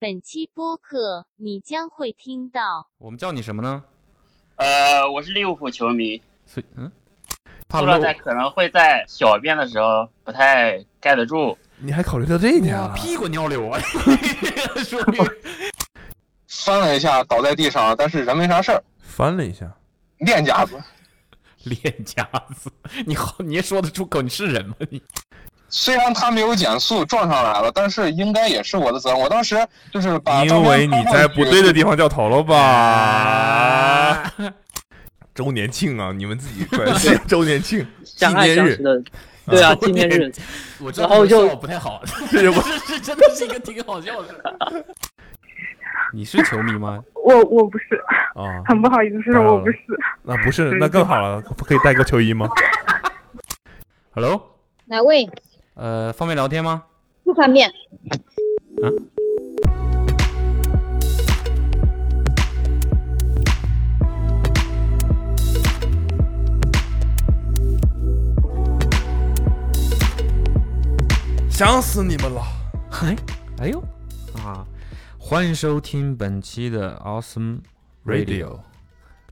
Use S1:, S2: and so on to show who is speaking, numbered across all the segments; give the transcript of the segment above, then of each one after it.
S1: 本期播客你将会听到
S2: 我们叫你什么呢？
S3: 呃，我是利物浦球迷，
S2: 所以嗯，
S3: 杜
S2: 帕
S3: 勒
S2: 罗
S3: 在可能会在小便的时候不太盖得住。
S4: 你还考虑到这一点啊？
S2: 屁 滚尿流啊！说
S5: 翻了一下，倒在地上，但是人没啥事 儿。
S4: 翻了一下，
S5: 练家子，
S2: 练家子，你好，你也说得出口？你是人吗？你
S5: 虽然他没有减速撞上来了，但是应该也是我的责任。我当时就是把照
S4: 因
S5: 片
S4: 为你
S5: 发过
S4: 在
S5: 去
S4: 不对的地方掉头了吧？ 周年庆啊，你们自己关系周 年庆纪
S6: 相爱
S4: 念
S6: 相
S4: 日
S6: 识，的，对 啊，纪念日，
S2: 我知道
S6: 然后
S2: 这个
S6: 就
S2: 笑不太 好，
S4: 这
S2: 不
S4: 不
S2: 是是真的是一个挺好笑的。你是球迷吗？
S7: 我我不是，
S4: 啊，
S7: 很不好意思，是我不是。
S4: 那啊不是那更好了，可以带个球衣吗？
S2: Hello，
S8: 哪位？
S2: 呃，方便聊天吗？
S8: 不方便。
S4: 想死你们了！
S2: 哎，哎呦啊！欢迎收听本期的 Awesome
S4: Radio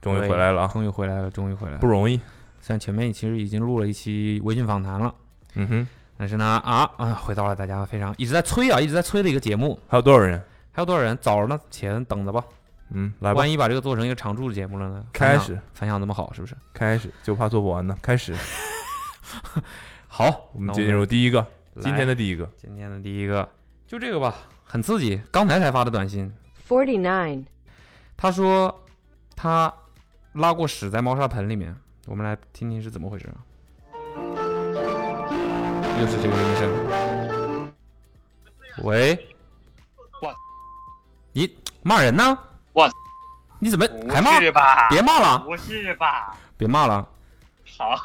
S4: 终于回来了啊，
S2: 终于回来了，终于回来了。
S4: 不容易。
S2: 虽然前面其实已经录了一期微信访谈了，
S4: 嗯哼，
S2: 但是呢，啊啊，回到了大家非常一直在催啊，一直在催的一个节目。
S4: 还有多少人？
S2: 还有多少人？早着呢，且等着吧。
S4: 嗯，来吧
S2: 万，一把这个做成一个常驻节目了呢？
S4: 开
S2: 反响
S4: 始
S2: 反响那么好，是不是？
S4: 开始，就怕做不完呢。开始，
S2: 好，
S4: 我们
S2: 那
S4: 进入第一个，
S2: 来
S4: 今天的第一个，
S2: 今天的第一个，就这个吧，很刺激。刚才才发的短信，
S9: Forty nine.
S2: 他说他拉过屎在猫砂盆里面，我们来听听是怎么回事啊。又是这个铃声。喂，
S3: 哇，
S2: 你骂人呢？
S3: 哇，
S2: 你怎么还
S3: 不
S2: 骂？
S3: 是吧？
S2: 别骂了，
S3: 不是吧？
S2: 别骂了。
S3: 好，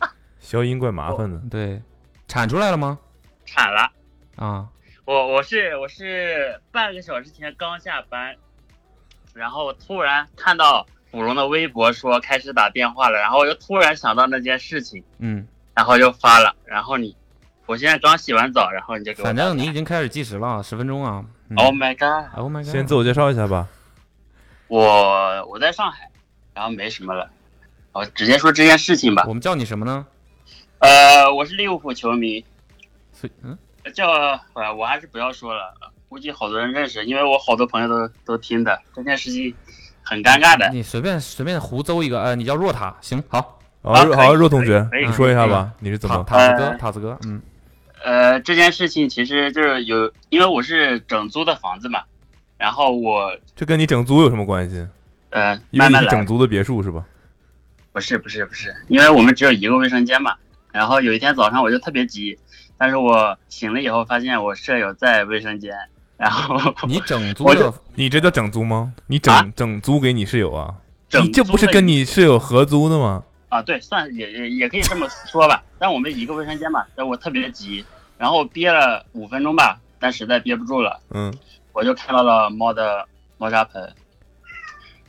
S4: 消音怪麻
S3: 哦
S4: 烦的。
S2: 对，铲出来了吗？
S3: 惨了！
S2: 啊，
S3: 我我是我是半个小时前刚下班，然后突然看到古龙的微博说开始打电话了，然后我就突然想到那件事情，
S2: 嗯，
S3: 然后就发了。然后你，我现在刚洗完澡，然后你就给我发
S2: 反正你已经开始计时了，十分钟啊。嗯
S3: Oh my god！
S2: Oh my god！
S4: 先自我介绍一下吧。
S3: 我我在上海，然后没什么了，我直接说这件事情吧。
S2: 我们叫你什么呢？
S3: 呃，我是利物浦球迷，
S2: 所以嗯，
S3: 叫呃，我还是不要说了，估计好多人认识，因为我好多朋友都都听的，这件事情很尴尬的。
S2: 你随便随便胡诌一个，呃，你叫若塔，行，好，
S4: 好
S3: 啊，
S4: 好，
S3: 可以
S4: 若同学
S3: 可，以嗯
S4: 你说一下吧，你是怎
S2: 塔
S4: 么？
S2: 塔子哥，塔子哥，嗯，
S3: 呃，这件事情其实就是有，因为我是整租的房子嘛，然后我
S4: 这跟你整租有什么关系？
S3: 呃
S4: 因为
S3: 慢
S4: 你
S3: 慢
S4: 是
S3: 来
S4: 整，租的别墅是吧？
S3: 不是不是不是，因为我们只有一个卫生间嘛。然后有一天早上我就特别急，但是我醒了以后发现我舍友在卫生间，然后
S2: 你整租
S3: 我
S2: 的
S3: 就
S4: 你这叫整租吗？你整、
S3: 啊
S4: 整租给你室友啊？
S3: 整
S4: 你这不是
S3: 租的
S4: 跟你室友合租的吗？
S3: 啊，对，算也也也可以这么说吧。但我们一个卫生间嘛，但我特别急，然后憋了五分钟吧，但实在憋不住了，
S4: 嗯，
S3: 我就看到了猫的猫砂盆，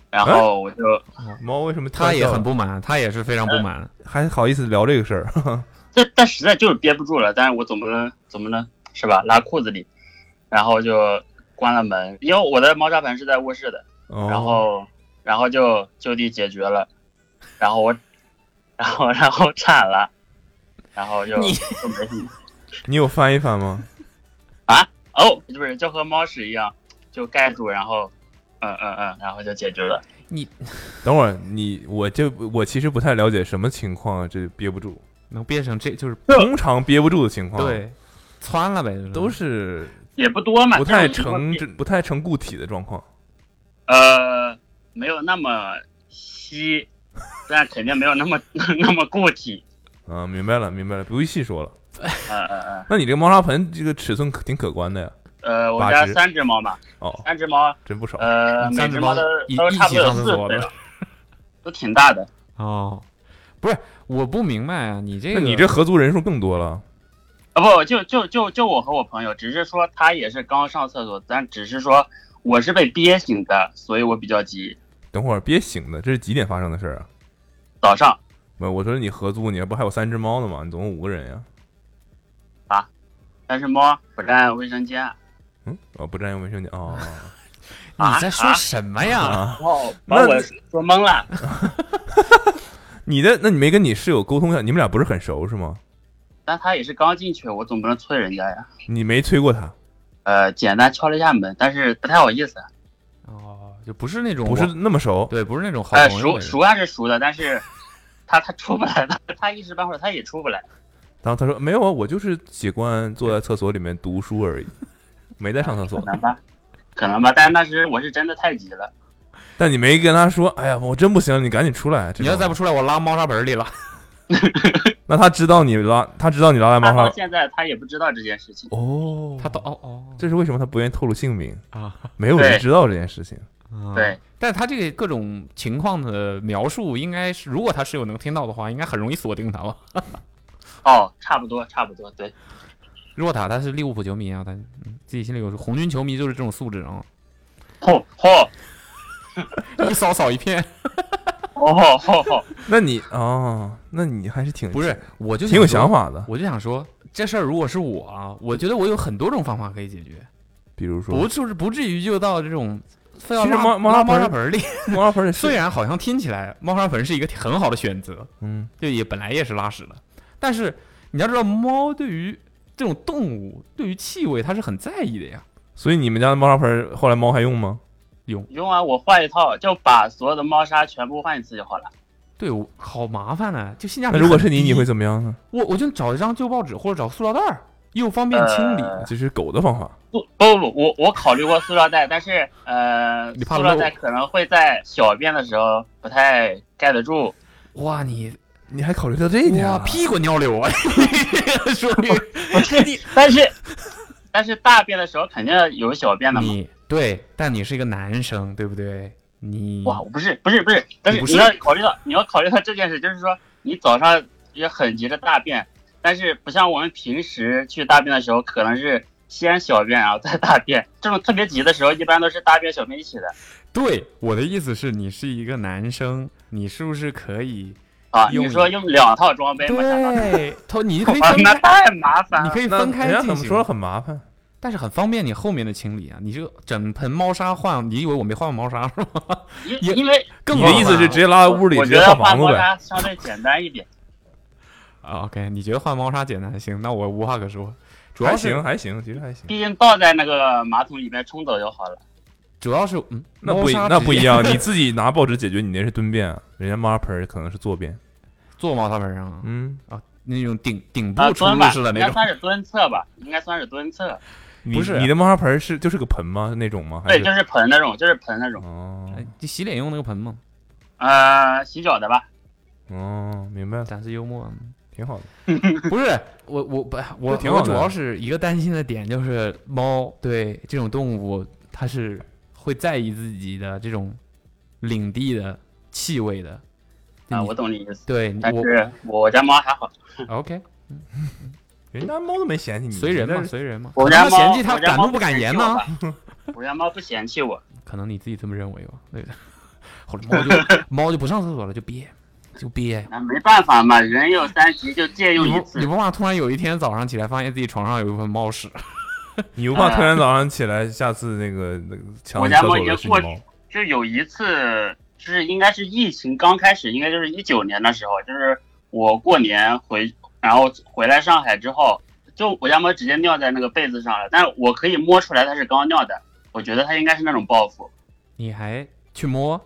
S3: 然后我就、
S4: 啊猫为什么
S2: 他也很
S4: 不哎
S2: 不满， 他也是非常不满。
S4: 还好意思聊这个事儿？
S3: 这但实在就是憋不住了，但是我怎么能怎么能是吧？拉裤子里，然后就关了门，因为我的猫砂盆是在卧室的，
S4: 哦、
S3: 然后然后就就地解决了，然后我然后然后铲了，然后就
S2: 你
S3: 就没什么。
S4: 你有翻一翻吗？
S3: 哦，不是，就和猫屎一样，就盖住，然后，嗯嗯嗯，然后就解决了。
S4: 等会儿你我这我其实不太了解什么情况啊这憋不住，
S2: 能憋成这就是
S4: 通常憋不住的情况，，
S2: 对，窜了呗，
S4: 都是
S3: 也不多嘛，
S4: 不
S3: 但
S4: 太
S3: 是
S4: 成
S3: 如果
S4: 不太成固体的状况。
S3: 呃，没有那么稀，但肯定没有那么 那么固体。
S4: 嗯，明白了，明白了，不用细说了。
S3: 嗯嗯嗯，
S4: 那你这个猫砂盆这个尺寸可挺可观的呀。
S3: 呃，我
S4: 八
S3: 家
S4: 只
S3: 三只猫嘛，
S4: 哦，
S3: 三只猫，
S4: 真不少。
S3: 呃，每
S2: 三
S3: 只
S2: 只
S3: 猫
S2: 猫
S3: 都
S2: 一
S3: 都
S2: 一
S3: 差不
S2: 起
S3: 多有
S2: 上厕
S3: 四
S2: 所
S3: 岁
S2: 了
S3: 了，都挺大的。
S2: 哦，不是，我不明白啊，你这
S4: 那
S2: 个
S4: 你这合租人数更多了。
S3: 啊不，就就就就我和我朋友，只是说他也是刚上厕所，但只是说我是被憋醒的，所以我比较急。
S4: 等会儿憋醒的，这是几点发生的事儿啊？
S3: 早上
S4: 我我说你合租，你不还有三只猫呢吗？你总共五个人呀。
S3: 但是猫不占卫生间，啊
S4: 嗯，哦，不占用文兄弟哦， 啊
S2: 你在说什么呀？
S3: 然后哦把我说懵了。
S4: 你的那你没跟你室友沟通一下？你们俩不是很熟是吗？
S3: 但他也是刚进去，我总不能催人家呀。
S4: 你没催过他，
S3: 呃，简单敲了一下门，但是不太好意思。
S2: 哦，就不是那种
S4: 不是
S2: 我
S4: 那么熟，
S2: 对，不是那种好
S3: 呃，
S2: 朋友
S3: 熟
S2: 的人。
S3: 熟还是熟的，但是他他出不来，他他一时半会儿他也出不来。
S4: 然后他说没有啊，我就是喜欢坐在厕所里面读书 而已，没在上厕 所
S3: 可。能吧，可能吧。但是当时我是真的太急了，
S4: 但你没跟他说，哎呀，我真不行，你赶紧出来。这
S2: 你要
S4: 种
S2: 再不出来，我拉猫砂盆里了。
S4: 那他知道你拉，他知道你拉来
S3: 他
S4: 麻
S3: 到
S4: 花
S3: 现在他也不知道这件事情。
S4: 哦
S2: 他都啊哦哦，
S4: 这是为什么他不愿意透露姓名？
S2: 啊，
S4: 没有人
S3: 对
S4: 知道这件事情。
S2: 嗯
S3: 对。
S2: 但他这个各种情况的描述，应该是如果他室友能听到的话，应该很容易锁定他吧？
S3: 哦，差不多，差不多，对，
S2: 若塔他是利物浦球迷啊，他嗯自己心里有数。红军球迷就是这种素质啊，
S3: 吼吼
S2: 一扫扫一片。
S3: 吼吼吼，
S4: 那你哦，那你还是挺
S2: 不是，我就
S4: 挺有
S2: 想
S4: 想
S2: 说，
S4: 法的。
S2: 我就想说这事儿如果是我啊，我觉得我有很多种方法可以解决，
S4: 比如说，
S2: 不就是不至于就到这种非要
S4: 其实
S2: 拉
S4: 猫猫
S2: 拉
S4: 砂
S2: 猫
S4: 盆
S2: 砂盆里。
S4: 王小 盆
S2: 虽然好像听起来猫砂盆是一个很好的选择，
S4: 嗯，
S2: 就也本来也是拉屎的，但是你要知道，猫对于这种动物，对于气味，它是很在意的呀。
S4: 所以你们家的猫砂盆后来猫还用吗？
S3: 用完我换一套，就把所有的猫砂全部换一次就好了。
S2: 对，我好麻烦啊呢、就性价比
S4: 那
S2: 很低。
S4: 如果是你，你会怎么样呢？
S2: 我我就找一张旧报纸或者找塑料袋儿，又方便清理。
S3: 呃
S4: 这是狗的方法。
S3: 不不不，我我考虑过塑料袋，但是呃，
S2: 你怕
S3: 塑料
S2: 漏
S3: 袋可能会在小便的时候不太盖得住。
S2: 哇，你
S4: 啊你还考虑到这一点
S2: 哇
S4: 啊？
S2: 屁滚尿流啊！说明
S3: 但是但是大便的时候肯定有小便的嘛。
S2: 你对，但你是一个男生，对不对？你
S3: 哇，我不是不是不是，但
S2: 你
S3: 是
S2: 不是
S3: 你要考虑到你要考虑到这件事，就是说你早上也很急着大便，但是不像我们平时去大便的时候，可能是先小便然后再大便，这种特别急的时候，一般都是大便小便一起的
S2: 对我的意思是你是一个男生，你是不是可以？
S3: 啊。
S2: 用
S3: 你说用两套装备，我想到
S2: 对，头你可以
S3: 哇
S2: 分
S3: 那
S2: 开，
S3: 太麻烦
S2: 你
S3: 了
S2: 可。以
S4: 那
S2: 分开
S4: 人家
S2: 进
S4: 怎么
S2: 行
S4: 说。很麻烦？
S2: 但是很方便你后面的清理啊！你这整盆猫砂换，你以为我没换过猫砂是吗？
S3: 因
S2: 也
S3: 因为
S2: 更
S4: 你
S2: 麻
S4: 的
S2: 烦
S4: 意思是直接拉到屋里
S3: 我
S4: 直
S3: 觉
S4: 接
S3: 得
S4: 换
S3: 换
S4: 房子
S3: 锅
S4: 呗？
S3: 砂相对简单一点。
S2: 啊？OK，你觉得换猫砂简单？行，那我无话可说。主要
S4: 还
S2: 是
S4: 行还行，其实还行。
S3: 毕竟倒在那个马桶里面冲走就好了。
S2: 主要是嗯，
S4: 那
S2: 猫
S4: 不一
S2: 砂
S4: 那
S2: 直
S4: 不一
S2: 接
S4: 样，你自己拿报纸解决，你那是蹲便啊，人家猫砂盆可能是坐便。
S2: 坐猫砂盆上啊
S4: 嗯，
S2: 啊，那种顶顶
S3: 啊，
S2: 部出
S3: 蹲
S2: 入
S3: 吧，
S2: 式的
S3: 应该
S2: 那种，
S3: 算是蹲厕吧，应该算是蹲厕。
S4: 你
S2: 不是
S4: 你的猫砂盆是就是个盆吗？那种吗？还
S3: 对，
S4: 是
S3: 就是盆那种，就是盆那种。
S4: 哦
S2: 哎就洗脸用那个盆嘛，
S3: 呃，洗脚的吧。
S4: 哦，明白了，
S2: 展示幽默。
S4: 挺好的。
S2: 不是我我不我
S4: 这挺
S2: 我
S4: 好
S2: 主
S4: 的
S2: 要是一个担心的点就是猫对这种动物它是会在意自己的这种领地的气味的。
S3: 啊，
S2: 你
S3: 我懂你意思。
S2: 对你
S3: 但
S2: 我啊
S3: 是我家猫还好，
S2: OK，
S4: 人家猫都没嫌弃你，
S2: 随人嘛，
S4: 你这是
S2: 随人嘛。
S3: 我
S2: 可
S3: 家
S2: 能他
S3: 猫
S2: 嫌弃他
S3: 我家
S2: 敢
S3: 猫
S2: 怒不敢言
S3: 呢
S2: 呢？。
S3: 我家猫不嫌弃我，
S2: 可能你自己这么认为吧。对 的。后来猫就猫就不上厕所了，就憋，就憋。
S3: 那没办法嘛，人有三急就借用
S2: 你
S3: 一
S2: 不
S3: 次
S2: 你。不怕突然有一天早上起来发现自己床上有一盆猫屎？
S4: 你不怕突然早上起来，下次那个那个抢
S3: 我
S4: 你
S3: 家
S4: 厕
S3: 猫
S4: 所
S3: 已经
S4: 的是你
S3: 过
S4: 猫？
S3: 就有一次，就是应该是疫情刚开始，应该就是一九年的时候，就是我过年回，然后回来上海之后，就我家猫直接尿在那个被子上了，但是我可以摸出来它是刚尿的，我觉得它应该是那种报复，
S2: 你 还去摸？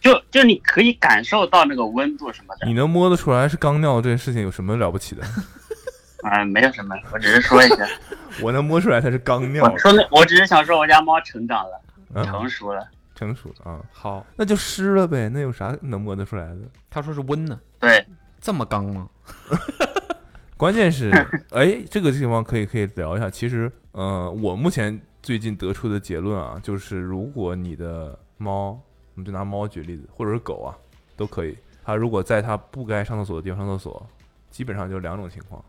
S3: 就就你可以感受到那个温度什么的
S4: 你，能摸得出来是刚尿这件事情有什么了不起的？
S3: 嗯，没有什么，我只是说一下，
S4: 我能摸出来它是刚 尿
S3: 我说那我只是想说我家猫成长了，
S4: 嗯
S3: 成熟了，
S4: 成熟了啊，
S2: 好，
S4: 那就湿了呗，那有啥能摸得出来的？
S2: 他说是温呢，
S3: 对，
S2: 这么刚吗？
S4: 关键是，哎，这个地方可以可以聊一下。其实，呃，我目前最近得出的结论啊，就是如果你的猫，我们就拿猫举例子，或者是狗啊，都可以。它如果在它不该上厕所的地方上厕所，基本上就两种情况，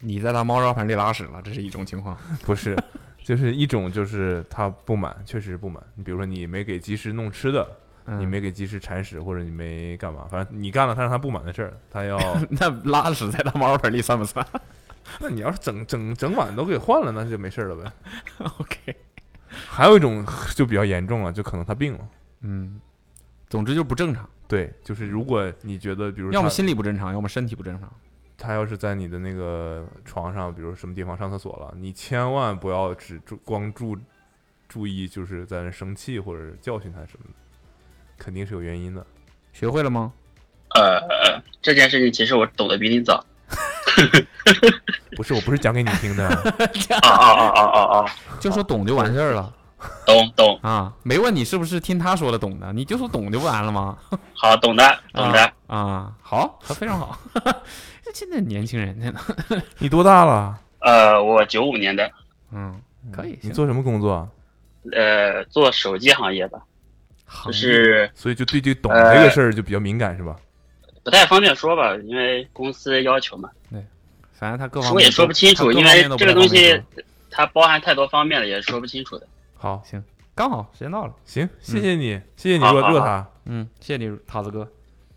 S2: 你在他猫砂盆里拉屎了，这是一种情况。
S4: 不是，就是一种就是它不满，确实不满。你比如说你没给及时弄吃的，
S2: 嗯
S4: 你没给及时铲屎，或者你没 干嘛，反正你干了他让他不满的事儿，他要
S2: 那拉屎在他猫砂盆里算不算？
S4: 那你要是整整整碗都给换了，那就没事儿了呗。
S2: OK，
S4: 还有一种就比较严重了，就可能他病了。
S2: 嗯，总之就不正常，
S4: 对，就是如果你觉得，比如
S2: 要么
S4: 他
S2: 心理不正常，要么身体不正常。
S4: 他要是在你的那个床上，比如什么地方上厕所了，你千万不要只注光注注意，就是在那生气或者教训他什么的，肯定是有原因的。
S2: 学会了吗？
S3: 呃，这件事情其实我懂得比你 早。
S4: 不是，我不是讲给你听的，
S3: 啊啊啊啊啊啊！
S2: 就说懂就完事儿 了
S3: 懂懂，
S2: 啊，没问你是不是听他说的懂的，你就说懂就完了吗？
S3: 好懂的懂的。
S2: 啊啊，好，非常好。 现在年轻人真的，
S4: 你多大了？
S3: 呃，我九五年的，
S2: 嗯，可以。
S4: 你
S2: 行
S4: 做什么工作？啊
S3: 呃，做手机行业吧，
S2: 行
S3: 就
S2: 业
S3: 是
S4: 所以就对这懂这个事儿就比较敏感，是吧？
S3: 不太方便说吧，因为公司要求嘛，
S2: 反正他各方
S3: 说
S2: 面
S3: 也说不清楚，
S2: 他各
S3: 因
S2: 方
S3: 为
S2: 面都不
S3: 这个
S2: 太
S3: 东
S2: 方便
S3: 西它包含太多方面了，也说不清楚的。
S4: 好，
S2: 行，刚好时间到了。
S4: 行，谢谢你，谢谢你
S3: 好
S4: 热
S3: 好
S4: 热
S3: 好
S4: 他。
S2: 嗯，谢谢你，桃子哥。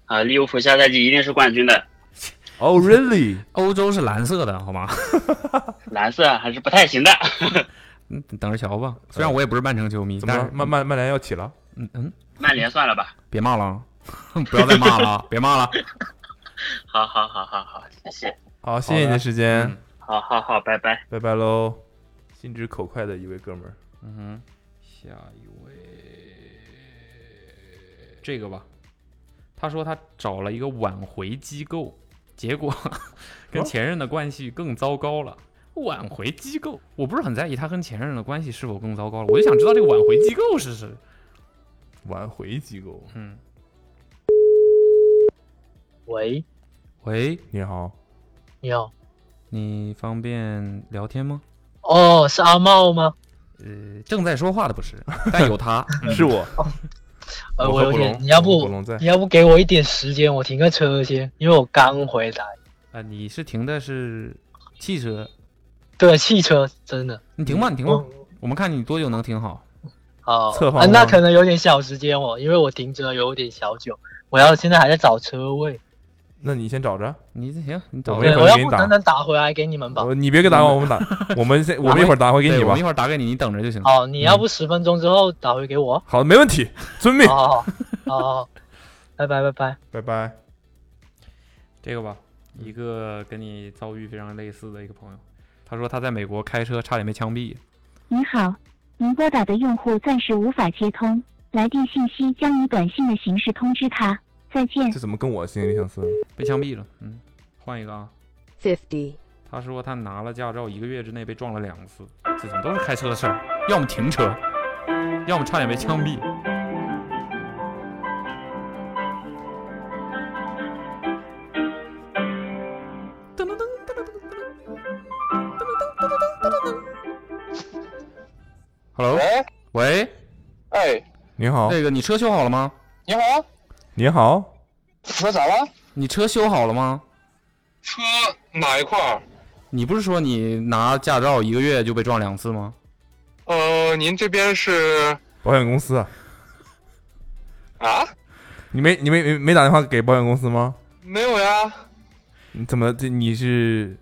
S3: 啊，利物浦下赛季一定是冠军的，
S4: Oh really？
S2: 欧洲是蓝色的，好吗？
S3: 蓝色还是不太行的。
S2: 嗯，等着瞧吧。
S3: 呃
S2: 虽然我也不是曼城球迷，
S4: 怎么
S2: 但
S4: 了
S2: 是？
S4: 曼曼曼联要起了？
S2: 嗯嗯，
S3: 曼联算了吧，
S2: 别骂了 啊，不要再骂了啊，别骂了。
S3: 好好好好好，谢谢，
S4: 好，谢谢你的时间
S2: 嗯，
S3: 好好好，拜拜。
S4: 拜拜喽。心直口快的一位哥们儿，
S2: 嗯哼，下一位，这个吧。他说他找了一个挽回机构，结果
S4: 哦
S2: 跟前任的关系更糟糕了。挽回机构，我不是很在意他跟前任的关系是否更糟糕了，我就想知道这个挽回机 构是是。
S4: 挽回机构。
S2: 嗯，
S6: 喂，
S2: 喂，
S4: 你好，
S6: 你好，
S2: 你方便聊天吗？
S6: 哦，是阿茂吗？
S2: 呃，正在说话的 不是， 但有 他。
S4: 是我。
S6: 呃，
S4: 我
S6: 我有
S4: 和布
S6: 点，
S4: 隆
S6: 你要
S4: 我和布
S6: 不
S4: 隆在
S6: 你要不给我一点时间，我停个车先，啊因为我刚回来。
S2: 啊，你是停的是汽车，
S6: 对，汽车真的，嗯
S2: 你停吧，你停吧，我们看你多久能停好。
S6: 好、
S4: 侧方
S6: 啊，那
S4: 吗
S6: 可能有点小时间哦，因为我停车有点小久，我要现在还在找车位，
S4: 那你先找着，
S2: 你这行，你找
S4: 我一
S6: 对，
S4: 会儿
S2: 个。
S6: 我要
S4: 给你
S6: 不
S4: 打
S6: 等等打回来给你们吧。
S4: 我你别给
S6: 嗯
S4: 打我，我们打， 我们先我们一会儿打回给
S2: 对
S4: 你
S2: 我
S4: 吧
S2: 们一。会儿打给你，你等着就行。
S6: 好，哦你要不十分钟之后打回给我。哦
S4: 好，没问题，遵命
S6: 好。好好好，好拜拜拜拜。
S4: 拜拜。嗯
S2: 这个吧，一个跟你遭遇非常类似的一个朋友，他说他在美国开车差点被枪毙。
S8: 您好，您拨打的用户暂时无法接通，来电信息将以短信的形式通知他。再见
S4: 这。怎么跟我心里相似？
S2: 被枪毙了。嗯，换一个啊。
S9: 50,
S2: 他说他拿了驾照，一个月之内被撞了两次，这怎么都是开车的事儿？要么停车，要么差点被枪毙。噔噔噔噔噔噔噔噔噔噔噔噔噔噔。Hello，
S5: 嗯喂，
S2: 喂，
S5: 哎，
S4: 你好，
S2: 那个你车修好了吗？
S5: 你好，
S4: 你好，
S5: 你说咋了？
S2: 你车修好了吗？
S5: 车哪一块儿？
S2: 你不是说你拿驾照一个月就被撞两次吗？
S5: 呃，您这边是
S4: 保险公司啊，
S5: 啊？
S4: 你没你没没没打电话给保险公司吗？
S5: 没有呀？
S4: 你怎么这你是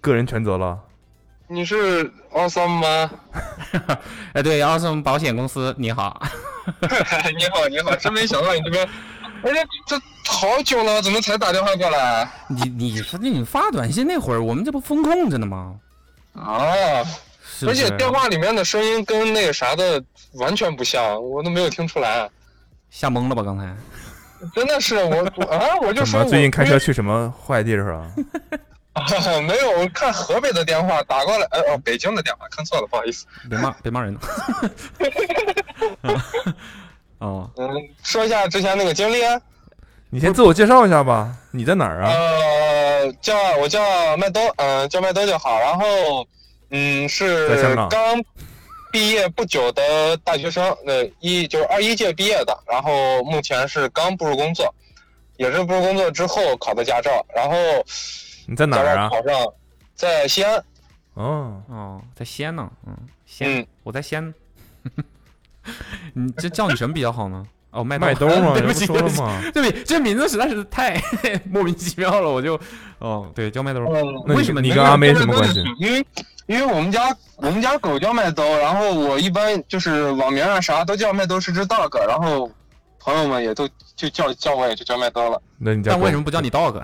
S4: 个人全责了？
S5: 你是二三吗？
S2: 哎，对，奥森保险公司，你好。
S5: 你好，你好，真没想到你这边，而且这好久了，怎么才打电话过来？
S2: 你你说那你发短信那会儿，我们这不风控着呢吗？
S5: 哦，
S2: 是不
S5: 而
S2: 是
S5: 且电话里面的声音跟那个啥的完全不像，我都没有听出来，啊
S2: 吓懵了吧？刚才
S5: 真的是我我啊，我就
S4: 怎
S5: 说我
S4: 么最近开车去什么坏地儿啊？
S5: 没有，我看河北的电话打过来，哎哦，北京的电话看错了，不好意思。
S2: 别骂别骂人了。 哦，
S5: 嗯，说一下之前那个经历，啊
S4: 你先自我介绍一下吧，你在哪儿啊？
S5: 呃，叫我叫麦兜，嗯、叫麦兜就好。然后，嗯，
S4: 在香
S5: 是
S4: 港
S5: 刚毕业不久的大学生，呃，一就是二一届毕业的。然后目前是刚步入工作，也是步入工作之后考的驾照，然后
S4: 你在哪
S5: 驾
S4: 儿
S5: 照
S4: 啊？
S5: 考上，在西安。
S4: 哦，
S2: 哦，在西安呢，嗯，西安，
S5: 嗯，
S2: 我在西安。你这叫你什么比较好呢？哦，麦
S4: 麦兜
S2: 兜
S4: 嘛，
S2: 对
S4: 人
S2: 不
S4: 不
S2: 起，
S4: 说
S2: 对不
S4: 了
S2: 起，
S4: 吗？
S2: 对不起，这名字实在是太 莫名其妙了，我就，哦，对，叫麦兜。
S5: 嗯
S4: 那
S2: 为
S4: 你
S2: 什么
S4: 你
S2: 那
S4: 跟
S2: 个
S4: 阿妹什么关系？？
S5: 因为因为我们家我们家狗叫麦兜，然后我一般就是网名啊啥都叫麦兜是只 dog，然后朋友们也都就叫叫我也就叫麦兜了。
S4: 那你家
S2: 但
S4: 狗
S2: 为什么不叫你 dog？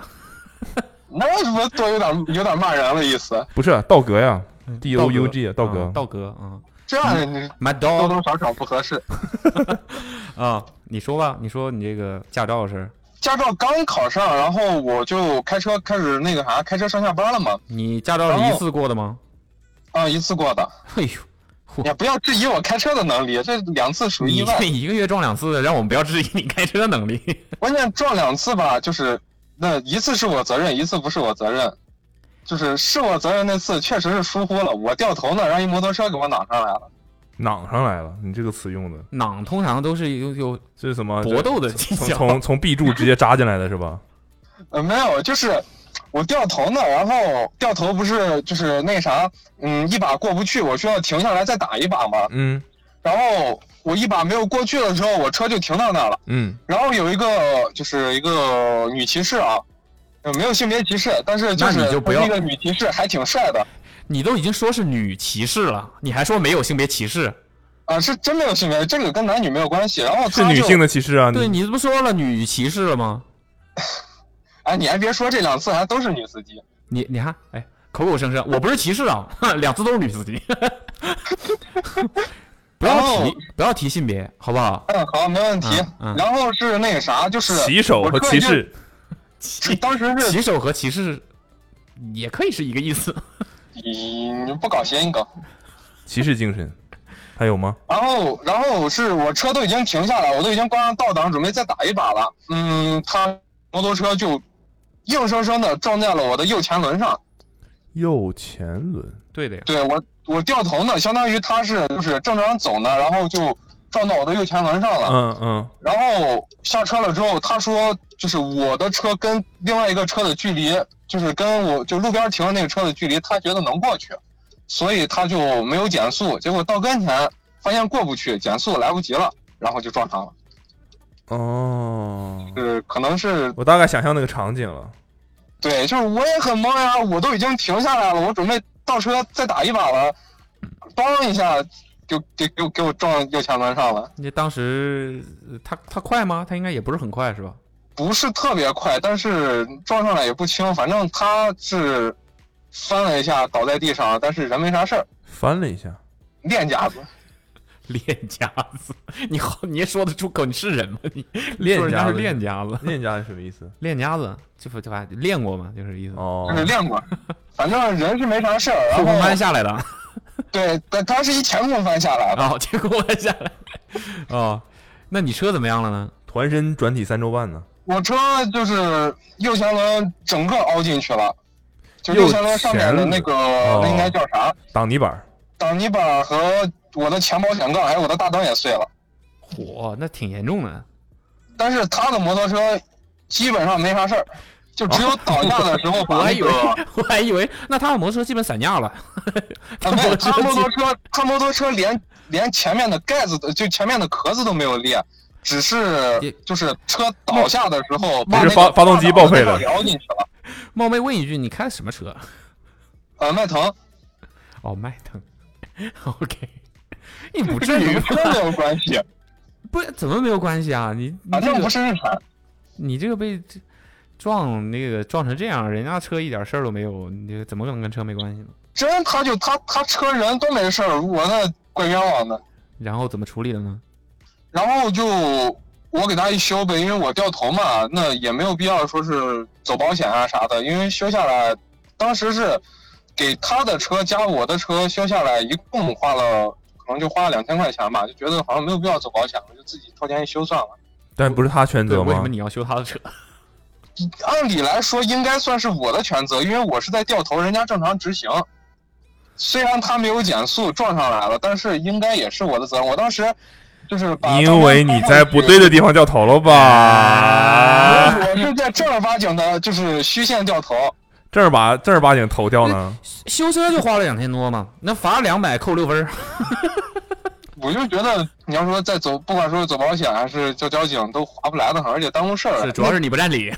S5: 那怎么多有点有点骂人了意思？
S4: 不是啊道格呀？D O U
S2: 哥
S4: G 道
S2: 嗯啊
S4: 格，
S2: 道格，嗯
S5: 这样你
S2: ，my
S5: 多
S2: dog
S5: 多少少不合适。
S2: 啊，你说吧，你说你这个驾照是，
S5: 驾照刚考上，然后我就开车开始那个啥，开车上下班了嘛。
S2: 你驾照
S5: 哦
S2: 是一次过的吗？
S5: 啊，一次过的，
S2: 哎呦，
S5: 也不要质疑我开车的能力，这两次属于意
S2: 你
S5: 外
S2: 这。一个月撞两次，让我们不要质疑你开车能力。
S5: 关键撞两次吧，就是那一次是我责任，一次不是我责任。就是是我责任那次确实是疏忽了，我掉头呢，让一摩托车给我攮上来了。
S4: 囊上来了，你这个词用的
S2: 囊通常都是有有
S4: 这是什么？
S2: 搏斗的
S4: 这
S2: 技
S4: 从
S2: 巧
S4: 从从 B 柱直接扎进来的是 吧？
S5: 呃，没有，就是我掉头呢，然后掉头不是就是那啥，嗯，一把过不去，我需要停下来再打一把嘛。
S4: 嗯
S5: 然后我一把没有过去的时候，我车就停到那儿了。
S4: 嗯，
S5: 然后有一个就是一个女骑士啊，呃没有性别歧视，但是就
S2: 那你
S5: 是
S2: 就不
S5: 她
S2: 要
S5: 那个女骑士还挺帅的
S2: 你都已经说是女骑士了，你还说没有性别歧视？
S5: 啊、是真没有性别，这个跟男女没有关系。然后
S4: 是
S5: 她
S4: 女
S5: 就
S4: 性的歧视啊！
S2: 对，
S4: 你
S2: 你这不说了女骑士了吗？
S5: 哎，你还别说，这两次还都是女司机。
S2: 你你看，哎，口口声声我不是歧视啊， 两次都是女司机。 不要提不要提性别，好不好？
S5: 嗯，好，没问题。
S2: 嗯嗯
S5: 然后是那个啥，就是
S4: 骑手和骑，士，
S5: 我车已经当时是
S2: 骑手和骑士也可以是一个意思。
S5: 嗯不搞谐音梗。
S4: 骑士精神，还有吗？
S5: 然后，然后是我车都已经停下来，我都已经关上倒档，准备再打一把了。嗯，他摩托车就硬生生的撞在了我的右前轮上。
S4: 右前轮，
S2: 对的呀，
S5: 对我，我掉头呢，相当于他是就是正常走呢，然后就撞到我的右前轮上了。
S4: 嗯嗯，
S5: 然后下车了之后，他说就是我的车跟另外一个车的距离，就是跟我就路边停的那个车的距离，他觉得能过去，所以他就没有减速，结果到跟前发现过不去，减速来不及了，然后就撞上了。
S4: 哦，
S5: 是可能是
S4: 我大概想象那个场景了。
S5: 对，就是我也很懵呀、我都已经停下来了，我准备倒车再打一把了，当一下就给给我给我撞右前轮上了，
S2: 你当时呃他他快吗？他应该也不是很快是吧？
S5: 不是特别快，但是撞上来也不轻，反正他是翻了一下倒在地上，但是人没啥事儿，
S4: 翻了一下，
S5: 练家子。
S2: 练 家子， 你好，你也说得出口？你是人吗？你
S4: 练
S2: 说人家
S4: 家
S2: 是
S4: 子
S2: 练家子，
S4: 练家是什么意思？
S2: 练家子，就不就把练过嘛，就是意思。
S4: 哦
S5: 就是练过，反正人是没啥事儿。然
S2: 后空翻
S5: 后
S2: 下来的，
S5: 对，但他是一前空翻下来的，
S2: 啊，结果我下来， 哦，那你车怎么样了呢？
S4: 团身转体三周半呢？
S5: 我车就是右前轮整个凹进去了，就
S4: 右
S5: 右前轮上面的那个
S4: 轮
S5: 那应该叫啥？
S4: 挡泥板儿，
S5: 挡泥板和我的前保险杠还有我的大灯也碎了，
S2: 嚯，哦那挺严重的。
S5: 但是他的摩托车基本上没啥事儿，就只有倒下的时候
S2: 哦我
S5: 把
S2: 还
S5: 那
S2: 以为
S5: 个，
S2: 我还以为那他的摩托车基本散架了，
S5: 啊没有他摩托
S2: 基
S5: 车他摩托车连连前面的盖子的就前面的壳子都没有裂。只
S2: 也
S5: 是就是车倒下的时候，
S4: 不是发发动机报废了
S5: 聊进去了。
S2: 冒昧问一句，你开的什么车？
S5: 呃，迈腾，
S2: 哦，迈腾。OK，你不
S5: 这跟
S2: 至于
S5: 油
S2: 吧
S5: 车没有关系啊，
S2: 不怎么没有关系啊？你你这
S5: 那不
S2: 个
S5: 是日产。
S2: 你这个被撞那个撞成这样，人家车一点事儿都没有，你这个怎么可能跟车没关系呢？
S5: 真他就他他车人都没事儿，我那怪冤枉的。
S2: 然后怎么处理的呢？
S5: 然后就我给他一修呗，因为我掉头嘛，那也没有必要说是走保险啊啥的，因为修下来，当时是给他的车加我的车修下来，一共花了可能就花了两千块钱吧，就觉得好像没有必要走保险了，就自己掏钱一修算了。
S4: 但不是他全
S2: 对，
S4: 责
S2: 为什
S4: 吗
S2: 么？你要修他的车？
S5: 按理来说应该算是我的全责，因为我是在掉头，人家正常直行。虽然他没有减速撞上来了，但是应该也是我的责任。我当时就是把
S4: 因为你在不对的地方掉啊头了
S2: 啊
S4: 吧？
S5: 啊我是在正儿八经的，就是虚线掉头。
S4: 正儿八正儿八经 头掉呢？
S2: 修车就花了两千多嘛，那罚两百扣六分儿。
S5: 我就觉得你要说再走，不管说是走保险还是叫交警，都划不来的很，而且耽误事儿。
S2: 是，主要是你不占理，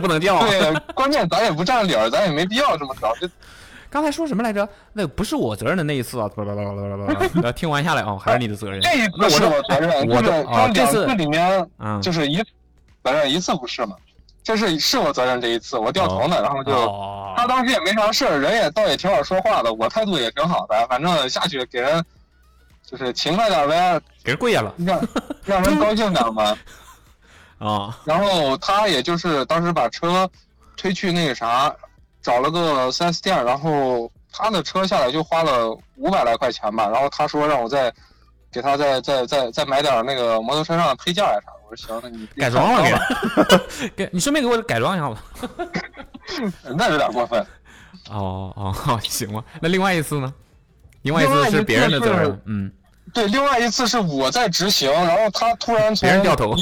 S2: 不能掉。
S5: 对，关键咱也不占理儿，咱也没必要这么搞。这
S2: 刚才说什么来着？那不是我责任的那一次啊！叭叭叭叭叭叭叭叭。 呃听完下来哦，还是你的责任。
S5: 这一
S2: 那
S5: 次是
S2: 我的
S5: 我责任，
S2: 我
S5: 就
S2: 的
S5: 是
S2: 啊
S5: 他
S2: 这
S5: 两
S2: 次
S5: 次里面
S2: 嗯，
S5: 就是一责任一次不是嘛，这是是我责任这一次，我掉头呢，然后就
S2: 哦
S5: 他当时也没啥事儿，人也倒也挺好说话的，我态度也挺好的，反正下去给人就是勤快点呗，
S2: 给人跪下了
S5: 让让人高兴点嘛。
S2: 啊！
S5: 然后他也就是当时把车推去那个啥，找了个 4S 店，然后他的车下来就花了五百来块钱吧。然后他说让我再给他再再再再买点那个摩托车上的配件呀啥。我说行，那你
S2: 改装了
S5: 你
S2: 给， 给你顺便给我改装一下吧。
S5: 那有点过分。
S2: 哦哦，好行吧。那另外一次呢？另外一次是别人的责
S5: 另外一
S2: 任
S5: 次，
S2: 嗯，
S5: 对，另外一次是我在执行，然后他突然从
S2: 别人掉头，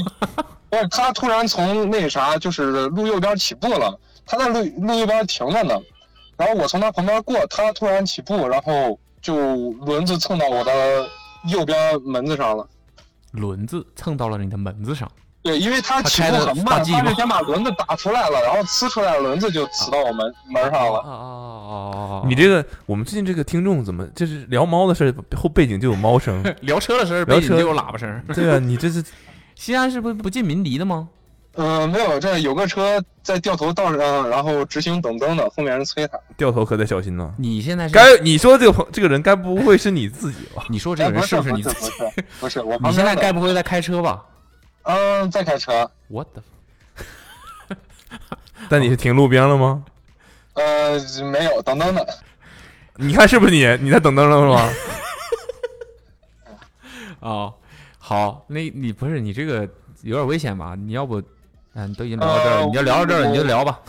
S5: 不是他突然从那啥，就是路右边起步了，他在路路右边停着呢，然后我从他旁边过，他突然起步，然后就轮子蹭到我的右边门子上了。
S2: 轮子蹭到了你的门子 上。
S5: 对，因为他起
S2: 他
S5: 步
S2: 开的
S5: 很
S2: 发
S5: 慢，
S2: 迹
S5: 他
S2: 吗啊
S5: 是先把轮子打出来了，然后呲出来，轮子就呲到我门、门上
S2: 哦
S5: 了。
S2: 哦哦哦，
S4: 你这个，我们最近这个听众怎么，这是聊猫的事儿，后背景就有猫声。
S2: 聊车的时候，
S4: 聊
S2: 背景就
S4: 车
S2: 有喇叭声。
S4: 对啊，你这是
S2: 西安是不不进民离的吗？
S5: 嗯、没有，这有个车在掉头道上，然后直行等灯的，后面人催他。
S4: 掉头可得小心呢。
S2: 你现在是
S4: 该你说这个朋这个人该不会是你自己吧？
S2: 你说这
S5: 哎，
S2: 个人
S5: 不
S2: 是
S5: 不
S2: 不是
S5: 是
S2: 你自
S5: 不
S2: 己？
S5: 是不是我
S2: 你
S5: 旁
S2: 现
S5: 边
S2: 在
S5: 的
S2: 该不会在开车吧
S5: 嗯在开车，
S2: ？What the？
S4: 但你是停路边了吗？
S5: 呃没有等灯的。
S4: 你看是不是你？你在等灯了吗？
S2: 哦，好，那你不是你这个有点危险吧？你要不，嗯，都已经聊到这儿了，
S5: 呃
S2: 你就聊到这儿了，
S5: 我
S2: 你就聊吧。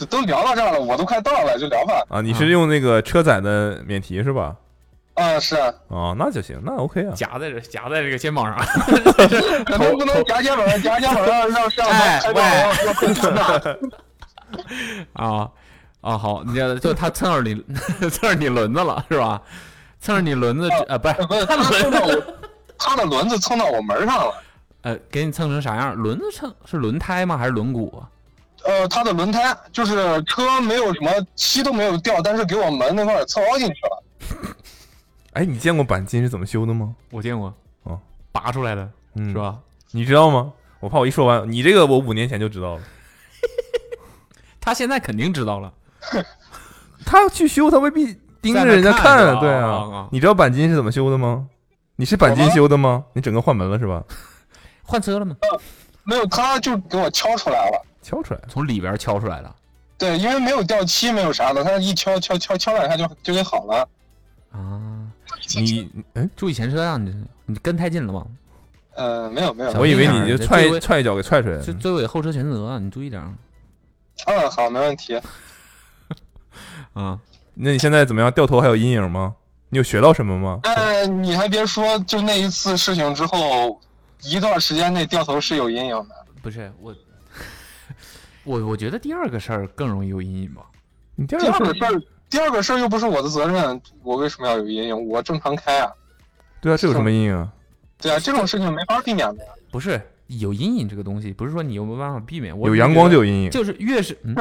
S5: 都 都聊到这儿了，我都快到了，就聊吧。
S4: 啊，你是用那个车载的免提是吧？
S5: 啊，是，
S4: 啊，那就行，那 OK 啊。
S2: 夹在这，夹在这个肩膀 上。
S5: 可哎能不能夹肩膀，夹肩膀让让上班
S2: 哎
S5: 开
S2: 喂
S5: 票要困难的。
S2: 啊啊，好，你这就他蹭着你， 蹭着你轮子了是吧？蹭着你轮子，呃，不是
S5: 不是，他蹭到我，他的轮子蹭到我门上了。
S2: 呃，给你蹭成啥样？轮子蹭是轮胎吗？还是轮毂啊？
S5: 呃，他的轮胎就是车没有什么漆都没有掉，但是给我门那块儿蹭凹进去了。
S4: 哎，你见过钣金是怎么修的吗？
S2: 我见过，
S4: 哦，
S2: 拔出来的
S4: 嗯，
S2: 是？吧？
S4: 你知道吗？我怕我一说完，你这个我五年前就知道了。
S2: 他现在肯定知道了。
S4: 他去修，他未必盯着
S2: 在那
S4: 人家
S2: 看是吧
S4: 对
S2: 啊啊啊
S4: 啊。你知道钣金是怎么修的吗？你是钣金
S5: 我吗
S4: 修的吗？你整个换门了是吧？
S2: 换车了吗？
S5: 呃没有，他就给我敲出来了。
S4: 敲出来，
S2: 从里边敲出来的。
S5: 对，因为没有掉漆，没有啥的，他一敲敲敲敲两下就就给好了。
S2: 啊，
S4: 你哎，
S2: 注意前车啊！你你跟太近了吗？
S5: 呃，没有没有
S2: 小。
S4: 我以为你
S2: 小
S4: 就
S2: 心点儿
S4: 踹
S2: 这位
S4: 踹一脚给踹出来了
S2: 这。追尾后车全责啊，你注意点啊！
S5: 嗯，好，没问题。
S2: 啊，
S4: 那你现在怎么样？掉头还有阴影吗？你有学到什么吗？
S5: 但你还别说，就那一次事情之后，一段时间内掉头是有阴影的。
S2: 不是我， 我我觉得第二个事儿更容易有阴影吧。
S4: 你第
S5: 第二
S4: 二
S5: 个
S4: 个
S5: 事儿，第二个事儿又不是我的责任，我为什么要有阴影？我正常开啊。
S4: 对啊，这有什么阴影啊？
S5: 对啊，这种事情没法避免的呀。
S2: 不是有阴影这个东西，不是说你有没有办法避免。我
S4: 有阳光就
S2: 就
S4: 有阴影。嗯
S2: 就是越是嗯，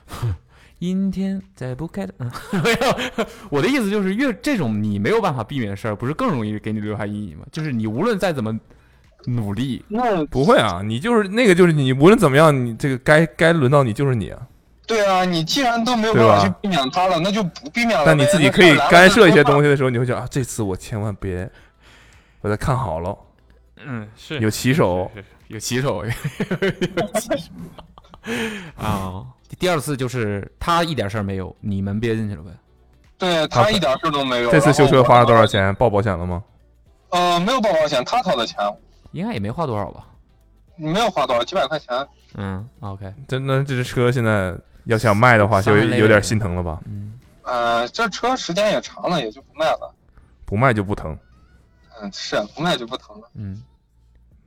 S2: 阴天再不开的， 嗯没有。我的意思就是越这种你没有办法避免的事儿，不是更容易给你留下阴影吗？就是你无论再怎么努力，
S5: 那
S4: 不会啊，你就是那个，就是你，无论怎么样，你这个该该轮到你就是你啊。
S5: 对啊，你既然都没有
S4: 对
S5: 办
S4: 吧
S5: 法去避免它了，那就不避免了呗。
S4: 但你自己可以
S5: 那事儿来了
S4: 干涉一些东
S5: 西。
S4: 西的时候，你会想啊，这次我千万别，我得看好了，
S2: 嗯，是
S4: 有骑手，
S2: 是是有骑手， 有骑手啊。第二次就是他一点事儿没有，你们憋进去了呗。
S5: 对
S4: 他
S5: 他一点事儿都没有。
S4: 这次修车
S5: 然后
S4: 花了多少？钱？报保险了吗？
S5: 呃，没有报保险，他掏的钱，
S2: 应该也没花多少吧？
S5: 没有花多少，几百块钱。
S2: 嗯，OK，
S4: 真的，这只车现在要想卖的话，
S2: 伤
S4: 就
S2: 痕累累
S4: 有点心疼了吧？
S2: 嗯，
S5: 呃，这车时间也长了，也就不卖了。
S4: 不卖就不疼。
S5: 嗯，是不卖就不疼了。
S2: 嗯，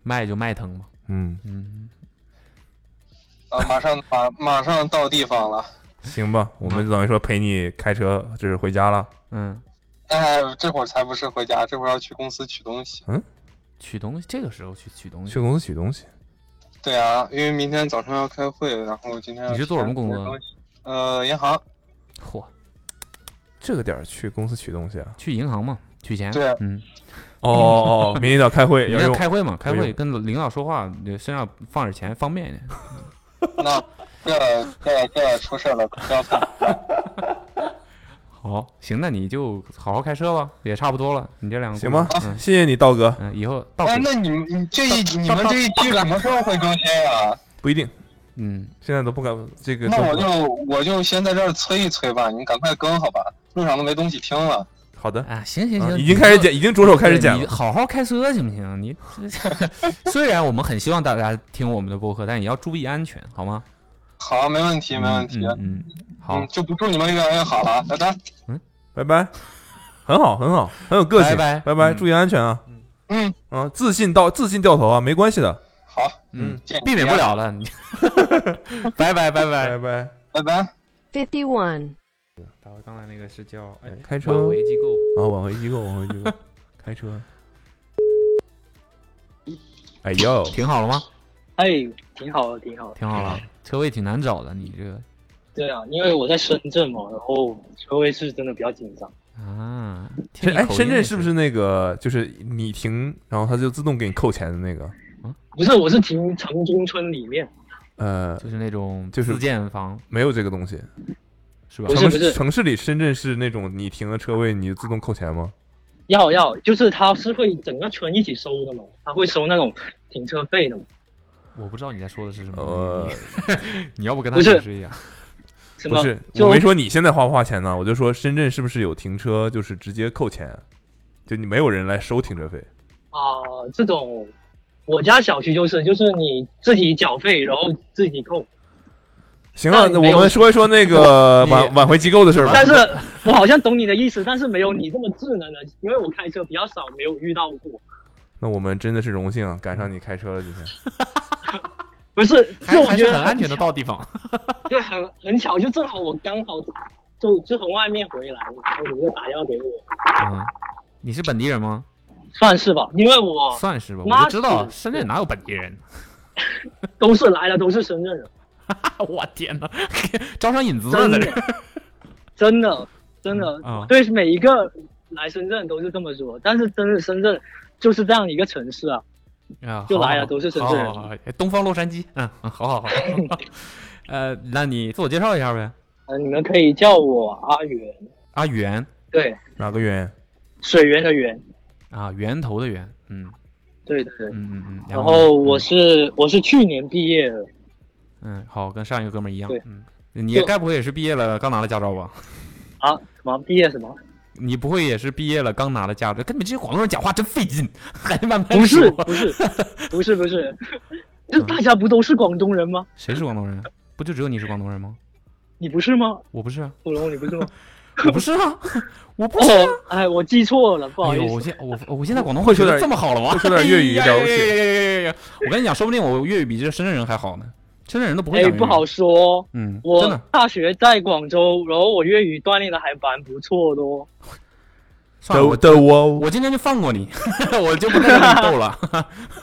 S2: 卖就卖疼嘛，
S4: 嗯，
S2: 嗯，
S5: 啊，马上马马上到地方了。
S4: 行吧，我们等于说陪你开车，就是回家了。
S2: 嗯，
S5: 哎，这会儿才不是回家，这会儿要去公司取东西。
S2: 取东西，这个时候去取东
S4: 嗯
S2: 西
S4: 去，公司取东西。
S5: 对啊，因为明天早上要开会，然后今天要
S2: 你是做什么工作
S5: 取东西？呃，银行。
S2: 嚯，
S4: 这个点儿去公司取东西啊？
S2: 去银行嘛，取钱。
S5: 对啊
S2: 嗯，
S4: 哦哦哦，明天早上开 会
S2: 你
S4: 要
S2: 要
S4: 用。
S2: 开会嘛，开
S4: 要
S2: 会
S4: 用
S2: 跟领导说话，你身上放点钱方便一点。
S5: 那这这这出事儿了，可不要怕。
S2: 好，行，那你就好好开车吧，也差不多了，你这两个
S4: 行
S2: 故事
S4: 吧
S2: 嗯
S4: 谢谢你，道哥，
S2: 嗯，以后 到
S5: 哎，
S2: 时
S5: 那你们你这一你们这一期什么时候会更新呀、
S4: 不一定，
S2: 嗯，
S4: 现在都不敢这个都
S5: 那
S4: 不。
S5: 我就我就先在这儿催一催吧，你们赶快更好吧，路上都没东西听了。
S4: 好的，
S2: 啊，行行
S4: 啊
S2: 行，
S4: 已经开始
S2: 你就
S4: 剪，已经着手开始
S2: 对
S4: 剪
S2: 你
S4: 了。
S2: 好好开车行不行？ 你虽然我们很希望大家听我们的播客，但也要注意安全，好吗？
S5: 好，没问题，没问题。
S2: 嗯嗯，嗯好
S5: 嗯，，就不祝你们越来越好了，拜拜。
S2: 嗯
S4: 拜拜， 很好，很好，很有个性。
S2: 拜拜
S4: 拜拜，
S2: 嗯
S4: 注意安全啊！
S5: 嗯，
S4: 啊，自信到自信掉头啊，没关系的。
S5: 好，
S2: 嗯，
S5: 见
S2: 避免不，了了，你 拜拜拜
S4: 拜。
S2: 拜
S4: 拜。
S5: 拜拜。
S9: Fifty one.
S2: 大卫刚才那个是叫哎
S4: 开车
S2: 挽回机构。
S4: 啊，往回机构，往回机 构，开车。哎呦，
S2: 停好了吗？
S6: 哎，挺好的，挺好的。
S2: 停好了，车位挺难找的，你这个
S6: 对啊，因为我在深圳嘛，然后车位是真的比较紧张。
S2: 啊，听
S4: 深
S2: 你
S4: 哎，
S2: 口音
S4: 深圳
S2: 也
S4: 是不是那个就是你停，然后它就自动给你扣钱的那个？
S6: 不是，我是停城中村里面，
S4: 呃，
S2: 就是那种
S4: 就是
S2: 自建房
S4: 没有这个东西。
S2: 是吧
S6: 不？是
S4: 城
S6: 不
S4: 市城市里，深圳是那种你停了车位，你自动扣钱吗？
S6: 要要，就是它是会整个村一起收的嘛，它会收那种停车费的嘛。
S2: 我不知道你在说的是什么，
S4: 呃，
S2: 你 要不跟他
S6: 不是
S2: 解释一下？
S6: 什
S4: 不
S6: 么？
S4: 是，
S6: 就
S4: 我没说你现在花不花钱呢，我就说深圳是不是有停车就是直接扣钱，啊就你没有人来收停车费。
S6: 啊、这种我家小区就是，就是你自己缴费，然后自己扣。
S4: 行了，
S6: 但
S4: 那
S6: 没
S4: 我
S6: 有
S4: 们说一说那 个
S2: 你
S4: 挽挽回机构的事儿吧。
S6: 但是我好像懂你的意思，但是没有你这么智能的，因为我开车比较少，没有遇到过。
S4: 那我们真的是荣幸啊赶上你开车了今天。
S6: 不是，就我
S2: 还
S6: 觉
S2: 是
S6: 得
S2: 很安全
S6: 巧
S2: 的到地方。
S6: 对，很很巧，就正好我刚好就就从外面回来，然后你就打电话给我，
S2: 嗯，你是本地人吗？
S6: 算是吧，因为我
S2: 算是吧，
S6: 妈
S2: 我就知道
S6: 是
S2: 深圳哪有本地人。
S6: 都是来了，都是深圳人，
S2: 我天哪，招商引资了
S6: 真
S2: 在
S6: 的
S2: 这。，
S6: 真的，真的，
S2: 啊
S6: 对每一个来深圳都是这么说，但是真的深圳就是这样一个城市啊，
S2: 啊，
S6: 就
S2: 好
S6: 来
S2: 好
S6: 了
S2: 好
S6: 都是深
S2: 好
S6: 圳
S2: 好
S6: 人
S2: 好好东方洛杉矶，嗯，嗯好好好。呃，那你自我介绍一下呗。
S6: 呃，你们可以叫我阿元，
S2: 啊，源
S6: 对，
S4: 哪个源？
S6: 水源的源，
S2: 啊，源头的源，嗯
S6: 对对对。
S2: 嗯嗯嗯。
S6: 然后我
S2: 是
S6: 是我是去年毕业的，
S2: 嗯，好，跟上一个哥们儿一样
S6: 对，
S2: 嗯，你也
S6: 就
S2: 该不会也是毕业了刚拿了驾照吧？
S6: 啊，什么毕业什么？
S2: 你不会也是毕业了刚拿了驾照？跟你们这些广东人讲话真费劲，还慢慢
S6: 不是
S2: 说
S6: 不是不是不是，就大家不都是广东人吗？
S2: 谁是广东人？不就只有你是广东人吗？
S6: 你不是吗？
S2: 我不 是啊，
S6: 普龙，你不是吗？
S2: 我不是啊，我不是啊。
S6: 哦，哎，我记错了，不好
S2: 哎呦，
S6: 意
S2: 我
S6: 思。
S2: 现我 我现在广东
S4: 会说
S2: 学得
S4: 点
S2: 这么好了吗？
S4: 会说点粤语
S2: 哎呀
S4: 了不起
S2: 呀呀呀呀呀呀我跟你讲，说不定我粤语比这深圳人还好呢。深圳人都不会
S6: 哎
S2: 讲，粤语。
S6: 不好说。
S2: 嗯，真
S6: 我
S2: 的
S6: 大学在广州，然后我粤语锻炼的还蛮不错的哦。
S2: 算了，
S4: 的
S2: 我
S4: 的我
S2: 我今天就放过你， 我就不再跟你斗了。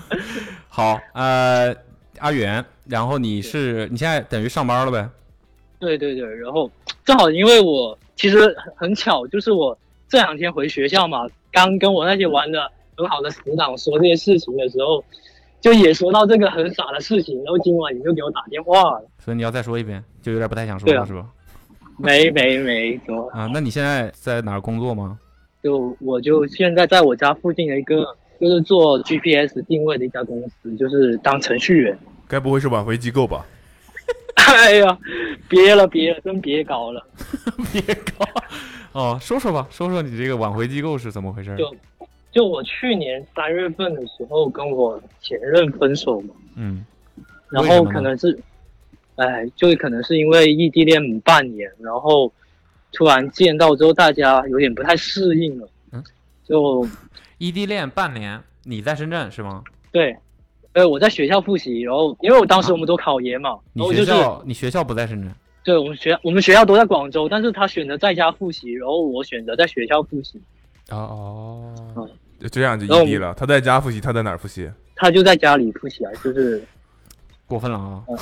S2: 好，呃，阿元，然后你是你现在等于上班了呗？
S6: 对对对，然后正好因为我其实很很巧，就是我这两天回学校嘛，刚跟我那些玩的很好的死党说这些事情的时候，就也说到这个很傻的事情，然后今晚你就给我打电话了，
S2: 所以你要再说一遍，就有点不太想说
S6: 对
S2: 了，
S6: 啊
S2: 是吧？
S6: 没没没，就
S2: 啊，那你现在在哪儿工作吗？
S6: 就我就现在在我家附近的一个就是做 GPS 定位的一家公司，就是当程序员。
S4: 该不会是挽回机构吧？
S6: 哎呀，别了别了，真别搞了。
S2: 别搞。哦，说说吧，说说你这个挽回机构是怎么回事？
S6: 就就我去年三月份的时候跟我前任分手嘛，
S2: 嗯，
S6: 然
S2: 为什
S6: 后
S2: 么呢
S6: 可能是，哎，就可能是因为异地恋半年，然后突然见到之后，大家有点不太适应了。
S2: 嗯，
S6: 就
S2: 异地恋，E 半年，你在深圳是吗？
S6: 对，呃，我在学校复习，然后因为我当时我们都考研嘛，然
S2: 你
S6: 后
S2: 学
S6: 哦就是
S2: 校你学校不在深圳？
S6: 对我们学我们学校都在广州，但是他选择在家复习，然后我选择在学校复习，
S2: 哦哦，
S4: 就这样就异地了。他在家复习，他在哪儿复习？
S6: 他就在家里复习啊，就是
S2: 过分了啊！
S6: 嗯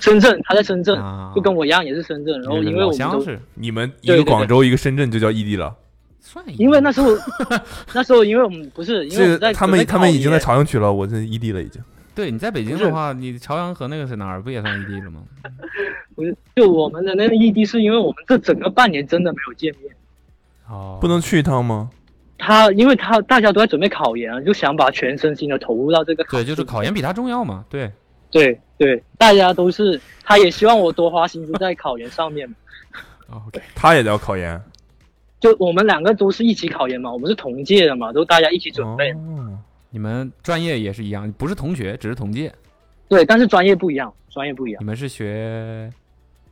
S6: 深圳，他在深圳，
S2: 啊
S6: 就跟我一样也是深圳。然后因为
S2: 老
S6: 我们
S2: 乡
S6: 都
S2: 是
S4: 你们一
S6: 对
S4: 个
S6: 对对
S4: 广州，一个深圳，就叫异地了。
S2: 算一个，
S6: 因为那时 候，那时候因为我们不是，因为我
S4: 这
S6: 们在
S4: 个他
S6: 准备
S4: 们他们已经在
S6: 考研
S4: 朝阳区了，我这异地了已经。
S2: 对你在北京
S6: 不是
S2: 的话，你朝阳和那个是哪儿不也算异地了吗？
S6: 不是，就我们的那个异地，是因为我们这整个半年真的没有见面。
S2: 哦，
S4: 不能去一趟吗？
S6: 他因为他大家都在准备考研，啊就想把全身心的投入到这个考
S2: 对，就是
S6: 试
S2: 考研比他重要嘛。对，
S6: 对对，大家都是，他也希望我多花心思在考研上面嘛。
S2: 哦，OK，
S4: 他也要考研。
S6: 就我们两个都是一起考研嘛，我们是同届的嘛，都大家一起准备。
S4: 哦，
S2: 你们专业也是一样，不是同学，只是同届。
S6: 对，但是专业不一样，专业不一样
S2: 你。们是学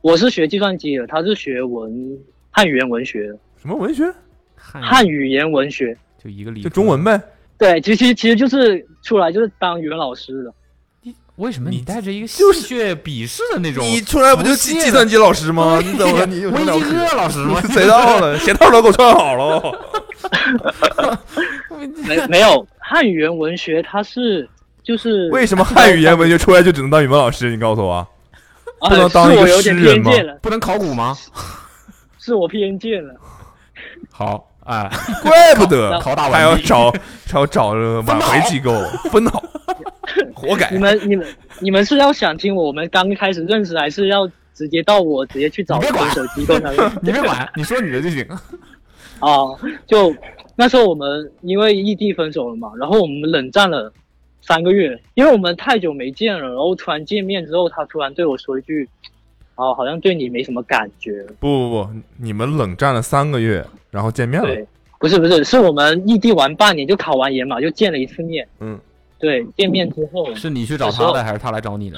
S6: 我是学计算机的，他是学文汉语言文学的，
S4: 什么文学？
S2: 汉
S6: 汉语言文学。
S2: 就一个理，
S4: 就中文。呗。
S6: 对，其实其实就是出来就是当语文老师的。
S2: 为什么
S4: 你
S2: 你带着一个戏
S4: 就是
S2: 谑鄙视的那种？
S4: 你出来不就计
S2: 不屑
S4: 计算机老师吗？啊你怎么
S2: 对
S4: 你
S2: 呀
S4: 有
S2: 我
S4: 什
S2: 已
S4: 么了
S2: 经
S4: 不起
S2: 饿老师吗？
S4: 谁到了？鞋套都给我穿好 了。
S6: 没没有汉语言文学，它是就是
S4: 为什么汉语言文学出来就只能当语文老师？你告诉我啊。
S6: 啊
S4: 不能当
S6: 是
S4: 一个
S6: 我有点
S4: 诗人
S6: 偏
S4: 吗
S6: 见了，
S2: 不能考古吗？
S6: 是我偏见 了。
S2: 好啊，
S4: 哎怪不得
S2: 拷打完毕
S4: 还要找找找这个挽回机构 分好，活该
S6: 你。们你们你们是要想听我们刚开始认识，还是要直接到我直接去找
S2: 你别管
S6: 手机构那边？
S2: 你别 管，你说你的就行。
S6: 啊，就那时候我们因为异地分手了嘛，然后我们冷战了三个月，因为我们太久没见了，然后突然见面之后，他突然对我说一句：“啊，好像对你没什么感觉。
S4: 不不不，你们冷战了三个月，然后见面了
S6: 对，不是不是，是我们异地玩半年，就考完研嘛，就见了一次面。
S4: 嗯，
S6: 对，见面之后，
S2: 是你去找他的，还是他来找你的？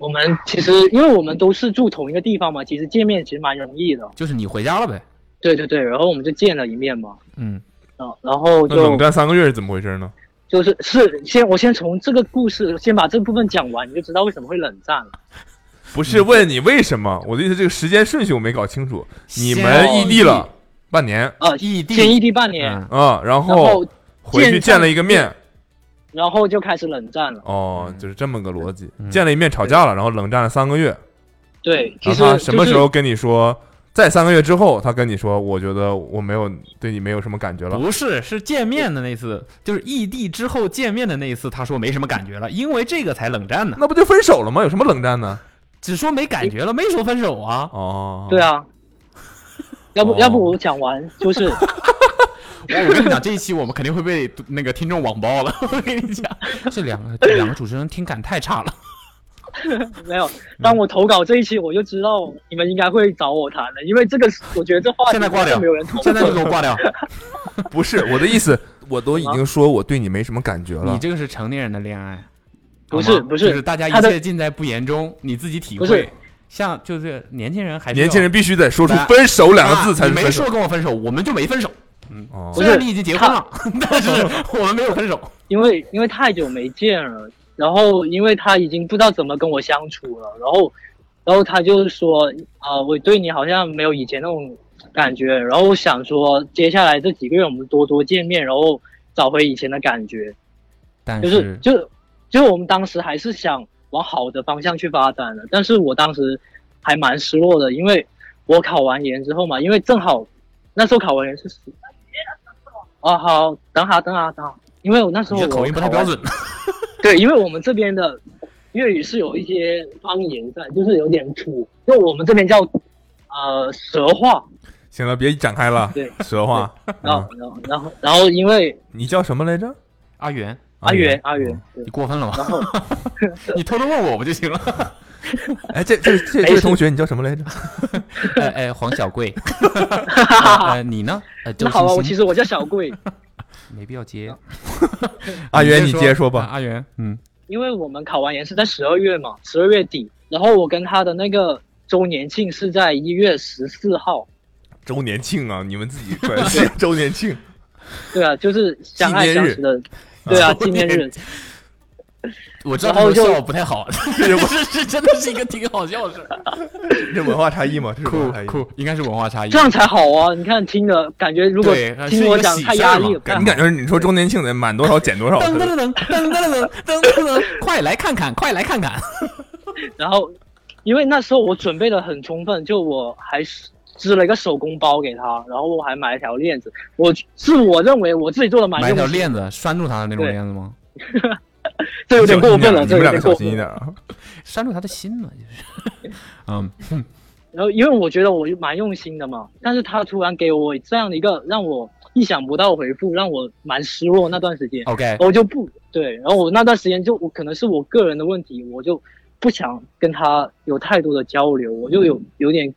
S6: 我们其实啊因为我们都是住同一个地方嘛，其实见面其实蛮容易的。
S2: 就是你回家了呗。
S6: 对对对，然后我们就见了一面嘛。
S2: 嗯，
S6: 啊，然后
S4: 那冷
S6: 就
S4: 战三个月是怎么回事呢？
S6: 就是是先我先从这个故事先把这部分讲完，你就知道为什么会冷战了。
S4: 不是问你为什么，我的意思这个时间顺序我没搞清楚。你
S2: 先
S4: 们异地了半年
S6: 呃，
S2: 异地，
S6: 先异地半年，
S2: 嗯
S4: 啊，然
S6: 然
S4: 后
S6: 后
S4: 回去见了一个面，
S6: 然后就开始冷战了。
S4: 哦，就是这么个逻辑。
S2: 嗯
S4: 见了一面吵架了，然后冷战了三个月，
S6: 对，其
S4: 然
S6: 实
S4: 后他什么
S6: 就是
S4: 时候跟你说？在三个月之后，他跟你说：“我觉得我没有对你没有什么感觉了。
S2: 不是，是见面的那次，就是异地之后见面的那一次，他说没什么感觉了，因为这个才冷战”呢，
S4: 那不就分手了吗？有什么冷战呢？
S2: 只说没感觉了，没说分手啊。
S4: 哦，
S6: 对啊？要不、
S4: 哦
S6: 要不我讲 完，就是
S2: 我跟你讲，这一期我们肯定会被那个听众网暴了。我跟你讲， 这两个这两个主持人听感太差了。
S6: 没有。当我投稿这一期，我就知道你们应该会找我谈了，因为这个我觉得这话题
S2: 现在挂掉
S6: 没有人投稿。
S2: 现在就给我挂掉。
S4: 不是 我的意思，我都已经说我对你没什么感觉了。
S2: 你这个是成年人的恋爱，
S6: 不
S2: 好吗
S6: 是不是
S2: 就是大家
S6: 他
S2: 一
S6: 的
S2: 切尽在不言中，你自己体
S6: 不是
S2: 会。像就是年轻人还是要
S4: 年轻人必须得说出“分手”两个字才
S2: 啊
S4: 是
S2: 你没
S4: 分手
S2: 说。跟我分手，我们就没分手。
S4: 哦
S6: 不
S2: 虽
S6: 是
S2: 然你已经结婚了， 但是我们没有分手。
S6: 因为因为太久没见了，然后因为他已经不知道怎么跟我相处了，然后，然后他就说啊、我对你好像没有以前那种感觉，然后我想说接下来这几个月我们多多见面，然后找回以前的感觉，
S2: 但
S6: 就是就是就是我们当时还是想往好的方向去发展的，但是我当时还蛮失落的，因为我考完研之后嘛，因为正好那时候考完研是十。哦，好，等下，等下，等下，因为我那时候
S2: 你的口
S6: 我
S2: 音不太
S6: 考完
S2: 标准。
S6: 对，因为我们这边的粤语是有一些方言在，就是有点土，就我们这边叫呃舌话，
S4: 行了，别展开了。
S6: 对，
S4: 蛇话，
S6: 然后
S4: 嗯
S6: 然后然后然后因为
S4: 你叫什么来着？哦
S2: 阿元，
S6: 阿元阿元，对
S2: 嗯你过分了吗？
S6: 然后
S2: 你偷偷问我不就行了？
S4: 哎，这这 这这位同学，你叫什么来着？
S2: 哎哎，黄小贵，呃呃你呢？呃，周
S6: 那好吧，我
S2: 星
S6: 其
S2: 星，
S6: 实我叫小贵，
S2: 没必要接。
S4: 阿元，你接着说
S2: 啊
S4: 吧。
S2: 阿元，嗯，
S6: 因为我们考完研是在十二月嘛，十二月底，然后我跟他的那个周年庆是在一月十四号，
S4: 周年庆啊，你 们自己关系周年庆。
S6: 对啊，就是相爱
S4: 纪
S6: 相
S4: 念日
S2: 哎
S6: 识的，对啊，纪念
S2: 周
S6: 日
S2: 年，
S9: 我知道他
S6: 然后
S9: 们
S6: 就
S9: 笑不太好，但是是真的是一个挺好笑的事 儿。
S4: 这文化差异嘛，这是文
S2: 酷
S4: 化差异。
S2: 酷，应该是文化差异。
S6: 这样才好啊！你看听着，感觉如果
S2: 对啊那是
S6: 听
S2: 一
S6: 我
S2: 个
S6: 讲
S2: 喜
S6: 太
S2: 事儿
S6: 压
S2: 嘛
S6: 力了，
S4: 感你感觉你说中年庆得满 多少减多少，
S9: 噔噔噔噔噔噔噔噔噔，快来看看，快来看看！
S6: 然后，因为那时候我准备的很充分，就我还是织了一个手工包给他，然后我还买了条链子，我是我认为我自己做的蛮
S2: 买一
S6: 用
S2: 条
S6: 心
S2: 链子拴住他的那种
S6: 对
S2: 链子吗？
S6: 这有点过分了，
S4: 你
S6: 这
S4: 们
S6: 有
S4: 两
S6: 点
S4: 个小
S6: 过
S4: 心一
S6: 分。
S4: 点啊！
S2: 拴住他的心嘛，就是。嗯，
S6: 然后因为我觉得我蛮用心的嘛，但是他突然给我这样的一个让我意想不到的回复，让我蛮失落。那段时间
S2: OK，
S6: 我就不对，然后我那段时间就我可能是我个人的问题，我就不想跟他有太多的交流，我就有有点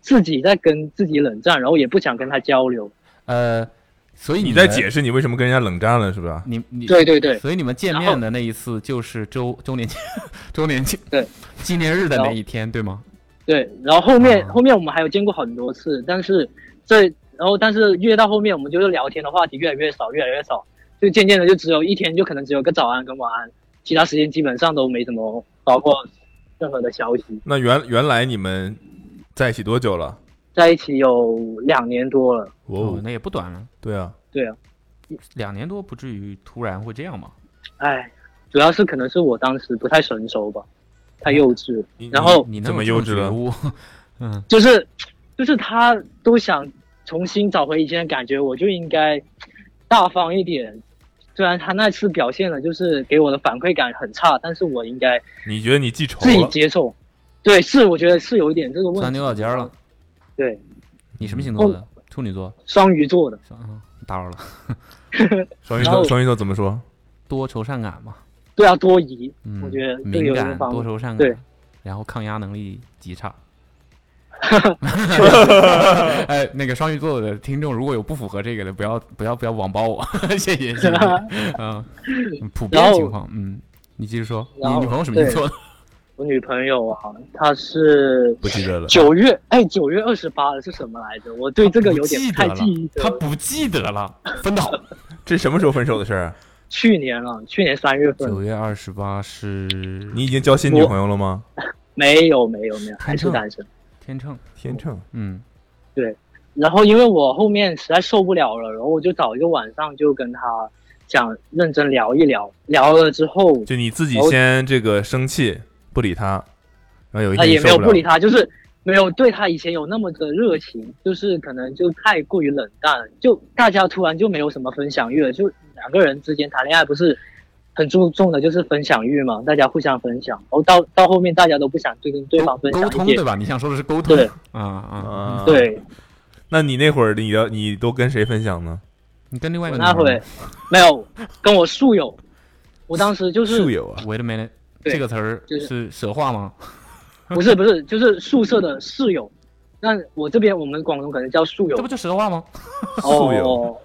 S6: 自己在跟自己冷战，然后也不想跟他交流。
S2: 呃，所以
S4: 你
S2: 你
S4: 在
S2: 们
S4: 解释你为什么跟人家冷战了是吧？
S2: 你你
S6: 对对对
S2: 所以你们见
S6: 然
S2: 面
S6: 后
S2: 的那一次就是周周年庆 周年庆
S6: 对
S2: 纪念日的
S6: 然
S2: 那
S6: 后
S2: 一天，对吗？
S6: 对，然后后面、
S2: 啊
S6: 后面我们还有见过很多次，但是这然后但是越到后面我们就是聊天的话题越来越少，越来越少，就渐渐的就只有一天就可能只有个早安跟晚安，其他时间基本上都没怎么包括任何的消息。
S4: 那原原来你们在一起多久了？
S6: 在一起有两年多了，
S2: 哦，，那也不短了，
S4: 对啊，
S6: 对啊，
S2: 两年多不至于突然会这样嘛？
S6: 唉，主要是可能是我当时不太成熟吧，太幼稚了
S4: 你，
S6: 然后
S2: 嗯你
S4: 这么幼稚了
S2: 了， 嗯，
S6: 就是就是他都想重新找回以前的感觉，我就应该大方一点。虽然他那次表现的就是给我的反馈感很差，但是我应该
S4: 你觉得你记仇
S6: 自己
S4: 了？
S6: 接受。对，是我觉得是有一点这个
S2: 钻
S6: 问题。
S2: 牛角尖了。
S6: 对，哦
S2: 你什么星座的？处女座。
S6: 双鱼座的，
S2: 嗯，打 扰了。
S4: 双鱼
S6: 然
S4: 座，
S6: 后
S4: 双鱼座怎么说？
S2: 多愁善感嘛，
S6: 对啊，多疑，
S2: 嗯，
S6: 我觉得这个
S2: 敏
S6: 有一个
S2: 感、
S6: 方
S2: 多
S6: 面。
S2: 愁善
S6: 对
S2: 感，然后抗压能力极 差。哎，那个双鱼座的听众，如果有不符合这个的，不要不要不要网暴我， 谢谢 谢谢。嗯，普遍
S6: 然后
S2: 情况，嗯，你继续说，你
S6: 然后
S2: 女朋友什么星
S6: 对
S2: 座的？
S6: 我女朋友啊，她是
S4: 不记得了。
S6: 九月，哎，九月二十八是什么来着？我对这个有点不太
S2: 她不记得了
S6: 记忆了。
S2: 他不记得了，分的好。
S4: 这什么时候分手的事儿？啊
S6: 去年了，去年三月份。
S2: 九月二十八是
S4: 你已经交新女朋友了吗？
S6: 没有没有没有，还是
S2: 秤
S6: 单身。
S2: 天秤，
S4: 天秤，
S2: 嗯，
S6: 然后因为我后面实在受不了了，然后我就找一个晚上就跟他想认真聊一聊。聊了之后，
S4: 就你自己先这个生气不理他，然后有一
S6: 啊
S4: 天你
S6: 也没有
S4: 受
S6: 不理
S4: 了，
S6: 他，就是没有对他以前有那么的热情，就是可能就太过于冷淡了，就大家突然就没有什么分享欲了。就两个人之间谈恋爱不是很注重的就是分享欲嘛，大家互相分享。然后到到后面大家都不想对跟对方分享
S2: 沟
S6: 一
S2: 通
S6: 些
S2: 对，吧？你想说的是沟通
S6: 对，
S2: 啊啊，
S4: 啊，
S6: 对，
S4: 那你那会儿你要你都跟谁分享呢？
S2: 你跟另外一
S6: 我
S2: 个
S6: 那
S2: 女朋友
S6: 会没有跟我宿友，我当时就是
S4: 宿友啊，
S2: Wait a minute，
S6: 对
S2: 这个词儿
S6: 就是
S2: 是蛇话吗？
S6: 不是不是就是宿舍的室友，那我这边我们广东可能叫宿友
S2: 这不，就蛇话吗
S4: 宿友
S6: 哦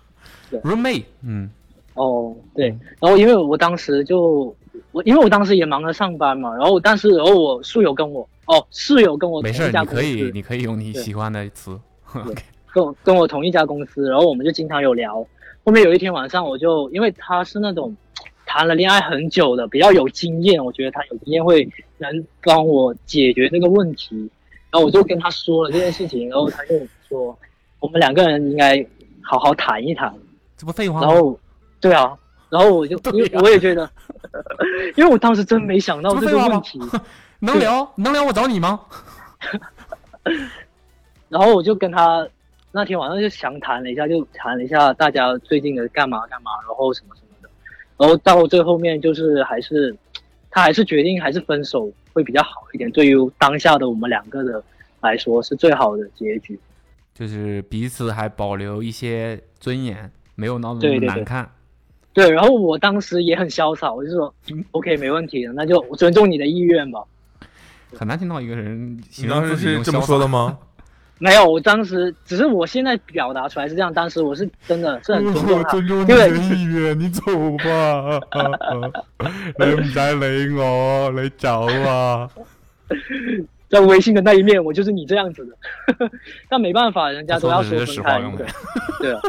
S2: ？Roommate，嗯，
S6: 哦对，然后因为我当时就我因为我当时也忙着上班嘛，然后但是然后我宿友跟我哦室友跟我
S2: 没
S6: 同
S2: 事儿，
S6: 一家
S2: 你
S6: 公
S2: 可以
S6: 司，
S2: 你可以用你
S6: 对
S2: 喜欢的词。OK，
S6: 跟我跟我同一家公司，然后我们就经常有聊。后面有一天晚上，我就因为他是那种谈了恋爱很久的，比较有经验，我觉得他有经验会能帮我解决这个问题。然后我就跟他说了这件事情，然后他就说我们两个人应该好好谈一谈。
S2: 这不废话
S6: 然
S2: 吗？
S6: 后，对啊，然后我就因为
S2: 对啊呀
S6: 我也觉得，因为我当时真没想到这个问题。
S2: 能聊能聊，我找你吗？
S6: 然后我就跟他那天晚上就详谈了一下，就谈了一下大家最近的干嘛干嘛，然后什么什么的，然后到最后面就是还是他还是决定还是分手会比较好一点，对于当下的我们两个的来说是最好的结局。
S2: 就是彼此还保留一些尊严，没有闹得
S6: 对
S2: 那么
S6: 对
S2: 难
S6: 对
S2: 看。
S6: 对，然后我当时也很潇洒，我就说
S2: 嗯
S6: 嗯 OK 没问题的，那就我尊重你的意愿吧。
S2: 很难听到一个人
S4: 你
S2: 形容
S4: 当时
S2: 自己
S4: 是
S2: 用
S4: 这么
S2: 潇洒
S4: 说的？吗？
S6: 没有，我当时只是我现在表达出来是这样，当时我是真的是很 尊重啊他，
S2: 重
S6: 你的
S2: 意愿，你走吧， 你唔使理我，你走啊。
S6: 在微信的那一面，我就是你这样子的，但没办法，人家都要
S2: 说
S6: 说
S2: 的
S6: 分
S2: 是实话
S6: 开
S2: 用的，
S6: 对啊，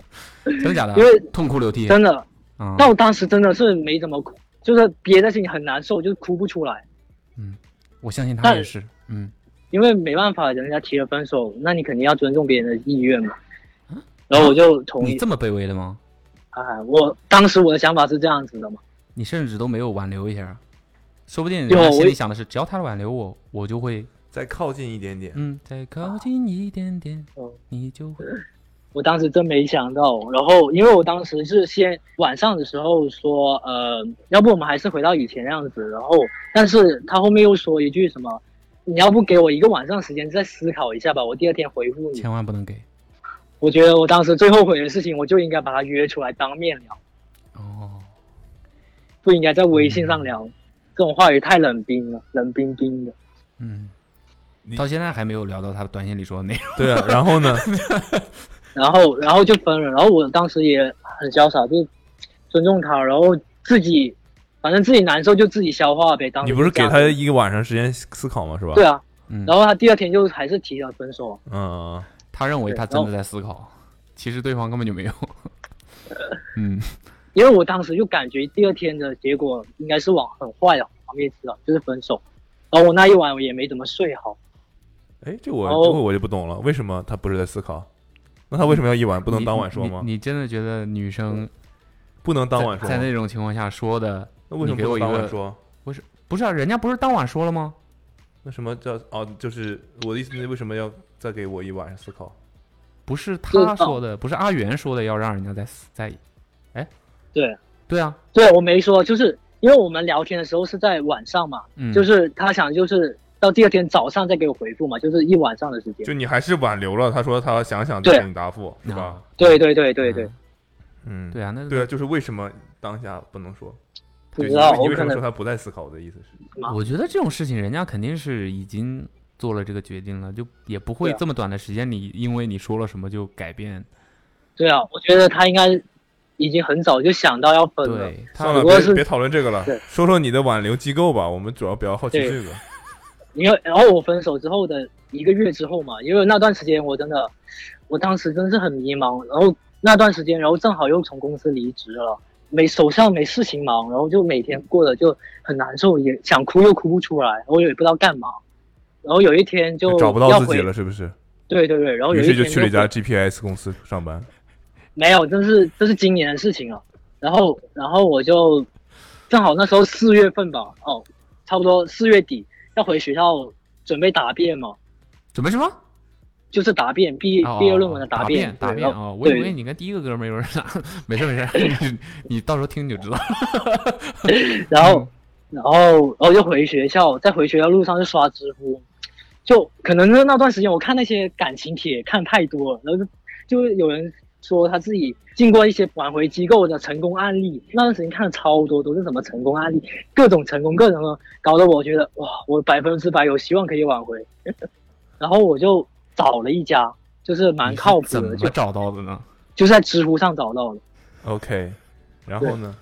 S2: 真的假的？
S6: 因为
S2: 痛哭流涕，
S6: 真的，
S2: 啊
S6: 但我当时真的是没怎么哭，就是憋在心里很难受，就是哭不出来，
S2: 我相信他
S6: 但
S2: 也是，嗯，
S6: 因为没办法，人家提了分手，那你肯定要尊重别人的意愿嘛。然后我就同
S2: 啊你
S6: 意
S2: 这，么卑微的吗？
S6: 哎，我当时我的想法是这样子的嘛，
S2: 你甚至都没有挽留一下啊，说不定人
S6: 有
S2: 家
S6: 我
S2: 心
S6: 也
S2: 里想的是，只要他挽留我，我就会，
S4: 再靠近一点点，
S2: 嗯，再靠近一点点
S6: 嗯，
S2: 你就会，
S6: 我当时真没想到。然后因为我当时是先晚上的时候说，呃，要不我们还是回到以前那样子。然后，但是他后面又说一句什么，你要不给我一个晚上时间再思考一下吧，我第二天回复你。
S2: 千万不能给。
S6: 我觉得我当时最后悔的事情，我就应该把他约出来当面聊，
S2: 哦，
S6: 不应该在微
S4: 嗯
S6: 信上聊。这种话语太冷冰了，冷冰冰的。
S2: 嗯
S4: 你，
S2: 到现在还没有聊到他短信里说的内容。
S4: 对啊，然后 呢？
S6: 然后然后就分了。然后我当时也很潇洒，就尊重他，然后自己反正自己难受就自己消化呗。当时
S4: 你不是给
S6: 这
S4: 他
S6: 样
S4: 一个晚上时间思考吗？是吧？
S6: 对啊，
S2: 嗯，
S6: 然后他第二天就还是提了分手。
S4: 嗯，
S2: 他认为他
S6: 对然
S2: 真
S6: 后
S2: 的在思考，其实对方根本就 没有。嗯，
S6: 因为我当时就感觉第二天的结果应该是往很坏的方面去了，就是分手。然后我那一晚我也没怎么睡好，
S4: 哎，这我
S6: 然后
S4: 这个我就不懂了，为什么他不是在思考？那他为什么要一晚？不能
S2: 你
S4: 当晚说
S2: 你
S4: 吗？
S2: 你真的觉得女生
S4: 不能当晚
S2: 在
S4: 说
S2: 在
S4: 吗？
S2: 那种情况下说的
S4: 那为什
S2: 你给
S4: 么不
S2: 我
S4: 能
S2: 一
S4: 当晚
S2: 个
S4: 说？
S2: 不是啊？人家不是当晚说了吗？
S4: 那什么叫哦？就是我的意思是，为什么要再给我一晚上思考？
S2: 不是
S6: 就是
S2: 他说的，不是阿元说的，要让人家在在，哎，
S6: 对
S2: 对啊，
S6: 对我没说，就是因为我们聊天的时候是在晚上嘛，
S2: 嗯，
S6: 就是他想就是到第二天早上再给我回复嘛，就是一晚上的时间
S4: 就。你还是挽留了，他说他想想再
S6: 对
S4: 给你答复，是吧
S2: 啊？
S6: 对对对对对，
S2: 嗯
S4: 嗯，
S2: 对啊，那
S4: 对啊，就是为什么当下不能说？
S6: 不知
S4: 对
S6: 道
S4: 你为
S6: 我
S4: 你为什
S6: 可
S4: 么
S6: 能啊
S4: 说他不在思考？我的意思是，
S6: 嘛
S2: 我觉得这种事情，人家肯定是已经做了这个决定了，就也不会
S6: 对啊
S2: 这么短的时间里，因为你说了什么就改变。
S6: 对啊，我觉得他应该已经很早就想到要分了。
S2: 对，他
S4: 算了，
S6: 如果
S4: 别
S6: 是
S4: 别讨论这个了
S6: 对，
S4: 说说你的挽留机构吧。我们主要比较好奇
S6: 对
S4: 这个。
S6: 因为然后我分手之后的一个月之后嘛，因为那段时间我真的，我当时真是很迷茫。然后那段时间，然后正好又从公司离职了，没手上没事情忙，然后就每天过得就很难受，也想哭又哭不出来，然后也不知道干嘛。然后有一天就
S4: 找不到
S6: 要
S4: 自己
S6: 回
S4: 了，，是不是？
S6: 对对对，然后有
S4: 于
S6: 一天
S4: 是就去了一
S6: 回
S4: 家 GPS 公司上班。
S6: 没有，这是这是今年的事情了。然后然后我就正好那时候四月份吧，哦，差不多四月底要回学校准备答辩嘛，
S2: 准备什么？
S6: 就是答辩毕业
S2: 哦
S6: 毕业论文的
S2: 答
S6: 辩，
S2: 答
S6: 对
S2: 辩
S6: 然
S2: 啊！
S6: 后
S2: 哦我以为
S6: 对
S2: 你跟第一个哥们儿有点啥， 没事没事， 你你到时候听你就知道。
S6: 然
S2: 嗯
S6: 后然后然后就回学校，在回学校路上就刷知乎，就可能是那段时间我看那些感情帖看太多了，然后就就有人说他自己进过一些挽回机构的成功案例，那段时间看了超多都是什么成功案例，各种成功，各种的，搞得我觉得哇，我百分之百有希望可以挽回，然后我就找了一家，就是蛮
S2: 你是
S6: 靠谱
S2: 怎
S6: 的，
S2: 么
S6: 就
S2: 找到的呢？
S6: 就是在知乎上找到的。
S4: OK，然后呢？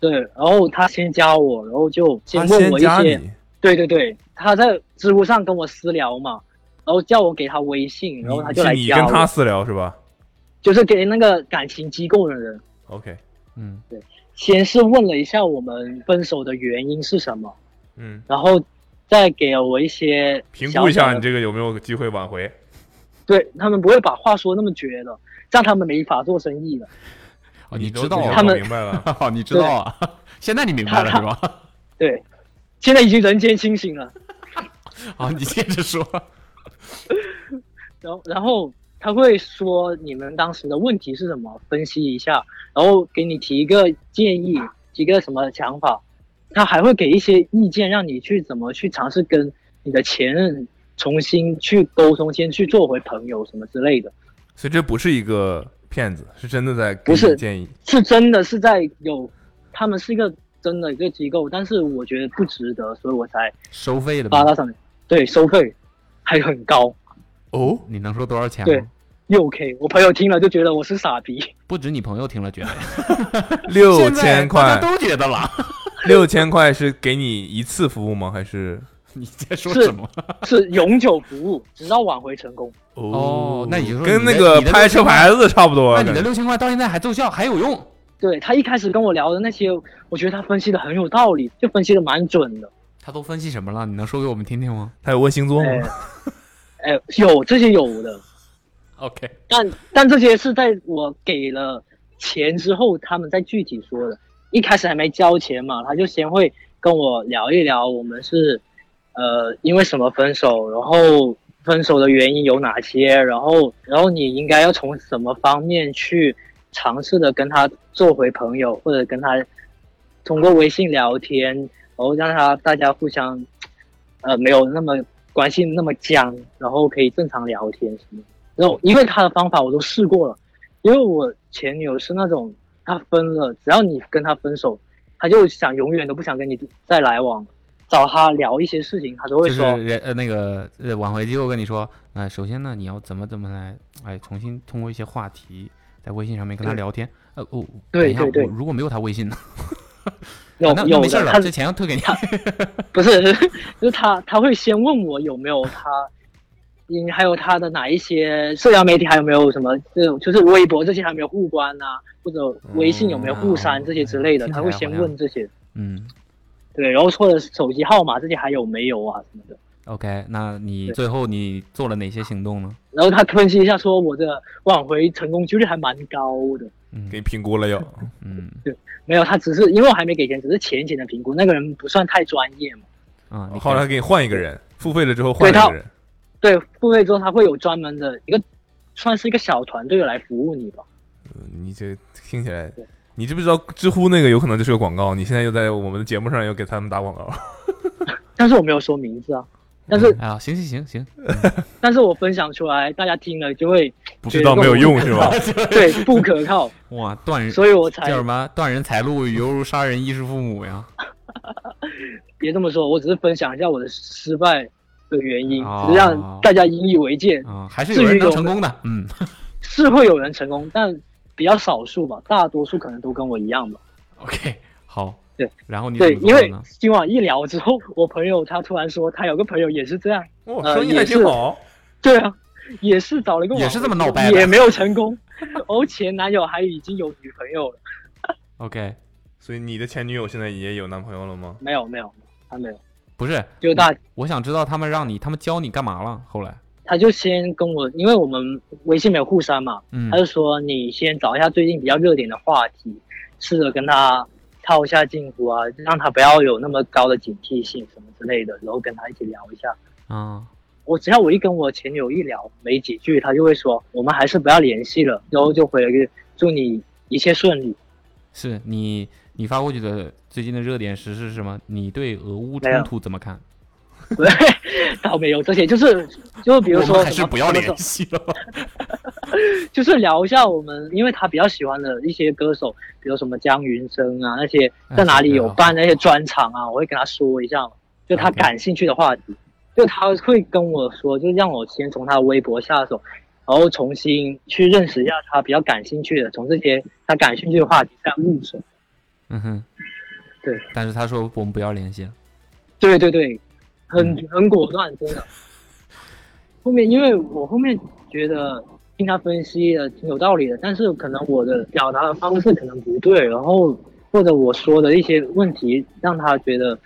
S6: 对，然后他先加我，然后就
S4: 他
S6: 先问我一
S4: 加
S6: 些，
S4: 你，
S6: 对对对，他在知乎上跟我私聊嘛，然后叫我给他微信，然后他
S4: 你
S6: 就是来
S4: 你
S6: 加
S4: 跟
S6: 我，
S4: 他私聊是吧
S6: 就是给那个感情机构的人，
S4: ？OK，
S2: 嗯，
S6: 先是问了一下我们分手的原因是什么，
S4: 嗯，
S6: 然后再给了我一些
S4: 评估一
S6: 小
S4: 下
S6: 小的
S4: 你这个有没有机会挽回。
S6: 对他们不会把话说那么绝的，这样他们没法做生意的。
S2: 哦，
S4: 你
S2: 你
S4: 都
S2: 知道
S4: 你都
S2: 了，
S6: 他们
S4: 搞明白了，
S2: 哦，你知道啊？ 现在你明白了是吧？
S6: 对，现在已经人间清醒了。
S2: 啊，你接着说。
S6: 然后然后他会说你们当时的问题是什么，分析一下，然后给你提一个建议，提个什么想法，他还会给一些意见，让你去怎么去尝试跟你的前任重新去沟通，先去做回朋友什么之类的，
S4: 所以这不是一个骗子，是真的在给
S6: 不是
S4: 你建议。
S6: 是真的是在有，他们是一个真的一个机构，但是我觉得不值得，所以我才
S2: 收费的吧
S6: 发？到上面，对，收费还很高，
S4: 哦，
S2: 你能说多少钱
S6: 对
S2: 吗？
S6: 六 K，我朋友听了就觉得我是傻逼。
S2: 不止你朋友听了觉得，
S4: 六
S2: 现在
S4: 千
S2: 大家
S4: 块，
S2: 都觉得了。
S4: 六千块是给你一次服务吗？还是？
S2: 你 在说
S6: 是
S2: 什么？
S6: 是永久服务，直到挽回成功。
S2: 哦那也就是说
S4: 跟
S2: 你
S4: 那
S2: 的
S4: 个
S2: 你的
S4: 拍车牌子差不多。啊
S2: 那你
S4: 感
S2: 的
S4: 觉
S2: 六千块到现在还奏效，还有用？
S6: 对他一开始跟我聊的那些，我觉得他分析的很有道理，就分析的蛮准的。
S2: 他都分析什么了？你能说给我们听听吗
S4: 他有问星座吗？
S6: 哎，有这些有的，
S2: ？OK，
S6: 但但这些是在我给了钱之后，他们再具体说的。一开始还没交钱嘛，他就先会跟我聊一聊我们是，呃，因为什么分手，然后分手的原因有哪些，然后然后你应该要从什么方面去尝试的跟他做回朋友，或者跟他通过微信聊天，然后让他大家互相，呃，没有那么关系那么僵，然后可以正常聊天什么的。然后因为他的方法我都试过了，因为我前女友是那种她分了，只要你跟她分手，她就想永远都不想跟你再来往，找她聊一些事情，她都会
S2: 就是
S6: 说，
S2: 人呃那个呃挽回机构跟你说，呃，首先呢你要怎么怎么来，哎，重新通过一些话题在微信上面跟他
S6: 对
S2: 聊天。呃，哦，
S6: 对
S2: 等一下
S6: 对对
S2: 我如果没有他微信呢？
S6: 有
S2: 那
S6: 有
S2: 没事
S6: 的，
S2: 了，
S6: 她
S2: 这钱要退给你。
S6: 不是， 就是她她会先问我有没有她，嗯，还有她的哪一些社交媒体还有没有什么这种，就是微博这些还有没有互关呐、或者微信有没有互删这些之类的，
S2: 嗯听起
S6: 她
S2: 来
S6: 会先
S2: 好像
S6: 问这些，
S2: 嗯
S6: 对，然后或者手机号码这些还有没有啊什么的。
S2: ，OK，那你
S6: 对
S2: 最后你做了哪些行动呢？
S6: 然后他分析一下，说我的挽回成功几率还蛮高的。
S2: 嗯
S4: 给你评估了要，
S2: 嗯
S6: 没有，他只是因为我还没给钱，只是浅浅的评估，那个人不算太专业嘛。
S2: 啊，你
S4: 后来
S2: 看
S4: 给你换一个人，付费了之后换一
S6: 对他
S4: 个人，
S6: 对，付费之后他会有专门的一个，算是一个小团队来服务你吧。
S4: 嗯你这听起来，你知不知道知乎那个有可能就是个广告？你现在又在我们的节目上又给他们打广告，
S6: 但是我没有说名字啊，但是、
S2: 啊，行行行行，
S6: 但是我分享出来，大家听了就会
S4: 不知道没有用是吧？
S6: 对不可靠，
S2: 哇，断人
S6: 所以我才
S2: 叫什么？断人财路，犹如杀人衣食父母 呀。
S6: 别这么说，我只是分享一下我的失败的原因，
S2: 哦
S6: 只是让大家引以为戒，
S2: 啊，还是
S6: 至
S2: 有人
S6: 于
S2: 能
S6: 有
S2: 成
S6: 的
S2: 功的。嗯，
S6: 是会有人成功，但比较少数吧，大多数可能都跟我一样吧。
S2: OK，好。
S6: 对，
S2: 然后你怎
S6: 对
S2: 么，
S6: 因
S2: 做的
S6: 为
S2: 呢？
S6: 今晚一聊之后，我朋友他突然说，他有个朋友也是这样，
S4: 哇，
S6: 呃
S4: 生意还
S6: 也
S4: 挺
S6: 是
S4: 好，
S6: 对啊，也是找了一个
S2: 也
S6: 网
S2: 是
S6: 红
S2: 这么闹掰的
S6: 也没有成功。哦，前男友还已经有女朋友了，
S2: OK，
S4: 所以你的前女友现在也有男朋友了吗？
S6: 没有没有，他没有，
S2: 不是，
S6: 就大
S2: 我想知道他们让你，他们教你干嘛了？后来，
S6: 他就先跟我，因为我们微信没有互删嘛，
S2: 嗯
S6: 他就说你先找一下最近比较热点的话题，试着跟他套一下近乎啊，让他不要有那么高的警惕性什么之类的，然后跟他一起聊一下。
S2: 啊，
S6: 我只要我一跟我前女友一聊没几句，她就会说我们还是不要联系了，然后就回了一句祝你一切顺利。
S2: 是你你发过去的最近的热点时事是什么？你对俄乌
S6: 没
S2: 冲
S6: 有
S2: 突怎么看？
S6: 对， 倒没有这些，就是就比如
S2: 我
S6: 说
S2: 们还
S6: 什
S2: 是
S6: 么
S2: 不要
S6: 什么
S2: 联系了吧。
S6: 就是聊一下我们，因为她比较喜欢的一些歌手，比如什么江云生啊那些，
S2: 哎
S6: 在哪里有办那些专场啊，我会跟她说一下嘛，就她
S2: 啊 OK
S6: 感兴趣的话题，就她会跟我说，就让我先从她的微博下手。然后重新去认识一下她比较感兴趣的，从这些她感兴趣的话题上入手。
S2: 嗯哼，
S6: 对。
S2: 但是他说我们不要联系了。
S6: 对对对，很很果断，真的。后面因为我后面觉得听他分析的挺有道理的，但是可能我的表达的方式可能不对，然后或者我说的一些问题让他觉得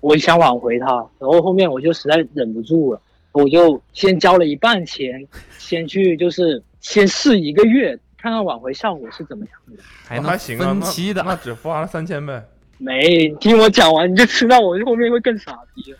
S6: 我想挽回他，然后后面我就实在忍不住了，我就先交了一半钱，先去就是先试一个月，看看挽回效果是怎么样的。
S2: 还
S4: 哦
S2: 能
S4: 行啊，
S2: 分
S4: 那
S2: 期的
S4: 那只花了三千呗。
S6: 没，你听我讲完你就知道我后面会更傻逼了。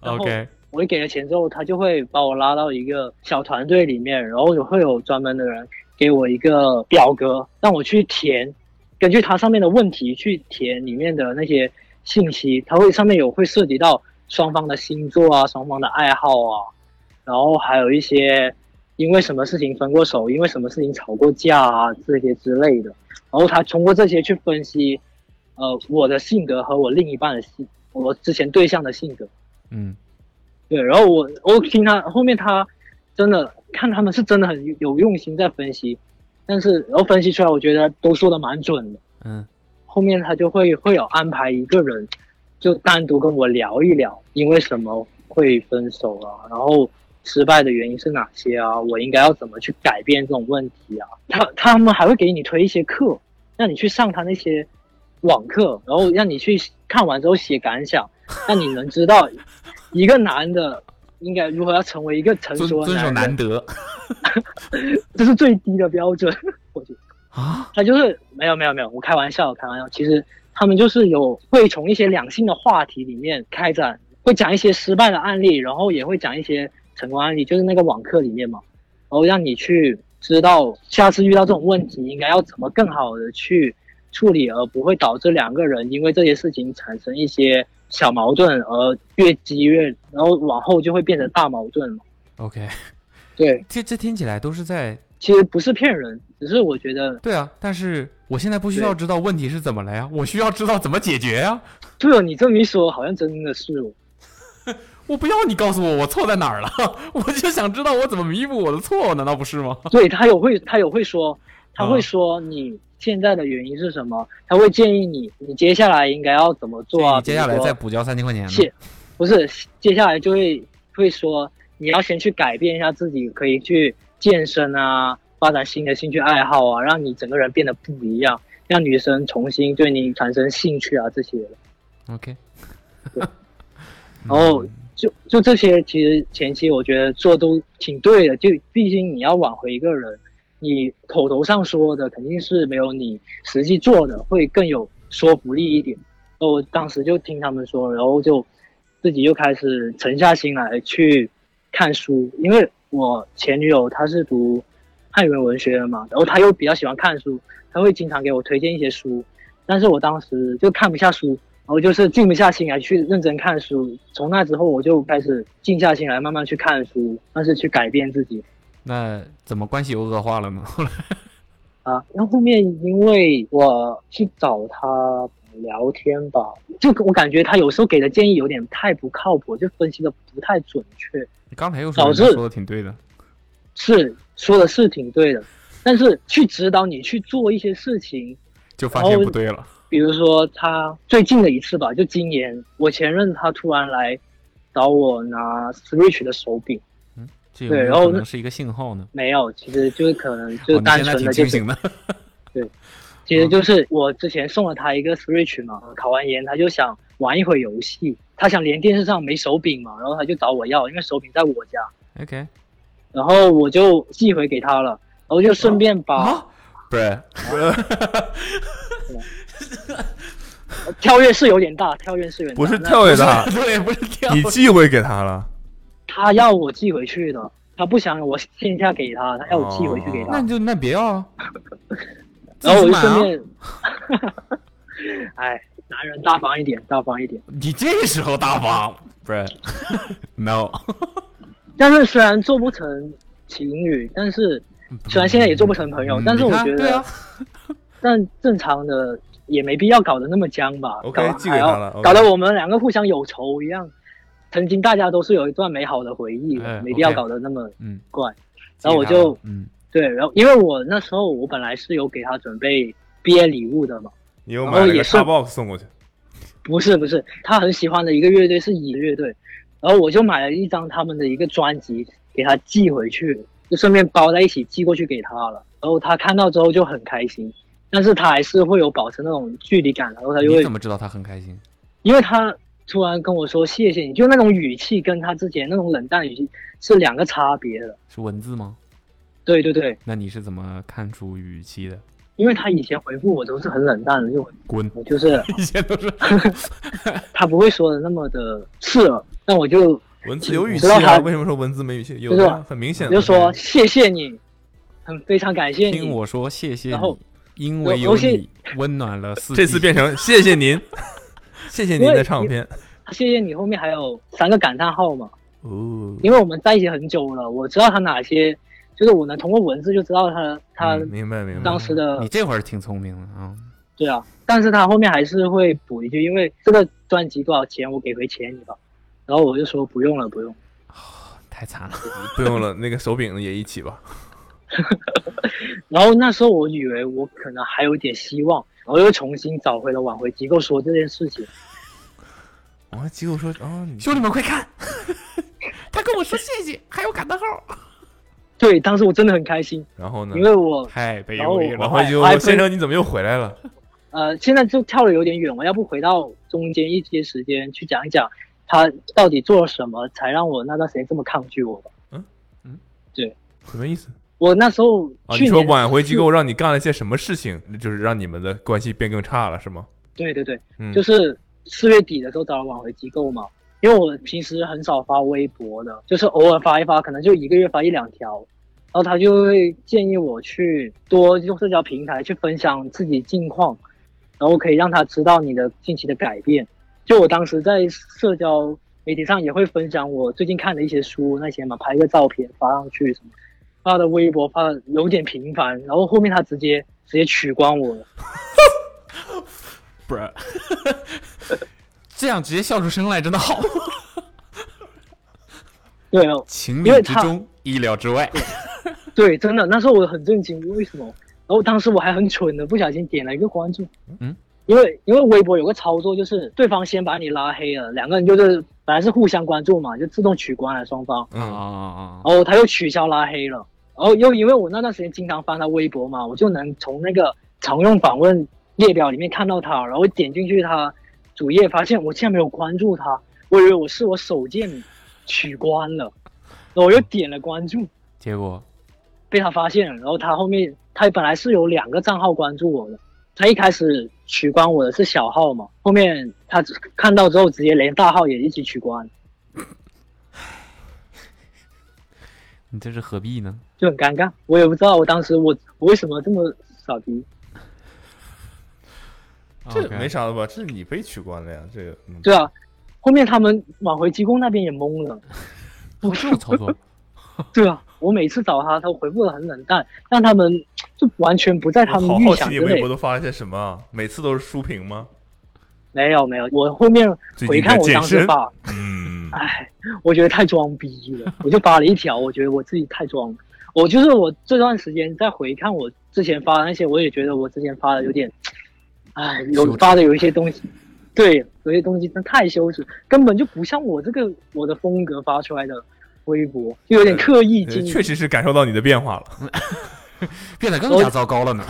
S6: 然后
S2: OK，
S6: 我给了钱之后，他就会把我拉到一个小团队里面，然后会有专门的人给我一个表格，让我去填，根据它上面的问题去填里面的那些信息。它会上面有会涉及到双方的星座啊，双方的爱好啊，然后还有一些因为什么事情分过手，因为什么事情吵过架啊这些之类的。然后他通过这些去分析，呃，我的性格和我另一半的性，我之前对象的性格。
S2: 嗯，
S6: 对，然后我我听他后面他真的看他们是真的很有用心在分析，但是然后分析出来，我觉得都说的蛮准的。
S2: 嗯，
S6: 后面他就会会有安排一个人，就单独跟我聊一聊，因为什么会分手啊，然后失败的原因是哪些啊？我应该要怎么去改变这种问题啊？他他们还会给你推一些课，让你去上他那些网课，然后让你去看完之后写感 想，让你能知道一个男的应该如何要成为一个成
S2: 遵
S6: 熟的
S2: 遵守
S6: 男人
S2: 难得
S6: 这是最低的标 准。我觉得
S2: 啊，
S6: 他就是没有没有没有，我开玩笑，我开玩笑。其实他们就是有会从一些两性的话题里面开展，会讲一些失败的案例，然后也会讲一些成功案例，就是那个网课里面嘛，然后让你去知道下次遇到这种问题应该要怎么更好的去处理，而不会导致两个人因为这些事情产生一些小矛盾，而越积越，然后往后就会变成大矛盾了。
S2: OK，
S6: 对，
S2: 这这听起来都是在
S6: 其实不是 骗人，只是我觉得
S2: 对啊，但是我现在不需
S6: 对
S2: 要知道问题是怎么了呀，我需要知道怎么解决呀。
S6: 对哦，你这么一说，好像真的是哦。
S2: 我不要你告诉我我错在哪儿了， 我就想知道我怎么弥补我的错，难道不是吗？
S6: 对他有会，他有会说，他
S2: 啊
S6: 会说你现在的原因是什么？他会建议你，你接下来应该要怎么做啊？
S2: 你接下
S6: 比
S2: 来
S6: 如说
S2: 再补交三千块钱呢？
S6: 谢，不是接下来就会会说你要先去改变一下自己，可以去健身啊，发展新的兴趣爱好啊，让你整个人变得不一样，让女生重新对你产生兴趣啊这些的。
S2: OK，
S6: 然后就就这些，其实前期我觉得做都挺对的，就毕竟你要挽回一个人，你口头上说的肯定是没有你实际做的会更有说服力一点。然后我当时就听他们说，然后就自己又开始沉下心来去看书，因为我前女友她是读汉语言文学的嘛，然后她又比较喜欢看书，她会经常给我推荐一些书，但是我当时就看不下书，然后就是静不下心来去认真看书。从那之后，我就开始静下心来，慢慢去看书，但是去改变自己
S2: 那怎么关系又恶化了呢？ 后来
S6: 啊。然后后面因为我去找他聊天吧，就我感觉他有时候给的建议有点太不靠谱，就分析的不太准确。
S2: 你刚才又说
S6: 导
S2: 人家
S6: 致
S2: 说的挺对的，
S6: 是说的是挺对的，但是去指导你去做一些事情，
S2: 就发
S6: 然
S2: 现
S6: 后
S2: 不对了。
S6: 比如说他最近的一次吧，就今年，我前任他突然来找我拿 Switch 的手柄，
S2: 这有没
S6: 对
S2: 有
S6: 然后
S2: 可能
S6: 那
S2: 是一个信号呢？
S6: 没有，其实就是可能就
S2: 哦
S6: 是
S2: 你
S6: 单
S2: 现在
S6: 纯
S2: 挺
S6: 的就
S2: 清
S6: 是，
S2: 醒的。嗯
S6: 其实就是我之前送了他一个 Switch 嘛，考完研他就想玩一会儿游戏，他想连电视上没手柄嘛，然后他就找我要，因为手柄在我家，
S2: OK
S6: 然后我就寄回给他了，然后就顺便把、
S2: 啊，不是，
S6: 跳跃是有点大，跳跃是有点大，
S4: 不是
S6: 那
S4: 跳跃大，
S2: 对，不是跳
S4: 你寄回给他了。
S6: 他要我寄回去的，他不想我线下给他，他要我寄回去给他。
S2: 哦那你就那别要啊。
S6: 然后我就
S2: 自己买
S6: 顺
S2: 啊
S6: 便， 哎，男人大方一点，大方一点。
S2: 你这时候大方，不 是？No，
S6: 但是虽然做不成情侣，但是虽然现在也做不成朋友，
S2: 嗯
S6: 但是
S2: 你
S6: 我
S2: 看
S6: 觉
S2: 对
S6: 得，
S2: 啊
S6: 但正常的也没必要搞得那么僵吧。
S4: OK，
S6: 搞
S4: 寄给他了
S6: 还要
S4: OK
S6: 搞得我们两个互相有仇一样。曾经大家都是有一段美好的回忆的，
S2: 哎
S6: 没必要
S2: OK
S6: 搞得那么
S2: 嗯，
S6: 怪。然后我
S2: 记得他
S6: 就
S2: 了嗯，
S6: 对，然后因为我那时候我本来是有给他准备毕业礼物的嘛，
S4: 你又
S6: 然
S4: 买
S6: 后
S4: 了
S6: 哦也
S4: 个
S6: 是
S4: 大 box 送过去，
S6: 不是不是，他很喜欢的一个乐队是乙乐队，然后我就买了一张他们的一个专辑给他寄回去，就顺便包在一起寄过去给他了。然后他看到之后就很开心，但是他还是会有保持那种距离感，然后他就
S2: 你
S6: 会
S2: 怎么知道他很开心？
S6: 因为他突然跟我说谢谢你，就那种语气跟他之前那种冷淡语气是两个差别的。
S2: 是文字吗？
S6: 对对对，
S2: 那你是怎么看出语气的？
S6: 因为他以前回复我都是很冷淡的，就
S2: 滚！
S6: 我 就是
S2: 以前都是
S6: 他不会说的那么的刺耳，但我就
S4: 文字有语
S6: 你
S4: 气
S6: 知道
S4: 啊？
S6: 他
S4: 为什么说文字没语气？有
S6: 就是
S4: 的，很明显
S6: 我
S4: 的。
S6: 就说谢谢你，很非常感谢
S2: 听
S6: 你。
S2: 我说，谢谢
S6: 然后
S2: 你，因为有
S6: 我先
S2: 你温暖了四季。
S4: 这次变成谢谢 您，谢谢您的唱片。
S6: 谢谢你后面还有三个感叹号嘛？
S4: 哦，
S6: 因为我们在一起很久了，我知道他哪些，就是我能通过文字就知道他他、
S4: 嗯明白明白
S6: 当。时的
S2: 你这会儿挺聪明的啊，
S6: 对啊，但是他后面还是会补一句，因为这个专辑多少钱，我给回钱你吧。然后我就说不用了，不用。
S2: 太惨了。
S4: 不用了，那个手柄也一起 吧。
S6: 然后那时候我以为我可能还有一点希望，然后又重新找回了挽回机构说这件事情。
S2: 哦
S4: 啊，结果说啊，你
S2: 兄弟们快看，
S9: 他跟我说谢谢，还有感叹号。
S6: 对，当时我真的很开心，
S4: 然后呢
S6: 因？为我
S2: 太卑
S6: 然后
S2: 微
S4: 王
S2: 了。
S6: 我
S4: 慧
S6: 还
S4: 就
S6: 分
S4: 哎先生，你怎么又回 来了？
S6: 呃，现在就跳的有点远，我要不回到中间一些时间去讲一讲他到底做了什么，才让我那段时间这么抗拒我吧。
S4: 什么意思？
S6: 我那时候
S4: 啊，
S6: 去
S4: 你
S6: 年、
S4: 说挽回机构让你干了些什么事情， 就是让你们的关系变更差了，是吗？
S6: 对对对，
S4: 嗯，
S6: 就是四月底的时候找了挽回机构嘛，因为我平时很少发微博的，就是偶尔发一发，可能就一个月发一两条，然后他就会建议我去多用社交平台去分享自己近况，然后可以让他知道你的近期的改变。就我当时在社交媒体上也会分享我最近看的一些书那些嘛，拍个照片发上去什么，发的微博发的有点频繁，然后后面他直接直接取关 我了。
S2: 不是，
S9: 这样直接笑出声来，真的好。
S6: 对哦，
S2: 情
S6: 因
S2: 理
S6: 为
S2: 之
S6: 他
S2: 中，意料之外。
S6: 对，真的，那时候我很震惊，为什么？然后当时我还很蠢的，不小心点了一个关注。
S2: 嗯，
S6: 因为因为微博有个操作，就是对方先把你拉黑了，两个人就是本来是互相关注嘛，就自动取关了双方，
S2: 啊
S4: 嗯，
S2: 啊啊！
S6: 然后哦他又取消拉黑了，然后又因为我那段时间经常翻他微博嘛，我就能从那个常用访问列表里面看到他，然后点进去他主页，发现我竟然没有关注他，我以为我是我手贱取关了，然后我又点了关注。
S2: 结果
S6: 被他发现了，然后他后面他本来是有两个账号关注我的，他一开始取关我的是小号嘛，后面他看到之后直接连大号也一起取关，
S2: 你这是何必呢？
S6: 就很尴尬。我也不知道我当时我我为什么这么傻逼，
S9: 啊
S4: 这
S2: OK
S4: 没啥了吧？这是你被取关了呀，这个。嗯
S6: 对啊，后面他们挽回机构那边也懵 了，
S2: 哦这 种操作，
S6: 对啊，我每次找他，他回复的很冷淡，让他们就完全不在他们
S4: 我好
S6: 预
S4: 好
S6: 想
S4: 奇你
S6: 之
S4: 微
S6: 内
S4: 博。都发了些什么啊？每次都是书评吗？
S6: 没有没有，我后面
S4: 最
S6: 回
S4: 近
S6: 看
S4: 在
S6: 我
S4: 健
S6: 当时
S4: 身。
S6: 发，
S4: 嗯，
S6: 唉，我觉得太装逼了，我就发了一条，我觉得我自己太装了。我就是我这段时间在回看我之前发的那些，我也觉得我之前发的有点，唉，有发的有一些东西，对，有些东西真的太羞耻，根本就不像我这个我的风格发出来的微博，就有点刻意
S4: 呃
S6: 经营。
S4: 确实是感受到你的变化 了。
S9: 变得更加糟糕了呢。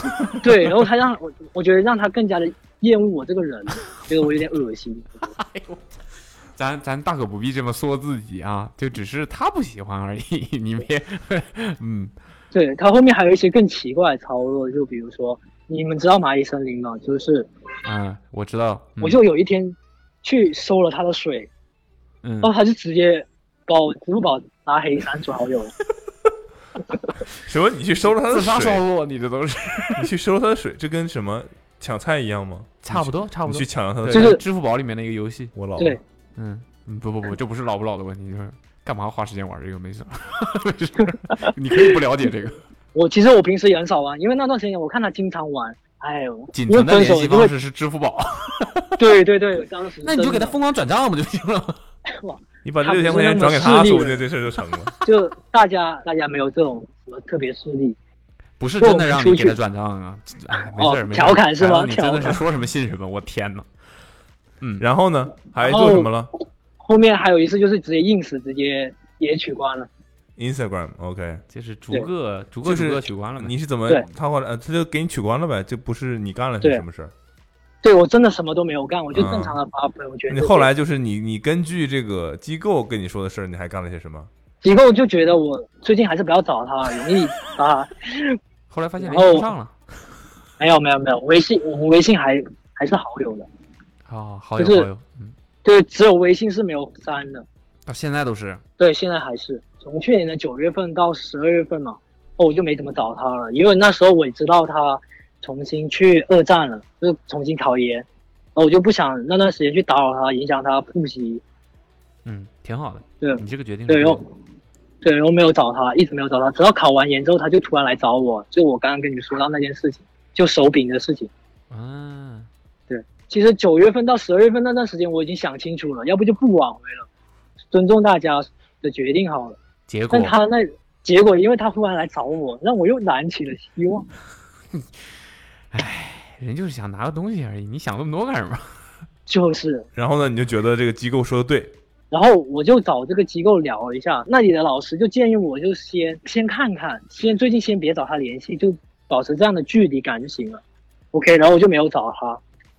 S6: 对，然后他让我，我觉得让他更加的厌恶我 这个人， 觉得我有点恶心。
S9: 哎
S2: 咱咱大可不必这么说自己啊，就只是他不喜欢而已。 你别，嗯，
S6: 对他后面还有一些更奇怪的操作，就比如说，你们知道蚂蚁森林吗？就是
S2: 啊，我知道，嗯
S6: 我就有一天去收了他的水，
S2: 嗯
S6: 然后他就直接把我支付宝拉黑删除好友。
S4: 什么？你去收了他的
S2: 自杀
S4: 水
S2: 烧？落，你这都是
S4: 你去收他的水，这跟什么抢菜一样吗？
S2: 差不多，差不
S4: 你
S2: 多
S4: 去。抢了他的
S2: 对
S4: 水，
S6: 就是
S2: 支付宝里面的一个游戏，
S4: 我老
S6: 对
S4: 了，
S2: 嗯，嗯不不不，这不是老不老的问题，就是干嘛花时间玩这个没 事儿，没事儿，你可以不了解这个，
S6: 我其实我平时也很少玩，因为那段时间我看他经常玩，哎呦，
S2: 仅
S6: 因为
S2: 存的
S6: 分手
S2: 联系
S6: 因
S2: 方
S6: 为
S2: 式是支付宝。
S6: 对对对，当时
S9: 那你就给他
S6: 真
S9: 疯狂转 账不就行了？
S4: 你把这
S6: 他
S4: 六
S6: 不
S4: 千
S6: 是那
S4: 块钱
S6: 么
S4: 转给他，
S6: 势利
S4: 说不
S6: 的
S4: 定这事儿就成了。
S6: 的就大家大家没有这种什么特别势力，
S2: 不是
S6: 跟
S2: 真
S6: 我
S2: 的
S6: 们
S2: 让
S6: 出
S2: 你给
S6: 去
S2: 他转账啊！哎，没
S6: 哦
S2: 事儿，没事儿。
S6: 调侃是
S2: 哎
S6: 吗
S2: 你真
S6: 调
S2: 的是
S6: 侃
S2: 说什么信什么，我天哪！嗯，
S4: 然后呢，还
S6: 然
S4: 做什
S6: 后
S4: 么了
S6: 后面还有一次就是直接硬是直接也取关了。
S4: ？Instagram OK，
S2: 就是逐
S6: 对
S2: 个逐个
S4: 就
S2: 逐
S4: 是
S2: 个取关了嘛。
S4: 你是怎么
S6: 哦对
S4: 他后来呃他就给你取关了呗？这不是你干了是
S6: 对
S4: 什么事儿？
S6: 对我真的什么都没有干，我就
S4: 嗯
S6: 正常的发朋友圈。
S4: 你后来就是你你根据这个机构跟你说的事儿，你还干了些什么？
S6: 机构就觉得我最近还是不要找他，容易啊。
S2: 后来发现
S6: 然
S2: 联哎系不
S6: 后
S2: 上了。
S6: 没有没有没有，微信我们微信还还是好友的，
S2: 哦，好
S6: 就
S2: 友好
S6: 是
S2: 友，嗯，
S6: 对，只有微信是没有删的。
S2: 到现在都是。
S6: 对，现在还是从去年的九月份到十二月份嘛，哦，我就没怎么找他了，因为那时候我也知道他重新去二战了，就重新考研，哦，我就不想那段时间去打扰他，影响他复习，
S2: 嗯，挺好的。
S6: 对
S2: 你这个决定是
S6: 对，
S2: 对
S6: 然
S2: 的
S6: 后。对，然后没有找他，一直没有找他，直到考完研之后，他就突然来找我，就我刚刚跟你说到那件事情，就手柄的事情。
S2: 啊，
S6: 其实九月份到十二月份那段时间，我已经想清楚了，要不就不挽回了，尊重大家的决定好了。
S2: 结果
S6: 但他那结果，因为他忽然来找我，让我又燃起了希望。
S2: 人就是想拿个东西而已，你想那么多干什么？
S6: 就是
S4: 然后呢，你就觉得这个机构说的对，
S6: 然后我就找这个机构聊了一下，那里的老师就建议我就先先看看，先最近先别找他联系，就保持这样的距离感就行了。OK，然后我就没有找他。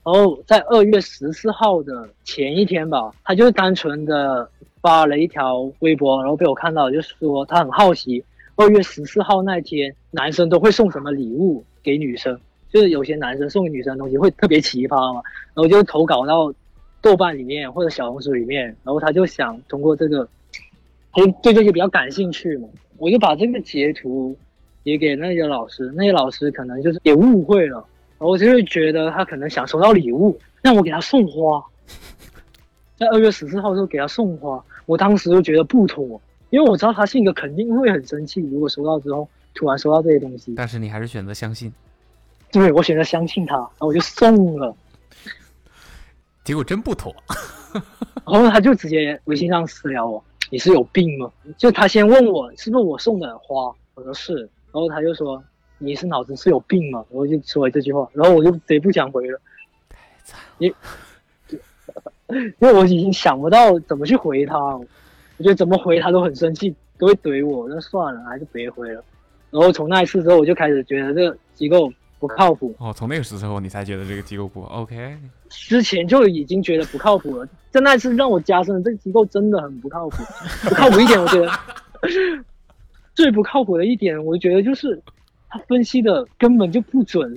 S6: 然后在二月十四号的前一天吧，他就是单纯的发了一条微博，然后被我看到，就是说他很好奇，二月十四号那天男生都会送什么礼物给女生，就是有些男生送给女生的东西会特别奇葩嘛，然后就投稿到豆瓣里面或者小红书里面，然后他就想通过这个，他就对这些比较感兴趣嘛，我就把这个截图也给那些老师，那些老师可能就是也误会了。我就是觉得他可能想收到礼物，让我给他送花，在二月十四号的时候给他送花，我当时就觉得不妥，因为我知道他性格肯定会很生气，如果收到之后突然收到这些东西，
S2: 但是你还是选择相信，
S6: 对我选择相信他，然后我就送了，
S9: 结果真不妥。
S6: 然后他就直接微信上私聊我，你是有病吗？就他先问我是不是我送的花，我说是，然后他就说你是脑子是有病吗？我就说了这句话，然后我就直接不想回了，因 因为我已经想不到怎么去回他，我觉得怎么回他都很生气，都会怼我，那算了，还是别回了。然后从那一次之后，我就开始觉得这个机构不靠谱，
S2: 哦，从那个时候你才觉得这个机构不 OK，
S6: 之前就已经觉得不靠谱了，在那一次让我加深了这个机构真的很不靠谱。不靠谱一点，我觉得 最不靠谱的一点，我觉得就是他分析的根本就不准。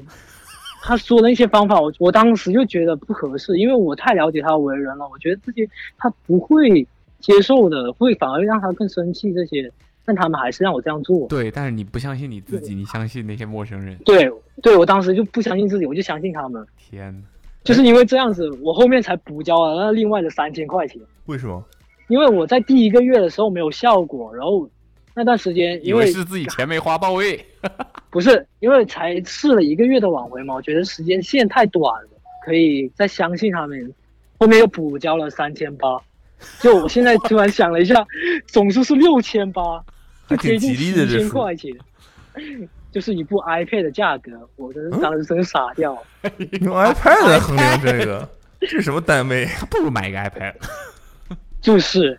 S6: 他说的那些方法，我我当时就觉得不合适，因为我太了解他为人了，我觉得这些他不会接受的，会反而让他更生气这些。但他们还是让我这样做。
S2: 对，但是你不相信你自己，你相信那些陌生人，
S6: 对对，我当时就不相信自己，我就相信他们，
S2: 天哪！
S6: 就是因为这样子，我后面才补交了那另外的三千块钱。
S4: 为什么？
S6: 因为我在第一个月的时候没有效果，然后那段时间
S2: 以
S6: 因
S2: 为
S6: 为
S2: 是自己钱没花到位，
S6: 不是因为才试了一个月的挽回嘛，我觉得时间线太短了，可以再相信他们。后面又补交了三千八，就我现在突然想了一下， 总数是六千八，就
S4: 还挺
S6: 接近
S4: 吉利的
S6: 七
S4: 这
S6: 千
S4: 数
S6: 块钱， 就是一部 iPad 的价格，我真是
S4: 嗯
S6: 当时真是傻掉了。
S4: 用 iPad 来衡量这个，这是什么单位？
S2: 还啊 不如买一个 iPad。
S6: 就是，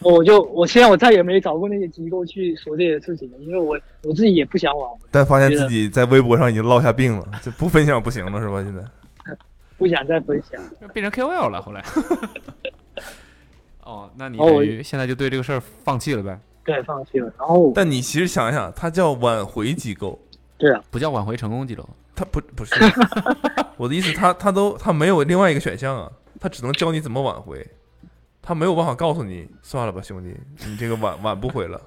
S6: 我就我现在我再也没找过那些机构去说这些事情了，因为我我自己也不想挽回，
S4: 但发现自己在微博上已经落下病了，就不分享不行了是吧？现在
S6: 不想再分享。
S2: 变成 KOL 了， 后来。哦，那你
S6: 哦
S2: 等
S6: 我
S2: 于现在就对这个事儿放弃了呗？
S6: 对，放弃了。然后
S4: 但你其实想一想，它叫挽回机构，
S6: 哦对啊，
S2: 不叫挽回成功记录，
S4: 它不不是 我的意思，它它都它没有另外一个选项啊，它只能教你怎么挽回，它没有办法告诉你算了吧，兄弟，你这个挽挽不回了。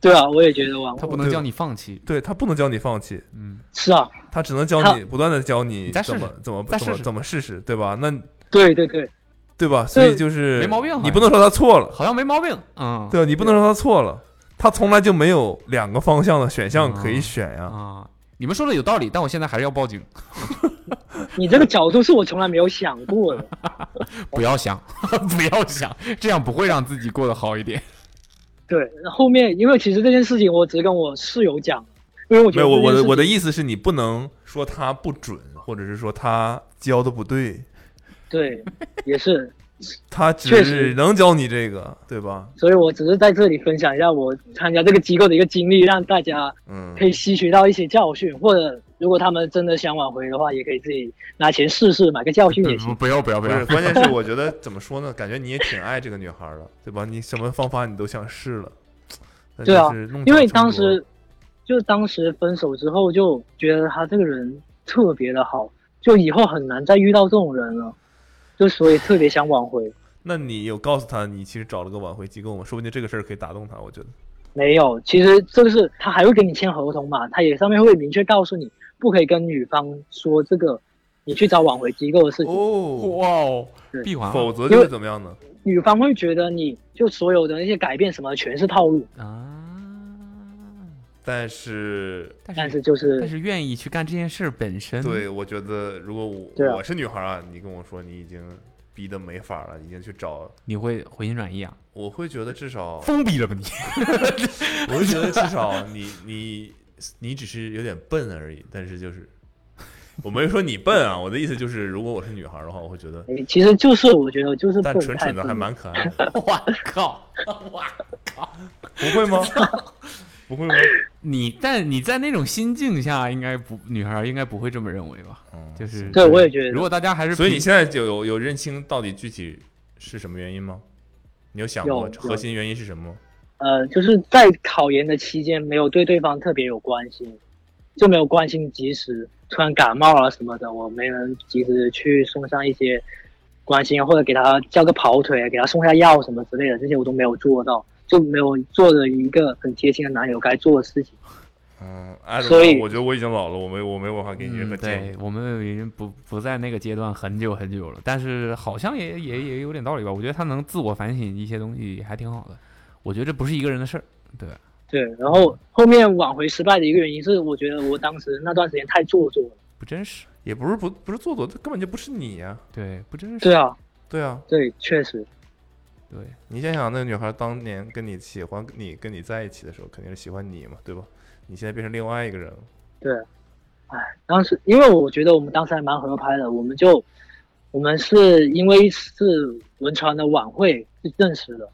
S6: 对啊，我也觉得挽
S2: 他
S6: 回
S2: 不能叫你放弃。
S4: 对，它不能教你放弃，
S2: 嗯，
S6: 是啊，
S4: 它只能教你不断的教你
S2: 你再试
S4: 怎
S2: 试
S4: 么怎么
S2: 再
S4: 怎么
S2: 试试
S4: 怎么试试，对吧？那
S6: 对对对，
S4: 对吧？所以就是
S2: 没毛病好像
S4: 你不能说他错了，
S2: 好像没毛病。嗯，
S4: 对吧？你不能说他错了，他从来就没有两个方向的选项可以选呀、
S2: 啊，你们说的有道理，但我现在还是要报警，
S6: 你这个角度是我从来没有想过 的。
S2: 不要想， 不要想，这样不会让自己过得好一点。
S6: 对，后面因为其实这件事情我只跟我室友讲，因为我觉
S4: 没
S6: 得
S4: 有，我
S6: 这件事情
S4: 我的我的意思是你不能说他不准，或者是说他教的不对，
S6: 对，也是，
S4: 他
S6: 确
S4: 只
S6: 实
S4: 能教你这个，对吧？
S6: 所以我只是在这里分享一下我参加这个机构的一个经历，让大家
S4: 嗯，
S6: 可以吸取到一些教训，或者如果他们真的想挽回的话，也可以自己拿钱试试，买个教训也
S2: 不
S6: 行。
S2: 嗯不要不要不
S4: 不
S2: 要
S4: 是，，关键是我觉得怎么说呢？感觉你也挺爱这个女孩的，对吧？你什么方法你都想试了，但
S6: 对啊
S4: 就是弄巧
S6: 因为
S4: 成
S6: 当
S4: 拙
S6: 时，就当时分手之后，就觉得他这个人特别的好，就以后很难再遇到这种人了，就所以特别想挽回。
S4: 那你有告诉他你其实找了个挽回机构吗？说不定这个事儿可以打动他，我觉得。
S6: 没有，其实这个是他还会跟你签合同嘛，他也上面会明确告诉你，不可以跟女方说这个，你去找挽回机构的事情，
S4: 哦，
S2: 哇哦，
S6: 对
S2: 闭环
S4: 否则就
S6: 因
S4: 是
S6: 为
S4: 怎么样呢？
S6: 女方会觉得你就所有的那些改变什么全是套路，
S2: 啊，
S4: 但是，
S2: 但
S6: 但
S2: 是
S6: 是就
S2: 但
S6: 是
S2: 是愿意去干这件事本身，
S4: 对，我觉得如果我、
S6: 对啊
S4: 我是女孩啊，你跟我说你已经逼得没法了，已经去找，
S2: 你会回心转意啊？
S4: 我会觉得至少，
S2: 封闭了吧你？
S4: 我会觉得至少你你你只是有点笨而已，但是就是我没说你笨啊，我的意思就是，如果我是女孩的话，我会觉得，
S6: 哎其实就是我觉得我就是
S4: 但
S6: 笨
S4: 蠢
S6: 太
S4: 蠢的
S6: 笨
S4: 还
S6: 了
S4: 蛮可爱的，
S2: 我靠，我靠！
S4: 不会 吗？不会吗？
S2: 你但你在那种心境下，应该不女孩应该不会这么认为吧？就是
S6: 对我也觉得
S2: 如果大家还是
S4: 嗯所以你
S2: 平
S4: 现在就有有认清到底具体是什么原因吗？你有想过
S6: 有有
S4: 核心原因是什么吗？
S6: 呃，就是在考研的期间没有对对方特别有关心，就没有关心及时，突然感冒啊了什么的，我没能及时去送上一些关心，啊或者给他叫个跑腿，啊给他送下药什么之类的，这些我都没有做到，就没有做了一个很贴心的男友该做的事情。
S4: 嗯，哎，
S6: 所以
S4: 我觉得我已经老了，我没我没办法给你任何
S2: 嗯，
S4: 建议。
S2: 对我们已经不不在那个阶段很久很久了，但是好像
S4: 嗯
S2: 也也也有点道理吧。我觉得他能自我反省一些东西，还挺好的。我觉得这不是一个人的事儿，对吧？
S6: 对，然后后面挽回失败的一个原因是，我觉得我当时那段时间太做作了。
S2: 不真实，
S4: 也不是不不是做作，这根本就不是你啊呀、
S2: 对，不真实，
S6: 对啊，
S4: 对啊，
S6: 对，确实，
S2: 对，
S4: 你想想，那个女孩当年跟你喜欢你跟你在一起的时候，肯定是喜欢你嘛，对吧？你现在变成另外一个人了，
S6: 对，哎，当时因为我觉得我们当时还蛮合拍的，我们就我们是因为是文传的晚会是认识的，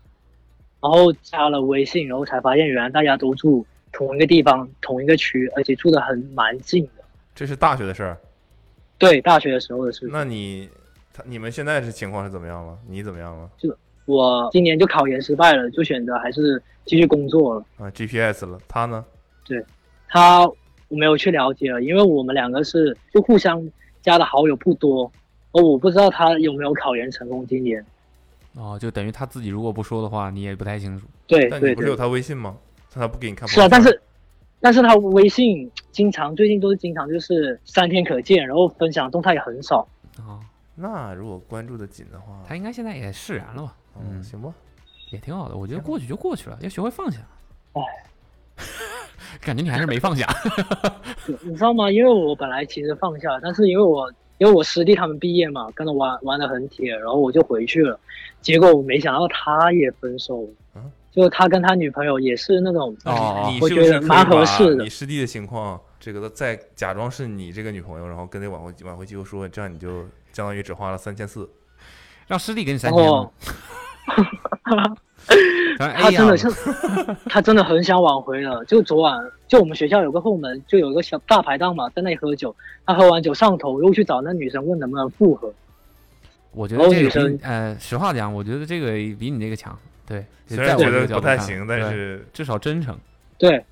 S6: 然后加了微信，然后才发现原来大家都住同一个地方、同一个区，而且住的很蛮近的。
S4: 这是大学的事儿。
S6: 对，大学的时候的事情。
S4: 那你他你们现在是情况是怎么样了？你怎么样了？
S6: 我今年就考研失败了，就选择还是继续工作了。
S4: 啊，GPS 了，他呢？
S6: 他我没有去了解了，因为我们两个是就互相加的好友不多，而我不知道他有没有考研成功今年。
S2: 哦，就等于他自己如果不说的话，你也不太清楚。
S6: 对
S4: 但
S6: 对
S4: 你不
S6: 对
S4: 是。有他微信吗？他他不给你看朋
S6: 是
S4: 友圈。
S6: 啊，但是但是他微信经常最近都是经常就是三天可见，然后分享动态也很少。
S2: 哦，
S4: 那如果关注的紧的话，
S2: 他应该现在也释然了吧？
S4: 嗯，行吧，
S2: 也挺好的。我觉得过去就过去了，要学会放下。
S6: 哎，
S2: 感觉你还是没放 下。
S6: 你你知道吗？因为我本来其实放下，但是因为我因为我师弟他们毕业嘛，跟着玩玩的很铁，然后我就回去了，结果我没想到他也分手了
S4: 啊。
S6: 就他跟他女朋友也是那种，
S2: 哦
S4: 你
S6: 我
S4: 是不
S6: 觉
S4: 是
S6: 得蛮合适
S4: 的。你
S6: 的。
S4: 师弟的情况，这个再假装是你这个女朋友，然后跟那挽回挽回机构说，这样你就相当于只花了三千四。
S2: 让师弟给你三
S6: 然
S2: 千
S6: 后
S2: 吗？ 咱哎
S6: 他真的
S2: 呀，
S6: 是，他真的很想挽回了。就昨晚，就我们学校有个后门，就有一个小大排档嘛，在那里喝酒。他喝完酒上头，又去找那女生问能不能复合。
S2: 我觉
S6: 然
S2: 得
S6: 后
S2: 这
S6: 女
S2: 个比
S6: 生
S2: 你呃，实话讲，我觉得这个比你这个强。对，就
S4: 虽
S2: 在
S4: 然
S2: 我
S4: 觉
S2: 这
S4: 得
S2: 个角
S4: 不
S2: 度
S4: 太
S2: 看
S4: 行，但
S2: 对
S4: 是
S2: 至少真诚。
S6: 对，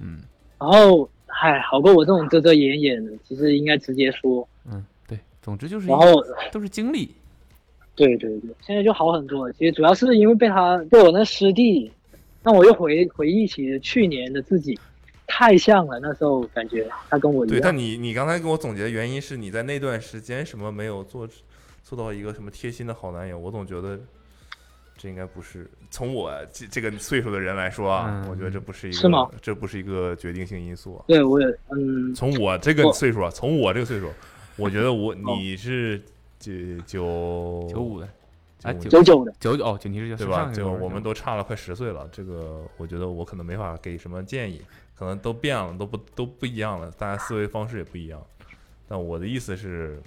S2: 嗯
S6: 然后嗨，好过我这种遮遮掩掩的，其实应该直接说。
S2: 嗯，对，总之就是一
S6: 然后，
S2: 都是经历。
S6: 对对对，现在就好很多了。其实主要是因为被他被我那师弟，让我又回回忆起去年的自己，太像了。那时候感觉他跟我一
S4: 对，
S6: 样
S4: 但。你你刚才跟我总结的原因是你在那段时间什么没有做做到一个什么贴心的好男友，我总觉得这应该不是从我这这个岁数的人来说啊，
S2: 嗯
S4: 我觉得这不是一个
S6: 是吗
S4: 这不是一个决定性因素啊。
S6: 对，我也嗯，
S4: 从我这个
S6: 我哦
S4: 岁数啊，从我这个岁数，我觉 得我你是九九
S2: 九五的，
S4: 九
S2: 哎，
S4: 五
S6: 九九的。
S2: 九九哦，九你是九
S4: 对
S2: 是
S4: 吧？
S2: 上一个
S4: 就
S2: 班儿
S4: 我
S2: 是
S4: 们
S2: 吧
S4: 都差了快十岁了，这个我觉得我可能没法给什么建议，可能都变了，都不都不一样了，大家思维方式也不一样。但我的意思是，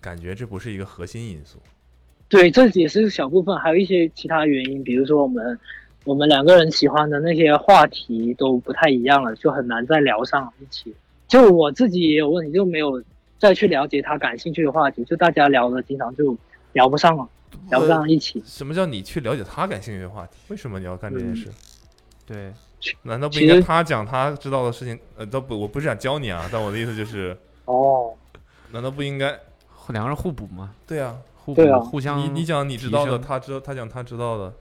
S4: 感觉这不是一个核心因素。
S6: 对，这也是小部分，还有一些其他原因，比如说我们我们两个人喜欢的那些话题都不太一样了，就很难再聊上一起。就我自己也有问题，就没有再去了解他感兴趣的话题，就大家聊的经常就聊不上了，聊不上一起。
S4: 什么叫你去了解他感兴趣的话题？为什么你要干这件事？
S2: 嗯对，
S4: 难道不
S6: 其
S4: 应该
S6: 实
S4: 他讲他知道的事情？呃，都不，我不是想教你啊，但我的意思就是，
S6: 哦，
S4: 难道不应该？
S2: 两个人互补嘛，
S4: 对啊，
S2: 互补
S6: 对啊
S2: 互相。
S4: 你你讲你知道的，
S2: 提升
S4: 他知道，他讲他知道的。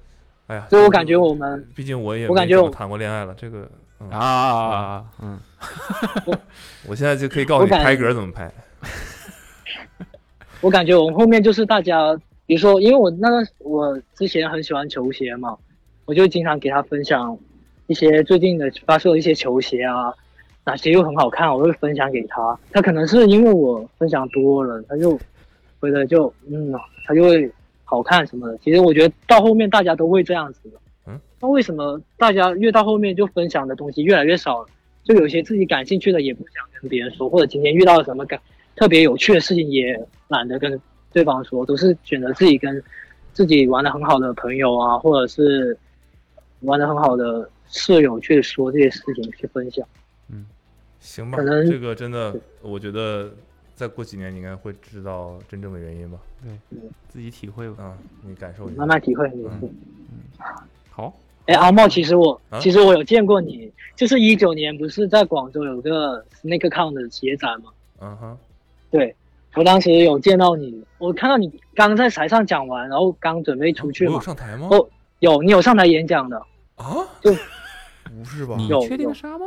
S4: 哎呀，
S6: 所以我
S4: 这个
S6: 感觉我们，
S4: 毕竟我也
S6: 我
S4: 没
S6: 感觉
S4: 怎么
S6: 我
S4: 谈过恋爱了，这个，嗯，
S2: 啊，嗯，
S4: 我现在就可以告诉
S6: 我
S4: 你
S6: 感
S4: 拍嗝怎么拍。
S6: 我感觉我们后面就是大家，比如说，因为我那个我之前很喜欢球鞋嘛，我就经常给他分享一些最近的发售的一些球鞋啊，哪些又很好看，我会分享给他。 他可能是因为我分享多了，他就回来就嗯，他就会好看什么的。其实我觉得到后面大家都会这样子的。
S4: 嗯，
S6: 那为什么大家越到后面就分享的东西越来越少了？就有些自己感兴趣的也不想跟别人说，或者今天遇到了什么感特别有趣的事情也懒得跟对方说，都是选择自己跟自己玩的很好的朋友啊，或者是玩的很好的舍友去说这些事情去分享。
S10: 行吧
S6: 可，能
S10: 这个真的，我觉得再过几年你应该会知道真正的原因吧。
S2: 对，自己体会吧。
S10: 啊，
S4: 嗯
S10: 你感受一下，
S6: 嗯慢慢体会
S10: 嗯
S2: 好，
S6: 哎，阿茂，其实我、
S10: 啊
S6: 其实我有见过你，就是一九年不是在广州有个 Snake Con 的鞋展嘛？
S10: 嗯哼，
S6: 对，我当时有见到你，我看到你刚在台上讲完，然后刚准备出去
S10: 我有
S6: 嘛，
S10: 上台吗？
S6: 哦，有你有上台演讲的，
S10: 啊，
S6: 就
S10: 不是吧？
S2: 你
S6: 有
S2: 嗯确定
S6: 有
S2: 是阿茂？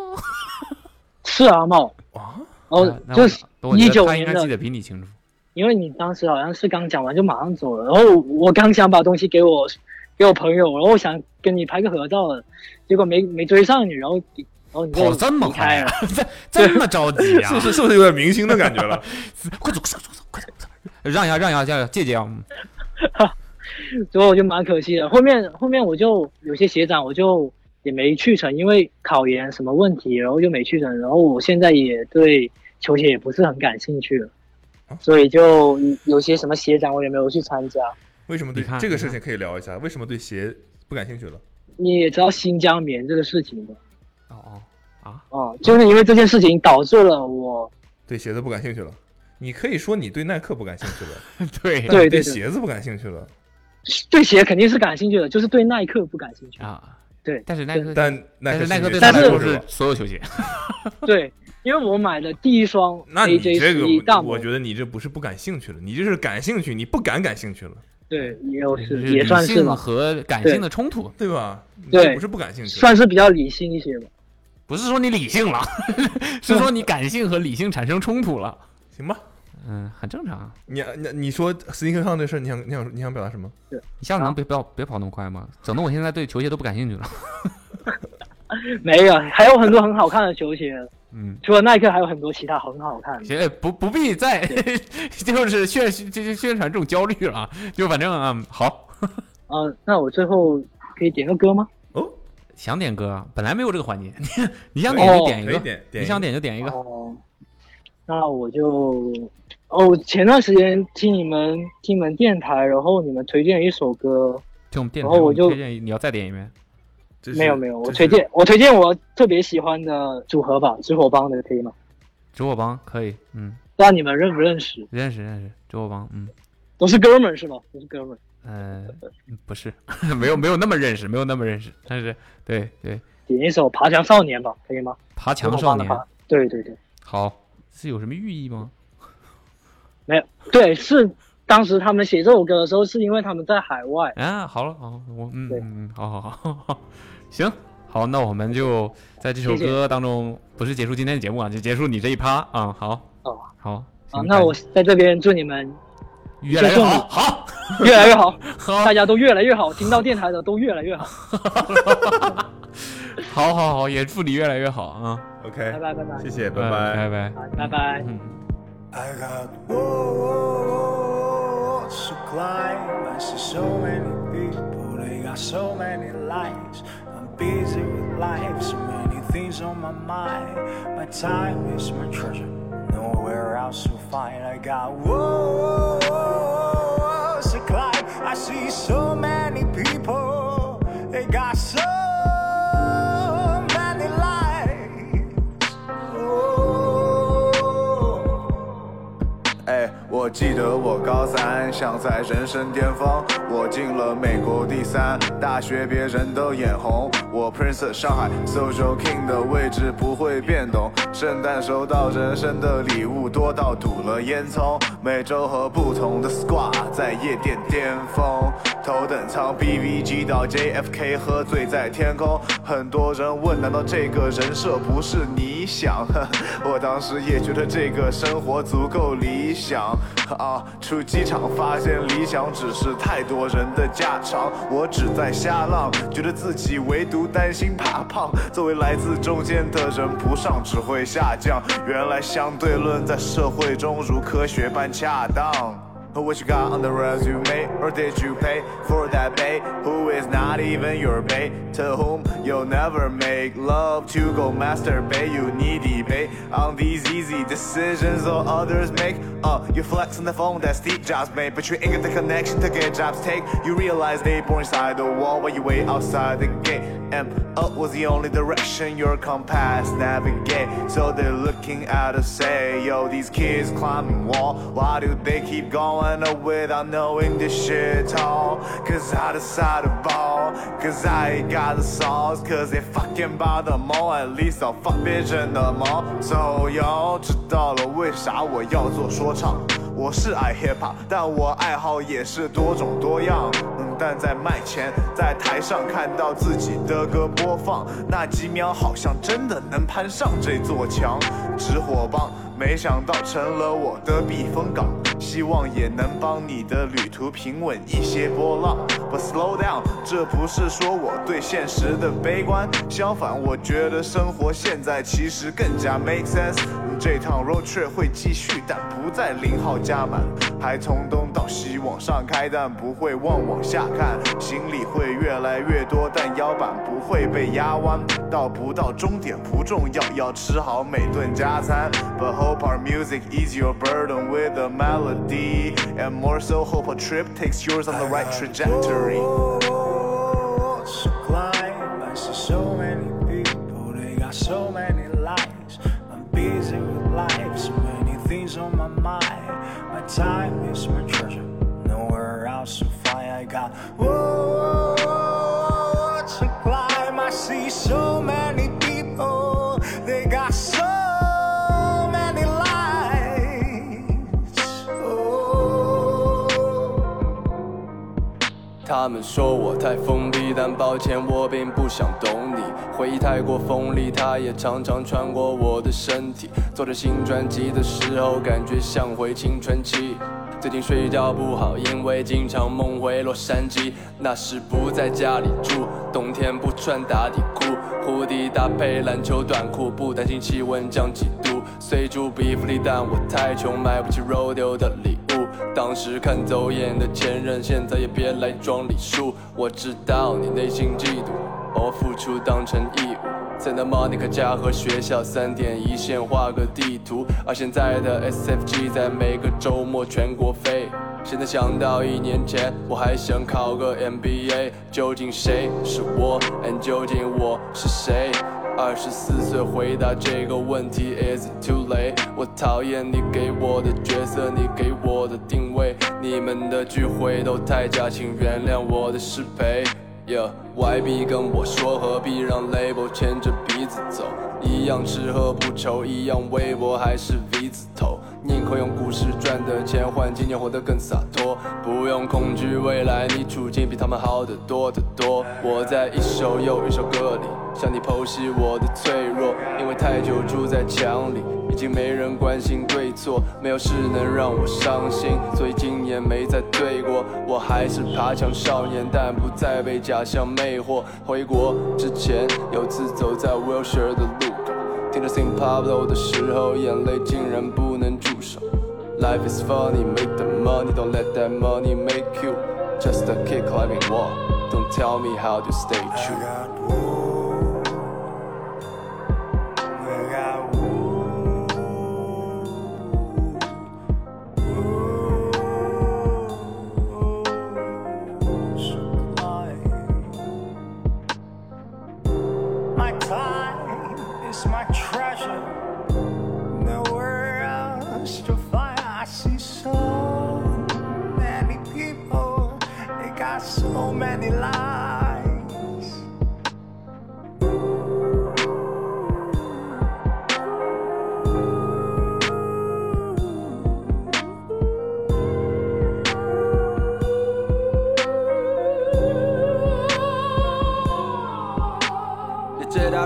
S6: 是阿茂，
S10: 啊，
S6: 哦
S2: 那，那我
S6: 就是
S2: 那我觉
S6: 一
S2: 得
S6: 九
S2: 他应
S6: 年
S2: 该记
S6: 的，
S2: 得比你清楚。
S6: 因为你当时好像是刚讲完就马上走了，然后我刚想把东西给我给我朋友，然后我想跟你拍个合照了，结果没没追上你，然后你然后你就
S9: 跑这么
S6: 离
S9: 快
S6: 开
S9: 呀
S6: 了。？
S2: 啊
S9: 这这么着急呀
S10: 是不？是是不是有点明星的感觉了？
S9: 快走，快走，快走，快走，快走！让一下，让一下，让一下，借借啊！嗯
S6: 所以我就蛮可惜的。后面后面我就有些学长我就也没去成，因为考研什么问题，然后就没去成。然后我现在也对球鞋也不是很感兴趣了，
S10: 哦
S6: 所以就有些什么鞋展我也没有去参加。
S10: 为什么对
S2: 你看
S10: 这个
S2: 你
S10: 事
S2: 看
S10: 情可以聊一下？为什么对鞋不感兴趣了？
S6: 你也知道新疆棉这个事情的
S2: 哦哦啊，
S6: 啊、就是因为这件事情 导致了我
S10: 对鞋子不感兴趣了？你可以说你对耐克不感兴趣了，
S2: 对
S10: 但你
S6: 对对对
S10: 鞋子不感兴趣了，
S6: 对鞋肯定是感兴趣的，就是对耐克不 感兴趣。
S2: 啊，
S6: 对
S2: 但是耐克，
S10: 但耐
S2: 但
S10: 克
S2: 是耐克
S10: 你的
S2: 对他
S6: 但
S2: 来
S6: 是
S2: 说
S10: 球
S2: 是
S10: 吧
S2: 所有球鞋。
S6: 对，因为我买的第一双
S10: 那你这
S6: AJ 十一
S10: 个，
S6: 大
S10: 我
S6: 魔，
S10: 觉得你这不是不感兴趣了，你这是感兴趣，你不敢感兴趣了，
S6: 对，也有
S2: 就是
S6: 也算
S2: 理
S6: 是
S2: 性
S6: 嘛，
S2: 和感性的冲突，
S10: 对吧？你
S6: 对
S10: 这不是不感兴趣，
S6: 算是比较理性一些吧。
S2: 不是说你理性了， 是说你感性和理性产生冲突了。
S10: 行吧？
S2: 嗯，很正常。
S10: 你你你说 sneaker 上这事儿，你想你想你想表达什么？
S2: 你
S6: 啊
S2: 下次能别不要别跑那么快吗？整的我现在对球鞋都不感兴趣了。
S6: 没有，还有很多很好看的球鞋，
S2: 嗯，
S6: 除了耐克，还有很多其他很好看的。
S2: 行，哎不不必再 就是宣就是宣传这种焦虑了啊。就反正嗯好，
S6: 呃，那我最后可以点个歌吗？
S10: 哦，
S2: 想点歌，啊本来没有这个环节， 你想
S10: 可以
S2: 点就点一
S10: 可以
S2: 个，
S10: 点点
S2: 你
S10: 一
S2: 想
S10: 个
S2: 点就点一个。
S6: 哦，那我就哦，前段时间听你们听你们电台，然后你们推荐一首歌，
S2: 就我们电
S6: 然
S2: 台，
S6: 后我
S2: 们
S6: 就
S2: 推荐你要再点一遍。
S10: 这是
S6: 没有没有，我
S10: 这是
S6: 推荐我推荐我特别喜欢的组合吧，纸火帮的可以吗？
S2: 直播帮可以，嗯，
S6: 不知道你们认不认识，
S2: 认识认识，直播帮，嗯。
S6: 都是哥们儿是吧？都是哥们儿。
S2: 呃，不是， 没有没有那么认识，没有那么认识，但是对对，
S6: 点一首《爬墙少年》吧，可以吗？
S2: 爬
S6: 纸火
S2: 墙少
S6: 帮的
S2: 年，
S6: 爬。对对对。
S2: 好，是有什么寓意吗？
S6: 没有，对，是当时他们写这首歌的时候，是因为他们在海外。
S2: 啊，好了，好，我嗯
S6: 对
S2: 嗯，嗯好好好好， 行，好，那我们就在这首
S6: 谢谢
S2: 歌当中，不是结束今天的节目啊，就结束你这一趴啊、好，
S6: 哦，
S2: 好，
S6: 啊
S2: 行，
S6: 那
S2: 感
S6: 我在这边祝你们
S2: 越来越
S6: 祝你
S2: 好，好，
S6: 越来越好，
S2: 好，
S6: 大家都越来越好， 听到电台的都越来越好。
S2: 好好好，也祝你越来越好啊，
S10: OK，
S6: 拜拜拜拜
S10: 谢谢，
S2: 嗯拜拜，
S6: 拜拜。
S2: 嗯。
S11: I got walls to climb. I see so many people, they got so many lives. I'm busy with life, so many things on my mind. My time is my treasure, nowhere else to find. I got walls to climb. I see so many people, they got so many lives. Oh.
S12: 哎，我记得我高三想在人生巅峰，我进了美国第三大学，别人都眼红。我 Prince 上海 Social King 的位置不会变动。圣诞收到人生的礼物多到吐了烟囱，每周和不同的 squad 在夜店巅峰，头等舱 BVG 到 JFK 喝醉在天空。很多人问，难道这个人设不是你想？ 我当时也觉得这个生活足够理想啊！出机场发现理想只是太多人的家常，我只在瞎浪，觉得自己唯独担心怕胖。作为来自中间的人，不上只会下降。原来相对论在社会中如科学般恰当。 But what you got on the resume? Or did you pay for that babe who is not even your babe? To whom you'll never make love to go masturbate. You need debate on these easy decisions or others make. Uh, you flex on the phone that Steve Jobs made, but you ain't got the connection to get jobs take. You realize they born inside the wall while you wait outside the gate. And up was the only direction your compass navigate. So they're looking out to say, yo, these kids climbing wall. Why do they keep going up without knowing this shit all? Cause I decide to ball, cause I ain't got the sauce, cause they fucking buy them all. At least I'll fuck bitch in the mall. So yo，知道了为啥我要做说唱。我是爱 hip hop，但我爱好也是多种多样。嗯，但在麦前，在台上看到自己的歌播放，那几秒好像真的能攀上这座墙。直火帮，没想到成了我的避风港，希望也能帮你的旅途平稳一些波浪。But slow down，这不是说我对现实的悲观，相反，我觉得生活现在其实更加 make sense。嗯这趟 road trip 会继续，但不在零号加满，还从东到西往上开，但不会忘往下看。行李会越来越多，但腰板不会被压弯。到不到终点不重要，要吃好每顿加餐。But hope our music ease your burden with a melody, and more so hope our trip takes yours on the right trajectory.
S11: walls to climb. I see so many people, they got so many lives. I'm busy with life, so many things on my mind. My time is my treasure, nowhere else to find. I got walls to climb. I see so many people, they got so many lives. Oh.
S13: 他们说我太封闭，但抱歉，我并不想懂你。回忆太过锋利，它也常常穿过我的身体。做着新专辑的时候，感觉像回青春期。最近睡觉不好，因为经常梦回洛杉矶。那时不在家里住，冬天不穿打底裤，胡迪搭配篮球短裤，不担心气温降几度。虽住比弗利，但我太穷，买不起 Rodeo 的礼物。当时看走眼的前任，现在也别来装礼数。我知道你内心嫉妒，把我付出当成义务。在那 Monica 家和学校三点一线画个地图，而现在的 SFG 在每个周末全国飞。现在想到一年前，我还想考个 MBA，究竟谁是我，and 究竟我是谁？二十四岁回答这个问题，is it too late？我讨厌你给我的角色，你给我的定位，你们的聚会都太假，请原谅我的失陪。Yeah，外币跟我说何必让 label 牵着鼻子走，一样吃喝不愁，一样微博还是 V 字头，宁可用股市赚的钱换今天活得更洒脱，不用恐惧未来，你处境比他们好得多得多。我在一首又一首歌里向你剖析我的脆弱，因为太久住在墙里。已经没人关心对错，没有事能让我伤心，所以今年没再对过。我还是爬墙少年，但不再被假象魅惑。回国之前，有次走在 Wilshire 的路口，听着 Sing Pablo 的时候，眼泪竟然不能住手。Life is funny, make the money, don't let that money make you. Just a kid climbing wall, don't tell me how to stay true.
S11: I got wool. Wool. My time is my treasure. Nowhere else to find. I see so many people. They got so many lives.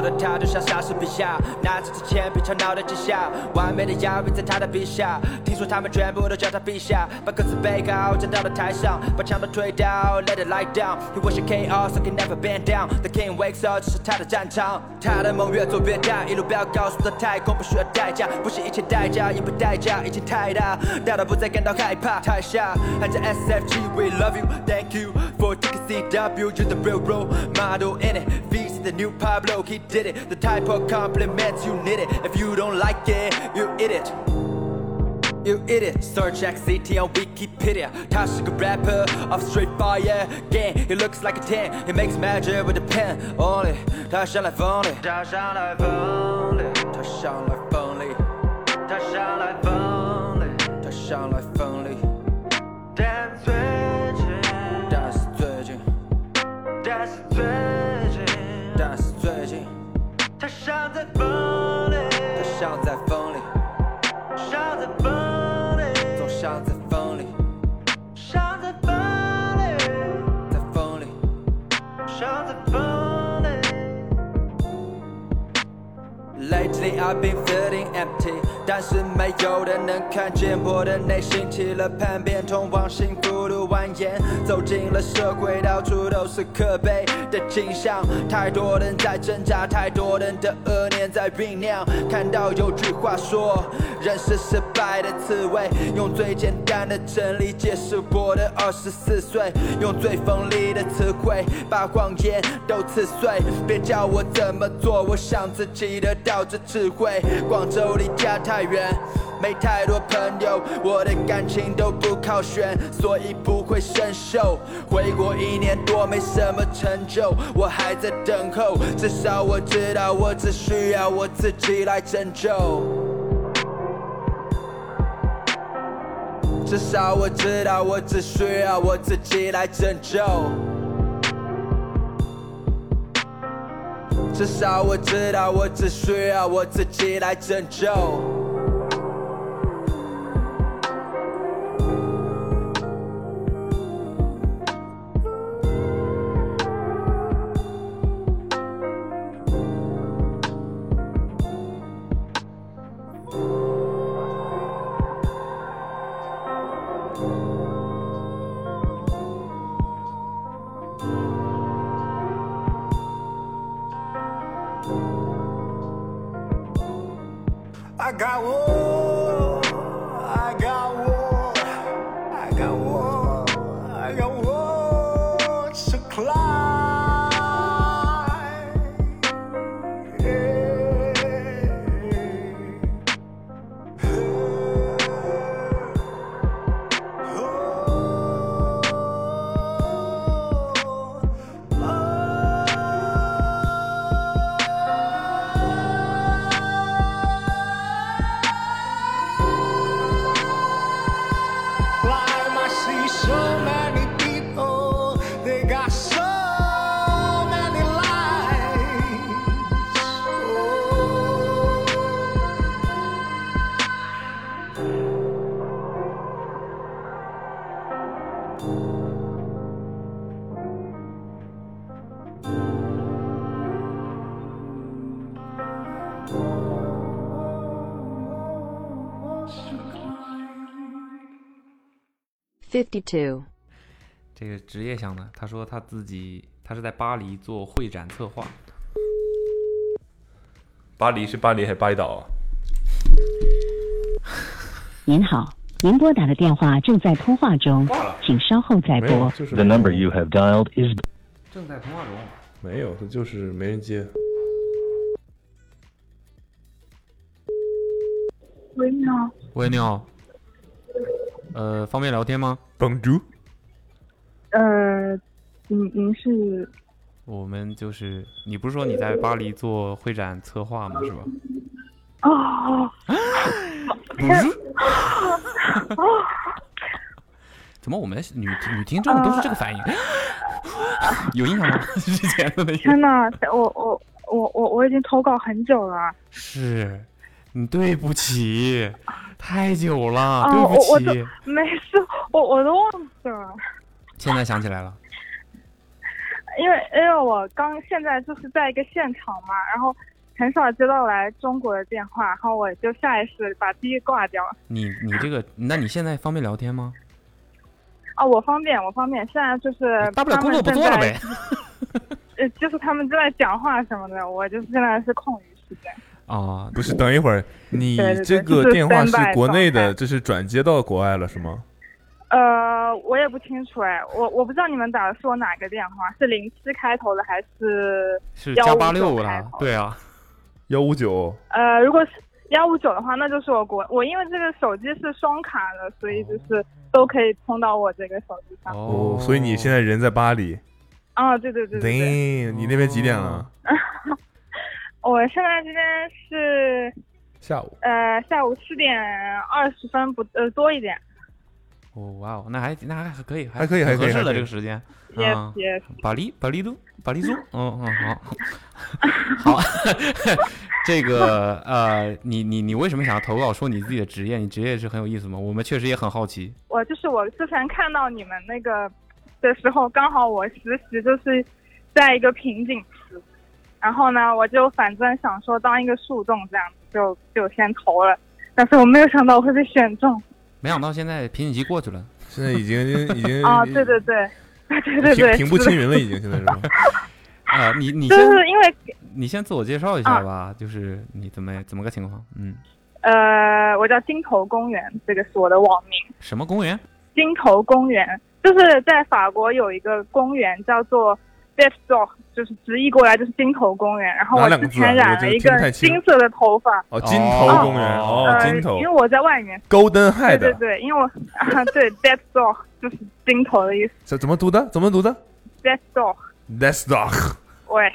S14: 的他就像莎士比亚，拿着纸铅笔朝脑袋记下，完美的押韵在他的笔下。听说他们全部都叫他陛下，把歌词背好，站到了台上，把墙都推倒，Let it lie down。He was a KO, so can never bend down. The king wakes up，这是他的战场。他的梦越做越大，一路不要告诉他太空不需要代价，不惜一切代价，也不代价，已经太大，大到不再感到害怕。台下喊着 SFG，We love you，Thank you for taking CW。you the real role model in it. V's the new Pablo, he did it. The type of compliments you need it. If you don't like it, you eat it. You eat it. Search XCT on Wikipedia. Tosh a rapper of straight fire. Gang, he looks like a 10. He makes magic with a pen. Only, Tosh on life only. Tosh on life only. Tosh on life only. Tosh on life only. Tosh on life only. Dance 最近，但是最近。但是最近，但是最近，它像在风里，它像在风里，像在风里，总像在风里，像在风里，在风里，像在风里。Lately I've been feeling empty，但是没有人能看见我的内心起了叛变，通往幸福的蜿蜒。走进了社会，到处都是可悲的景象，太多人在挣扎，太多人的恶念在酝酿。看到有句话说，人是失败的刺猬，用最简单的真理解释我的二十四岁，用最锋利的词汇把谎言都刺碎。别叫我怎么做，我想自己得到这智慧。广州离家太远。没太多朋友，我的感情都不靠选，所以不会生锈。回国一年多，没什么成就，我还在等候。至少我知道，我只需要我自己来拯救。至少我知道，我只需要我自己来拯救。至少我知道，我只需要我自己来拯救。
S11: I got war. I got war. I got war. I got war to climb. Climb, I see so many people. They got so many lives.
S15: Fifty-two.
S2: 这个职业向的，他说他自己他是在巴黎做会展策划，
S10: 巴黎是巴黎还是巴厘岛啊？
S16: 您好，您拨打的电话正在通话中，请稍后再拨。
S17: The number you have dialed is
S2: 正在通话中。
S10: 没有，他就是没人接。
S7: 喂，你好，
S2: 喂，你好，呃，方便聊天吗
S10: ？Bonjour，
S7: 呃，您您是
S2: 我们就是你不是说你在巴黎做会展策划吗？是吧？
S7: 哦，
S2: 不是，怎么我们女女听众都是这个反应？ 有印象吗？ 之前的那些
S7: 天呐，我我我我我已经投稿很久了，
S2: 是，你对不起，太久了，
S7: 啊，
S2: 对
S7: 我我
S2: 不
S7: 都
S2: 起，
S7: 没事，我我都忘记了。
S2: 现在想起来了，
S7: 因为因为我刚现在就是在一个现场嘛，然后很少接到来中国的电话，然后我就下意识把第一挂掉了。
S2: 你你这个，那你现在方便聊天吗？
S7: 啊，我方便，我方便。现在就是
S2: 大不了工作不做了呗。
S7: 呃，就是他们正在讲话什么的，我就是现在是空余时间。
S2: 啊，
S4: 不是，等一会儿，你
S7: 对对对
S4: 这个
S7: 就是
S4: 电话是
S7: standby
S4: 国内
S7: 状
S4: 的，这是转接到国外了是吗？
S7: 呃，我也不清楚哎，我我不知道你们打的是我哪个电话，是零七开头的还是
S2: 是
S7: 幺
S2: 加
S7: 五
S2: 八
S7: 九
S2: 六
S7: 开
S2: 了，对啊，
S4: 幺五九，
S7: 呃，如果是幺五九的话，那就是我国我因为这个手机是双卡的，所以就是都可以通到我这个手机上。
S4: 哦，所以你现在人在巴黎，
S7: 啊，对对对对对，
S4: 对，你那边几点
S2: 哦
S4: 了？
S7: 我现在这边是
S4: 下午。
S7: 呃下午四点二十分不呃多一点。
S2: 哦哇哦，那还那还还可以，
S4: 还可以
S2: 挺
S4: 还可以
S2: 合适
S4: 还可
S2: 的
S4: 以
S2: 这个时间。
S7: Yes,
S2: 嗯
S7: yes
S2: 巴黎巴黎都巴 黎都，嗯嗯好，好， 这个呃，你你你为什么想要投稿说你自己的职业？你职业是很有意思吗？我们确实也很好奇。
S7: 我就是我之前看到你们那个的时候，刚好我实习就是在一个瓶颈期，然后呢，我就反正想说当一个树洞这样子，就就先投了，但是我没有想到我会被选中
S2: 没想到现在瓶颈期过去了，
S4: 现在已 经已经
S7: 啊！对对对，对对对，是的
S4: 经现在是吧？
S2: 啊，你你
S7: 就
S2: 先
S7: 是因为啊
S2: 你先自我介绍一下吧，就是你怎么怎么个情况？嗯，
S7: 呃，我叫金头公园，这个是我的网名。
S2: 什么
S4: 啊
S2: 公园？
S7: 金头公园，就是在法国有一个公园叫做 Death Dog，就是直译过来就是金头公园。然后
S4: 哪
S7: 我
S4: 两个
S7: 之前
S4: 字啊我
S7: 染
S4: 这
S7: 了一
S4: 听不太
S7: 个
S4: 清
S7: 金色的头发。
S4: 哦，金头公园，哦，
S7: 呃
S4: 金头
S7: 因为我在外面。
S4: ，Golden Head，
S7: 对对对，因为我啊，对 Death Dog 就是金头的意思
S4: 怎怎么读的？怎么读的
S7: ，Death Dog，
S4: ？That's dog。
S7: 喂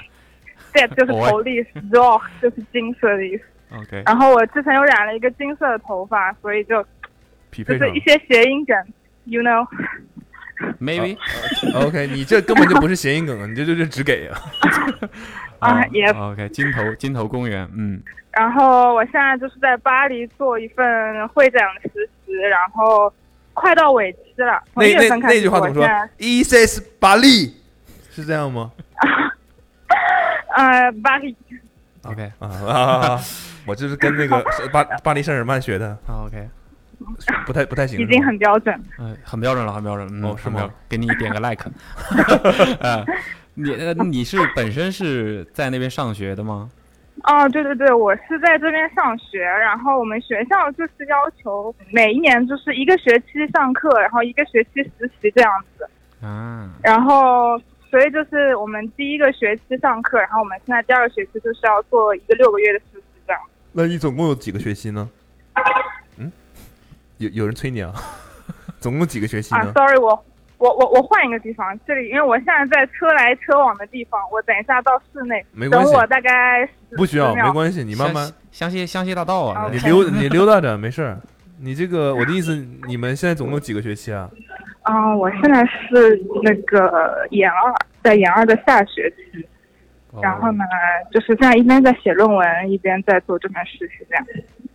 S7: ，Death 就是头的意思，Dog 就是金色的意思。
S2: OK，
S7: 然后我之前又染了一个金色的头发，所以就
S4: 匹
S7: 就
S4: 配上
S7: 是一些谐音梗，you
S4: 嗯
S7: know。
S2: maybe。
S4: 呃 OK，你这根本就不是谐音梗，你这就是只给啊。
S7: 啊
S2: 哦
S7: 也
S2: OK，金头金头公园，嗯，
S7: 然后我现在就是在巴黎做一份呃会展实习，然后快到尾期了，从
S4: 那
S7: 一
S4: 那
S7: 月份开
S4: 那句
S7: 始啊
S4: 话怎
S7: 我
S4: 么
S7: 现
S4: 说
S7: 在
S4: ？Isis 巴利是这样吗
S7: 呃巴黎，
S2: ？OK
S4: 啊啊！ 我这是跟 那个巴巴黎圣日耳曼学的。
S2: 啊 OK，
S4: 不太不太行，
S7: 已经很标准。
S2: 嗯、很标准了，很标准，嗯，
S4: 哦是
S2: 很标
S4: 吗
S2: 准？给你 点个 like。啊，你呃你是本身是在那边上学的吗？
S7: 哦，对对对，我是在这边上学，然后我们学校就是要求每一年就是一个学期上课，然后一个学期实习这样子，
S2: 啊，
S7: 然后所以就是我们第一个学期上课，然后我们现在第二个学期就是要做一个六个月的实习这样。
S4: 那你总共有几个学期呢？嗯，有有人催你啊？ 总共几个学期
S7: 啊
S4: 呢？
S7: ，sorry，我我我我换一个地方，这里因为我现在在车来车往的地方，我等一下到室内，
S4: 没关系
S7: 等我大概10
S4: 不需要，
S7: 10秒
S4: 没关系，你慢慢
S2: 湘。湘西湘西大道
S7: 哦
S2: 啊，
S4: 你溜你溜达着没事儿。你这个我的意思，你们现在总共几个学期啊？
S7: 啊、我现在是那个研二，在研二的下学期，
S4: 哦
S7: 然后呢，就是现在一边在写论文，一边在做这份实习这样。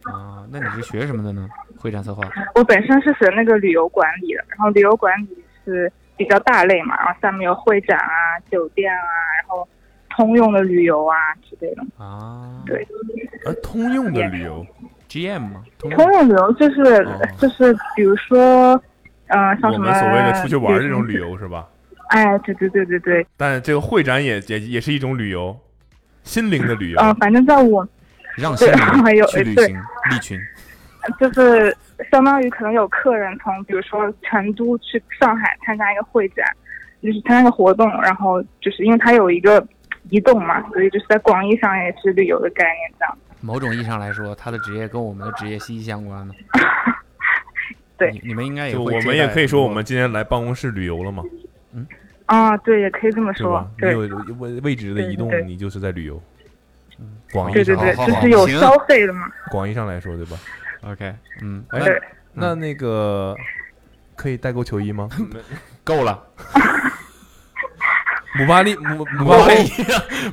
S2: 啊，那你是学什么的呢？会展策划。
S7: 我本身是学那个旅游管理的，然后旅游管理是比较大类嘛，然后下面有会展啊、酒店啊，然后通用的旅游啊之类的。
S2: 啊，
S7: 对，
S4: 啊，通用的旅游哦
S2: ，GM 嘛，通
S7: 通用旅游就是、就是，比如说，呃，像
S4: 我
S7: 什么
S4: 们所谓的出去玩儿这种旅
S7: 游，
S4: 游是吧？
S7: 哎，对对对对对，
S4: 但这个会展也也也是一种旅游，心灵的旅游，
S7: 呃，反正在我
S2: 让
S7: 对
S2: 心
S7: 还有呃
S2: 灵去旅
S7: 对
S2: 行，利群。
S7: 就是相当于可能有客人从比如说成都去上海参加一个会展，就是参加一个活动，然后就是因为它有一个移动嘛，所以就是在广义上也是旅游的概念这样。
S2: 某种意义上来说，他的职业跟我们的职业息息相关的。
S7: 对
S2: 你，你们应该也
S4: 就
S2: 会
S4: 我
S2: 接
S4: 们也
S2: 待
S4: 可以说
S2: 很
S4: 我
S2: 多
S4: 们今天来办公室旅游了嘛，
S7: 啊，对，也可以这么
S4: 是
S7: 说
S4: 吧，？你
S7: 对
S4: 有。位位置的移动
S7: 对对，对
S4: 你就是在旅游。
S2: 嗯
S4: 广义
S7: 对对
S4: 上
S7: 对，就是有消费的嘛。
S4: 广义上来说，对吧
S2: ？OK，嗯，
S4: 哎
S7: 对，
S4: 那那个可以代购球衣吗？
S2: 够了，
S4: 姆巴利姆姆
S2: 姆
S4: 巴
S2: 巴
S4: 佩
S2: 利，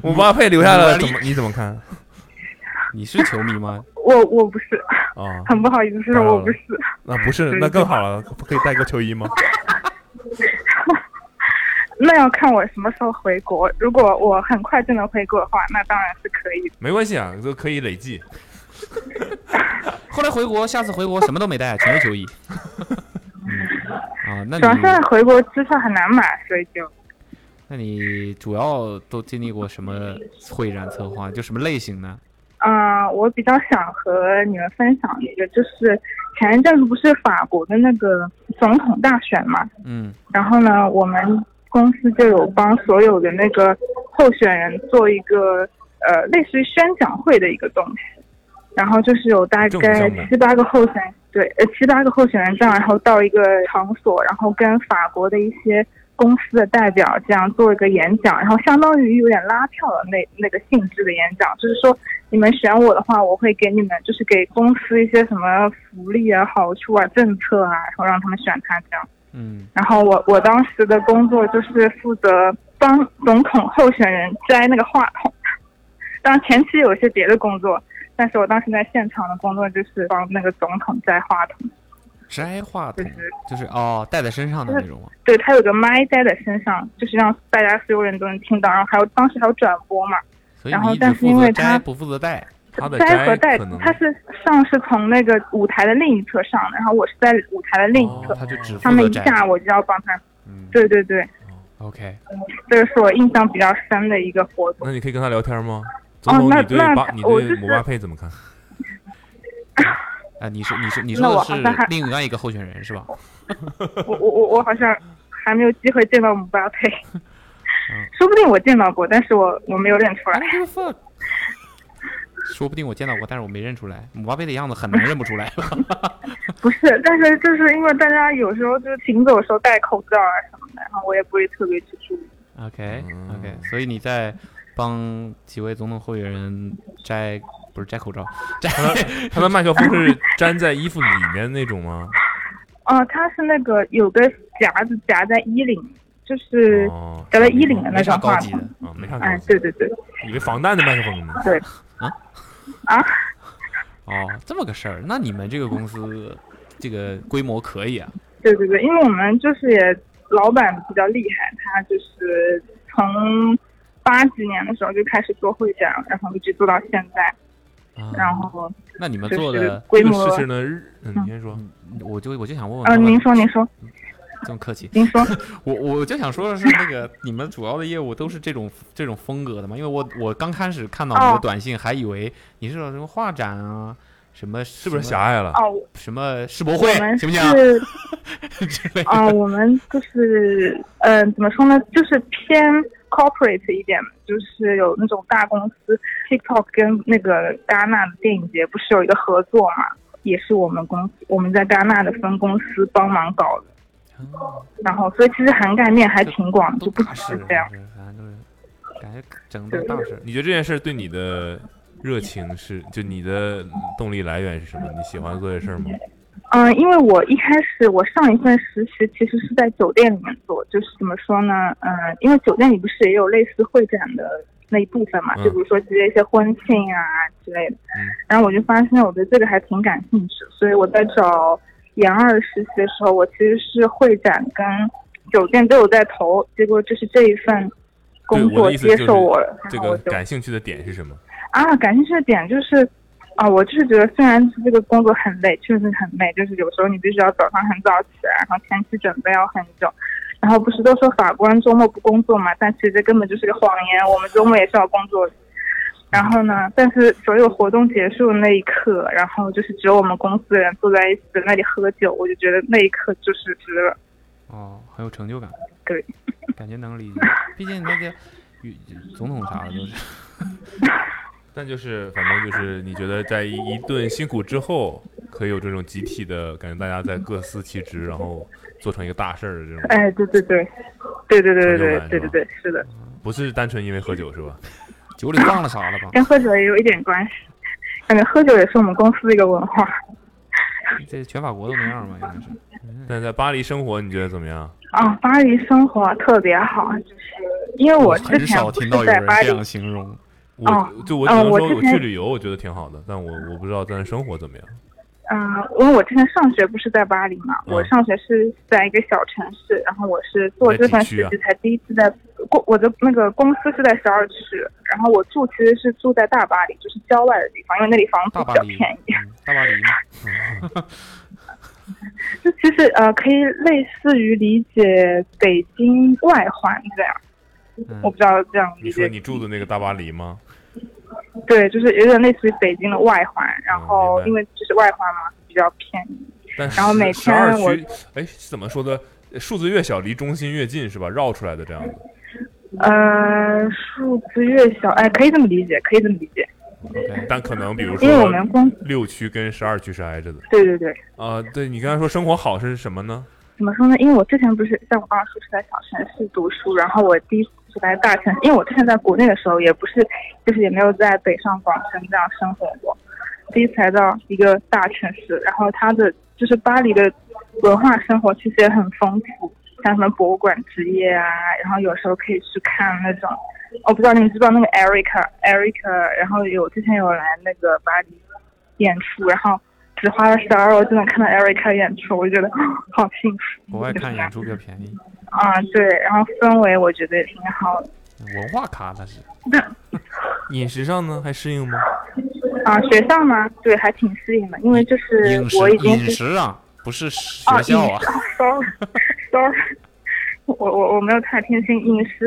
S4: 姆巴佩留下
S2: 姆巴
S4: 了
S2: 利
S4: 怎么？你怎么看？
S2: 你是球迷 吗？
S7: 我我不是，
S2: 哦
S4: 啊，
S7: 很不好意思，是我不是。
S4: 那不是，那更好了，可以代购球衣吗？
S7: 那要看我什么时候回国。如果我很快就能回国的话，那当然是可以的。
S10: 没关系啊，都可以累计。
S2: 后来回国，下次回国什么都没带，全是球衣。啊，那
S7: 主要现在
S2: 你
S7: 回国机票很难买，所以就
S2: 那你主要都经历过什么会展策划？就什么类型呢？
S7: 嗯、呃我比较想和你们分享一个，就是前一阵子不是法国的那个总统大选嘛，
S2: 嗯
S7: 然后呢，我们公司就有帮所有的那个候选人做一个呃类似于宣讲会的一个东西，然后就是有大
S18: 政府项
S7: 概
S18: 目
S7: 七八个候选人，对，呃七八个候选人这样，然后到一个场所，然后跟法国的一些公司的代表这样做一个演讲，然后相当于有点拉票的那那个性质的演讲，就是说你们选我的话，我会给你们就是给公司一些什么福利啊、好处啊、政策啊，然后让他们选他这样。
S2: 嗯
S7: 然后我我当时的工作就是负责帮总统候选人摘那个话筒，当然前期有一些别的工作，但是我当时在现场的工作就是帮那个总统摘话筒，
S2: 摘话筒就是哦，戴在身上的那种啊。
S7: 对他有个麦戴在身上，就是让大家所有人都能听到，然后还有当时还有转播嘛，
S2: 所以
S7: 然后
S2: 你只
S7: 但是因
S2: 负责
S7: 为
S2: 摘，
S7: 他
S2: 不负责戴。他
S7: 摘和戴，他是上是从那个舞台的另一侧上的，然后我是在舞台的另一侧，
S2: 哦他就只
S7: 他
S2: 负
S7: 们一
S2: 责摘。嗯
S7: 下我就要帮他，对对对，
S2: OK，
S7: 这个是我印象比较深的一个活动。
S10: 那你可以跟他聊天吗？总统，
S7: 哦那
S10: 你对
S7: 那
S10: 巴你
S7: 我
S10: 对
S7: 就是
S10: 姆巴佩怎么看？
S2: 啊，你说你说你
S7: 那
S2: 说
S7: 我
S2: 的
S7: 好像还
S2: 是另外一个候选人是吧？
S7: 我我我我好像还没有机会见到姆巴佩，
S10: 嗯
S7: 说不定我见到过，但是我我没有认出来。
S2: 说不定我见到过，但是我没认出来。姆巴佩的样子很难认不出来吧？
S7: 不是，但是就是因为大家有时候就是行走的时候戴口罩啊什么的，然后我也不会特别去注意。
S2: OK
S10: 嗯
S2: OK，所以你在帮几位总统候选人摘不是摘口罩，摘
S10: 他 的他的麦克风是粘在衣服里面那种吗？
S7: 哦、它是那个有个夹子夹在衣领，就是夹在衣领的那种话筒。
S10: 啊，没啥哦高
S7: 哎
S10: 级，，嗯
S7: 对对对
S10: 以为防弹的麦克风呢。
S7: 对啊，
S2: 哦，这么个事儿。那你们这个公司这个规模可以啊？
S7: 对对对，因为我们就是也老板比较厉害，他就是从八几年的时候就开始做会展，然后一直做到现在，然后
S2: 那你们
S7: 就
S2: 做
S7: 是
S2: 的
S7: 规模这个事情
S10: 呢？嗯，你先说。
S2: 我就我就想问问
S7: 呃，
S2: 他们
S7: 您说您说，
S2: 这么客气。
S7: 您说，
S2: 我我就想说的是，那个你们主要的业务都是这种这种风格的嘛？因为我我刚开始看到你
S7: 哦
S2: 的短信，还以为你是有什么画展啊，什么是
S10: 不是狭隘了
S7: 哦
S2: 什么世博
S7: 我
S2: 会
S7: 们
S2: 行
S7: 是
S2: 不行啊？
S7: 啊、我们就是嗯、呃怎么说呢，就是偏 corporate 一点，就是有那种大公司，TikTok 跟那个戛纳的电影节不是有一个合作嘛，也是我们公司我们在戛纳的分公司帮忙搞的。
S2: 哦
S7: 然后，所以其实涵盖面还挺广，就不只
S2: 啊
S7: 是这样。
S10: 嗯
S2: 反正就是感觉整的大事。
S10: 你觉得这件事对你的热情是，就你的动力来源是什么？你喜欢做这事儿吗？
S7: 嗯，因为我一开始我上一份实习其实是在酒店里面做，就是怎么说呢？嗯，因为酒店里不是也有类似会展的那一部分嘛，
S18: 嗯
S7: 就比如说接一些婚庆啊之类的。
S10: 嗯
S7: 然后我就发现我对这个还挺感兴趣，所以我在找研二实习的时候，我其实是会展跟酒店都有在投，结果就是这一份
S10: 对，
S7: 工
S10: 我
S7: 作
S10: 的意思
S7: 接
S10: 就是
S7: 受我了。
S10: 这个感兴趣的点是什么？
S7: 啊，感兴趣的点就是，啊，我就是觉得虽然这个工作很累，确实很累，就是有时候你必须要早上很早起来，然后前期准备要很久。然后不是都说法国人周末不工作嘛，但其实这根本就是个谎言，我们周末也是要工作的。然后呢，但是所有活动结束的那一刻，然后就是只有我们公司的人坐在一起在那里喝酒，我就觉得那一刻就是值了。
S2: 哦，很有成就感，
S7: 对，
S2: 感觉 能理解。毕竟那个与总统啥的都是。
S10: 但就是，反正就是，你觉得在一一顿辛苦之后，可以有这种集体的感觉，大家在各司其职，然后做成一个大事儿的这种，
S7: 哎，对对对，对对对对对
S10: 成就感是吧
S7: 对对对，是的，
S10: 不是单纯因为喝酒是吧？
S2: 酒里忘了啥
S10: 啊
S2: 了吧
S7: 跟喝酒也有一点关系，感觉喝酒也是我们公司的一个文化。
S2: 这全法国都那样吧，应该是。
S10: 但在巴黎生活，你觉得怎么样？
S7: 啊，巴黎生活特别好，就是因为我之
S10: 很
S7: 前
S10: 少
S7: 不
S10: 听
S7: 是
S10: 到有
S7: 在
S10: 人
S7: 巴
S10: 这
S7: 黎，
S10: 样
S2: 形容。
S10: 我
S7: 哦
S10: 就我只
S7: 嗯
S10: 能
S7: 我
S10: 说
S7: 之
S10: 我
S7: 前
S10: 去旅游，我觉得挺好的，但我我不知道在那生活怎么样。
S7: 嗯、因为我之前上学不是在巴黎嘛，
S4: 嗯
S7: 我上学是在一个小城市，然后我是做这份实习
S4: 在几区啊
S7: 才第一次在公、我的那个公司是在十二区，然后我住其实是住在大巴黎，就是郊外的地方，因为那里房租
S2: 大巴
S7: 比较
S2: 黎嗯
S7: 便宜。
S2: 大巴黎，
S7: 就其实呃，可以类似于理解北京外环这样，
S4: 嗯
S7: 我不知道这样
S4: 你说你住的那个大巴黎吗？
S7: 对，就是有点类似于北京的外环，然后因为就是外环嘛比较便宜，
S4: 嗯但
S7: 然后每
S4: 十二
S7: 天我
S4: 区，哎，是怎么说的？数字越小，离中心越近是吧？绕出来的这样子。
S7: 呃数字越小，哎，可以这么理解，可以这么理解，
S4: 但可能比如
S7: 因为我们
S4: 说
S7: 公
S4: 六区跟十二区是挨着的。
S7: 对对对。
S4: 啊，对你刚才说生活好是什么呢？
S7: 怎么说呢？因为我之前不是像我刚刚说是在小城市读书，然后我第一次是来大城市，因为我之前在国内的时候也不是，就是也没有在北上广深这样生活过，第一次来到一个大城市，然后它的就是巴黎的文化生活其实也很丰富，像什么博物馆之夜啊，然后有时候可以去看那种，我不知道你们知不知道那个 Erica Erica，然后有之前有来那个巴黎演出，然后。只花了十二欧就能看到 Erica 演出，我就觉得好幸福。
S2: 国外看演出比较便宜，
S7: 啊，对，然后氛围我觉得也挺好的。
S2: 文化咖那是。
S4: 饮食上呢，还适应吗？
S7: 啊，学校嘛，对，还挺适应的，因为就是
S2: 饮食
S7: 我已经
S2: 饮
S7: 是
S2: 食啊，不是学
S7: 啊，
S2: 校啊。
S7: ，sorry sorry，我 我我没有太偏心饮食，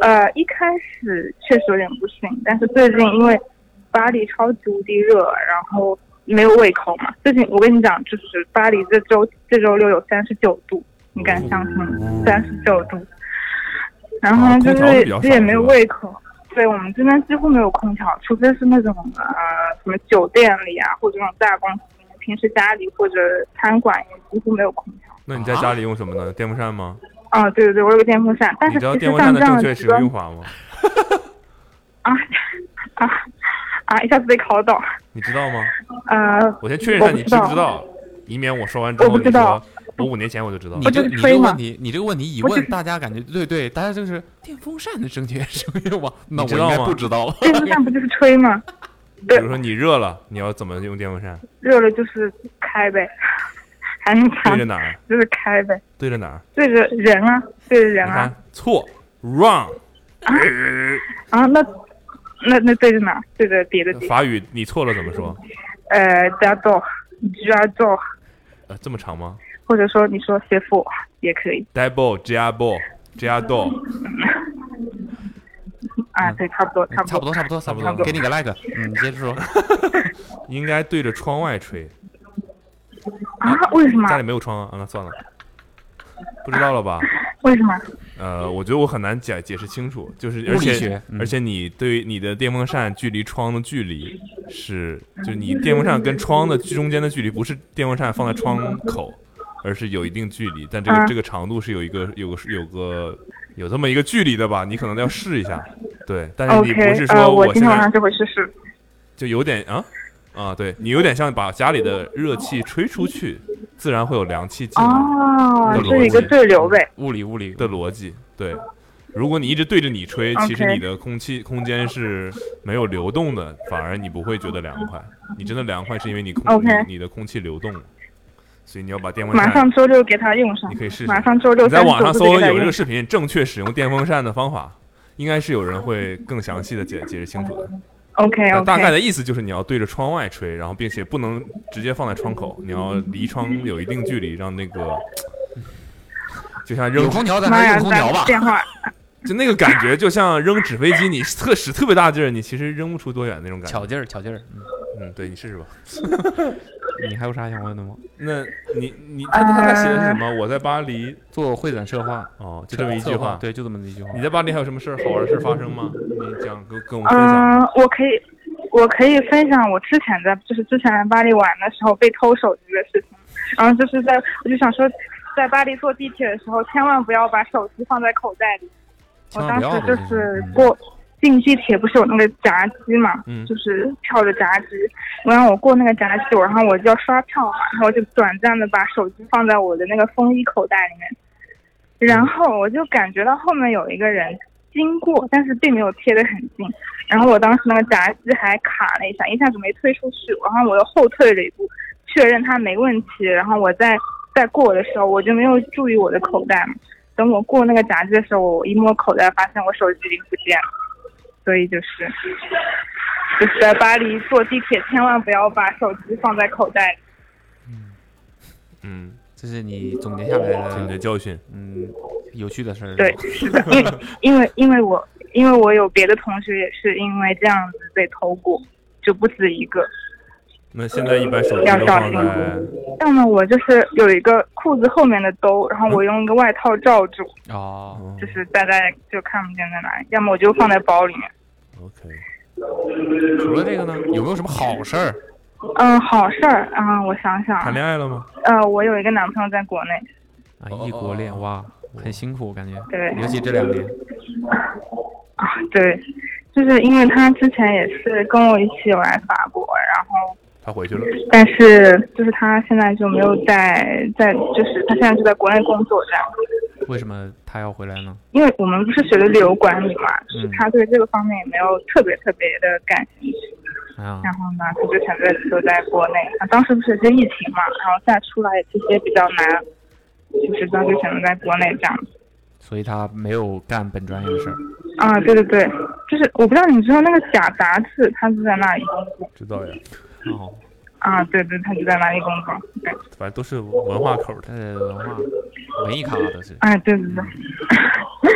S7: 呃，一开始确实有点不适应，但是最近因为巴黎超级无敌热，然后没有胃口嘛。最近我跟你讲，就是巴黎这周这周六有三十九度，你敢相信吗？三十九度，然后呢就
S11: 哦空调
S7: 是
S11: 比较少
S7: 这也没有
S11: 是吧
S7: 胃口。对我们这边几乎没有空调，除非是那种呃什么酒店里啊，或者那种大公司里面，平时家里或者餐馆也几乎没有空调。
S4: 那你在家里用什么呢？电风扇吗？
S7: 啊，对对对，我有个电风扇，但
S4: 你
S7: 是
S4: 知道
S7: 其
S4: 电
S7: 实
S4: 风扇
S7: 像
S4: 的
S7: 这样
S4: 正
S7: 的
S4: 确
S7: 极
S4: 使用
S7: 端
S4: 用法吗？
S7: 啊啊啊，一下子被考 倒。
S4: 你知道吗？
S7: 呃，
S4: 我先确认一下
S7: 我
S4: 你
S7: 不
S4: 知不
S7: 知
S4: 知道，以免我说完之后
S7: 我不
S4: 你
S7: 知道
S4: 说我五年前我就知道了。
S2: 你这个你这个问题，你这个问题一问，大家感觉对对，大家就是电风扇的正确使用法，
S4: 你
S2: 那我
S4: 知
S2: 应
S4: 道
S2: 该
S4: 吗
S2: 不知道。
S7: 电风扇不就是吹吗？
S4: 比如说你热了，你要怎么用电风扇？
S7: 热了就是开呗，还能
S4: 对
S7: 强
S4: 着哪儿？
S7: 就是开呗，
S4: 对着哪儿？
S7: 对着人啊，对着人
S4: 你
S7: 啊
S4: 看，错，wrong。
S7: 啊那那那对着哪儿？对着别的地方。
S4: 法语你错了怎么说？
S7: 呃，加豆、加豆，
S4: 呃，这么长吗
S7: 或者说你说学父也可以
S4: d i b l e diable diado 嗯
S7: 啊，对，差不多，差不多，
S2: 差不多，差不多，差不多，给你个 like，嗯，你接着说。
S4: 应该对着窗外吹。
S7: 啊？为什么？
S4: 家里没有窗啊？啊那算了，不知道了吧？
S7: 为什么？
S4: 呃，我觉得我很难解解释清楚，就是而
S2: 物理
S4: 且
S2: 学嗯
S4: 而且你对于你的电风扇距离窗的距离是，就是你电风扇跟窗的中间的距离不是电风扇放在窗口，而是有一定距离，但这个、
S7: 啊
S4: 这个长度是有一个有个有个有这么一个距离的吧？你可能要试一下，对，但是你不
S7: OK，
S4: 是
S7: 呃，
S4: 说
S7: 我今
S4: 现
S7: 天
S4: 在
S7: 晚上就会试试。
S4: 就有点啊啊，对你有点像把家里的热气吹出去，自然会有凉气进来。
S7: 哦，这是一个对流呗。
S4: 物理物理的逻辑，对。如果你一直对着你吹，
S7: OK
S4: 其实你的空气空间是没有流动的，反而你不会觉得凉快。你真的凉快是因为你空
S7: OK
S4: 你你的空气流动了，所以你要把电风
S7: 马上
S4: 扇。
S7: 周六给他用上，
S4: 你可以试试。
S7: 马上周六
S4: 你在网上搜
S7: 39度给他
S4: 有这
S7: 用
S4: 个
S7: 上
S4: 视频，正确使用电风扇的方法，应该是有人会更详细的解解释清楚的。
S7: OK
S4: 那
S7: OK，
S4: 大概的意思就是你要对着窗外吹，然后并且不能直接放在窗口，你要离窗有一定距离，让那个就像扔
S2: 有空调咱
S7: 妈呀，咱电话
S4: 就那个感觉，就像扔纸飞机，你特使特别大劲儿，你其实扔不出多远那种感觉。巧劲儿，巧劲儿。嗯，对你试 试吧。
S2: 你还有啥想问的吗？
S4: 那你你他他他写的是什么？我在巴黎
S2: 做会展策划，
S4: 哦，就这么一句
S2: 策划
S4: 话。
S2: 对，就这么一句话。
S4: 你在巴黎还有什么事儿好玩的事儿发生吗？你讲跟 跟我们分享。
S7: 嗯，我可以，我可以分享我之前在，就是之前来巴黎玩的时候被偷手机的事情，然后就是在，我就想说，在巴黎坐地铁的时候，千万不要把手机放在口袋里。我
S11: 千万
S7: 当
S11: 不要
S7: 时就
S11: 这
S7: 是过进地铁不是有那个闸机嘛，
S11: 嗯
S7: 就是票的闸机，然后我过那个闸机，我然后我就要刷票嘛，然后我就短暂的把手机放在我的那个风衣口袋里面，然后我就感觉到后面有一个人经过，但是并没有贴得很近。然后我当时那个闸机还卡了一下，一下子没推出去，然后我又后退了一步，去确认他没问题，然后我再再过的时候，我就没有注意我的口袋嘛。等我过那个闸机的时候，我一摸口袋，发现我手机已经不见了。所以就是，就是在巴黎坐地铁，千万不要把手机放在口袋里。
S2: 嗯，这是你总结下来的
S10: 总结教训。
S2: 嗯，有趣的事儿。
S7: 对，是的，因为 因为因为我因为我有别的同学也是因为这样子被偷过，就不止一个。
S10: 那现在一般手机都放在
S7: 要么我就是有一个裤子后面的兜，然后我用一个外套罩住，
S2: 哦
S7: 就是大家就看不见在哪里；要么我就放在包里面。
S10: ，OK。
S2: 除了这个呢，有没有什么好事儿？
S7: 嗯，好事儿啊、我想想啊，
S10: 谈恋爱了吗？
S7: 呃，我有一个男朋友在国内，
S2: 啊，异国恋哇，很辛苦，我感觉。
S7: 对
S2: 尤其这两年。
S7: 啊对，就是因为他之前也是跟我一起有来法国，然后
S10: 他回去了。
S7: 但是就是他现在就没有在在，就是他现在就在国内工作这样，
S2: 为什么他要回来呢？
S7: 因为我们不是学的旅游管理嘛，就是
S2: 嗯
S7: 他对这个方面也没有特别特别的感兴趣，
S2: 啊，
S7: 然后呢，他就选择留在国内。啊，当时不是有些疫情嘛，然后再出来这些比较难，就是他就选择在国内这样子。
S2: 所以他没有干本专业的事儿。
S7: 啊，对对对，就是我不知道你知道那个假杂志，他就在那里工作。
S10: 知道呀。
S2: 哦，
S7: 啊，对对，他就在那里工作。对，
S10: 反正都是文化口的。
S2: 呃，文化文艺咖都是。
S7: 哎，对对对。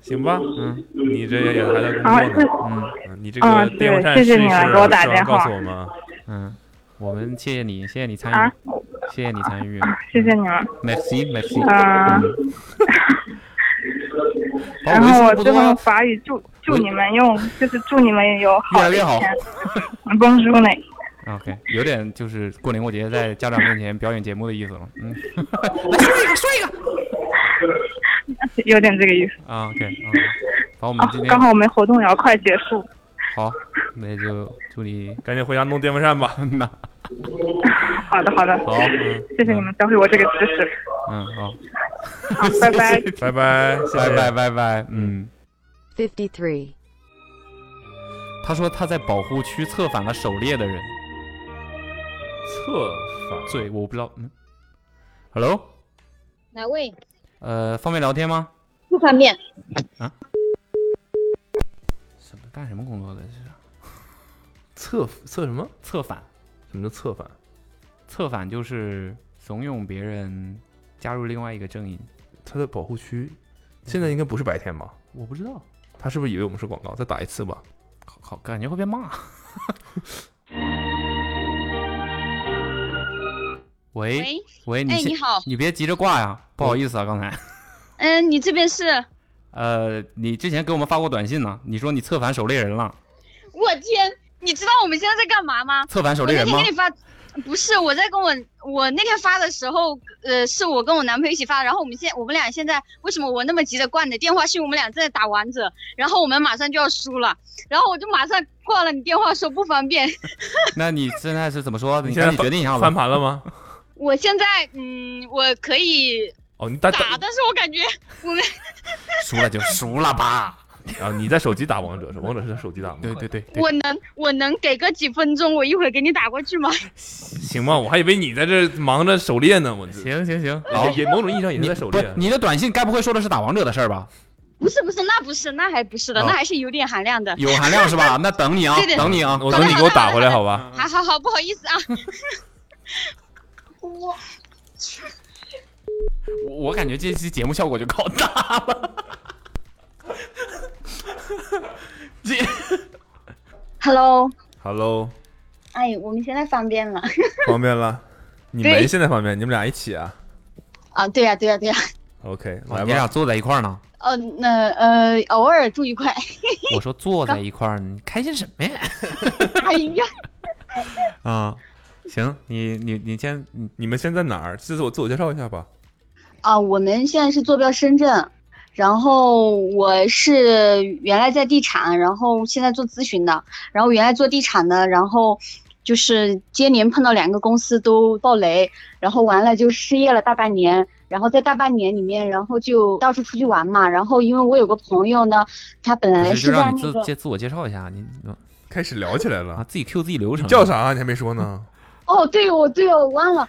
S10: 行吧，嗯，你这也还在
S7: 啊
S10: 工
S7: 是
S10: 作呢，嗯，你这
S7: 啊
S10: 个电风
S7: 对
S10: 扇
S7: 谢谢
S10: 试一
S7: 你了
S10: 试
S7: 给我打
S10: 是吧
S7: 电
S10: 告
S7: 话
S10: 诉我们。
S2: 嗯，我们谢谢你，谢谢你参与，
S7: 啊
S2: 谢谢你参与。
S7: 谢谢你们。
S2: Merci, merci。
S7: 啊
S2: 嗯
S7: 然后我最后法语祝祝你们用，就是祝你们有好的一
S2: 越来越好
S7: 天。 帮助你。
S2: OK，有点就是过年过节在家长面前表演节目的意思了。嗯，
S7: 有点这个意思。
S2: 啊，OK，啊，好，我们
S7: 啊
S2: 今，天
S7: 刚好我们活动也要快结束。
S2: 好，那就祝你
S10: 赶紧回家弄电风扇吧。
S2: 那
S7: 好的，好的。
S2: 好嗯
S7: 谢谢你们教会我这个知识。
S2: 嗯好，
S7: 好，拜拜。
S10: 拜拜，
S2: 拜拜拜拜，嗯。
S15: 53.
S2: 他说他在保护区策反了狩猎的人。
S10: 策反？
S2: 对，我不知道。嗯，Hello，
S18: 哪位？
S2: 呃，方便聊天吗？
S18: 不方便。
S2: 什么干什么工作的？这是
S10: 策策什么？
S2: 策反？
S10: 什么叫策反？
S2: 策反就是怂恿别人加入另外一个阵营。
S10: 他在保护区，现在应该不是白天吧？
S2: 我不知道，
S10: 他是不是以为我们是广告？再打一次吧。
S2: 好，感觉会 被骂。喂喂，你
S18: 哎
S2: 先
S18: 你好
S2: 你别急着挂呀，不好意思啊，刚才，
S18: 嗯，你这边是？
S2: 呃，你之前给我们发过短信呢，你说你策反狩猎人了，
S18: 我天，你知道我们现在在干嘛吗？
S2: 策反手猎人吗
S18: 我那天给你发，不是我在跟我我那天发的时候，呃，是我跟我男朋友一起发，然后我们现我们俩现在为什么我那么急着挂你的电话？是因为我们俩正在打王者，然后我们马上就要输了，然后我就马上挂了你电话，说不方便。
S2: 那你现在是怎 么说？你
S10: 现在
S2: 赶紧
S10: 翻
S2: 决定一下吧。
S10: 翻盘了吗？
S18: 我现在嗯，我可以
S10: 哦，你 打
S18: 打，但是我感觉我们
S2: 输了就输了吧。
S10: 啊，你在手机打王者是吧？王者是在手机打吗？对
S2: 对对
S18: 我能我能给个几分钟，我一会儿给你打过去吗？
S10: 行吗？我还以为你在这忙着狩猎呢。我
S2: 行行行，
S10: 也也某种意义上也
S2: 你
S10: 是在啊狩
S2: 不
S10: 猎
S2: 是。你的短信该不会说的是打王者的事儿 吧？
S18: 不是不是，那不是，那还不是的，
S2: 哦
S18: 那还是有点含量嗯的，
S2: 有含量是 吧？那等你啊
S18: 对，对
S2: 等你啊，
S18: 我等你给我打
S10: 回来好吧？
S18: 好好好，不好意思啊。 我
S2: 我我感觉这期节目效果就靠 大了。这
S18: Hello，
S10: Hello，
S18: 哎，我们现在方便了
S10: 方便了？你
S18: 对
S10: 们现在方便？你们俩一起啊
S18: 啊？对呀、对呀、对呀、
S10: ？OK，来吧。哎
S2: 你俩哎坐在一块儿呢？
S18: 哦，那呃，偶尔住一块。
S2: 我说 坐在一块儿，你开心什么呀？
S18: 哎呀，
S2: 啊，行，你你你先，
S10: 你们现在哪儿？自我自我介绍一下吧。
S18: 啊，我们现在是坐标深圳，然后我是原来在地产，然后现在做咨询的，然后原来做地产的，然后就是接连碰到两个公司都爆雷，然后完了就失业了大半年，然后在大半年里面，然后就到处出去玩嘛，然后因为我有个朋友呢，他本来
S2: 不是就是
S18: 在
S2: 让你
S18: 那
S2: 自
S18: 个啊
S2: 介自我介绍一下，你
S10: 开始聊起来了
S2: 啊，自己 Q 自己流程。
S10: 叫啥？你还没说呢。
S18: 哦，对哦，对哦，我忘了。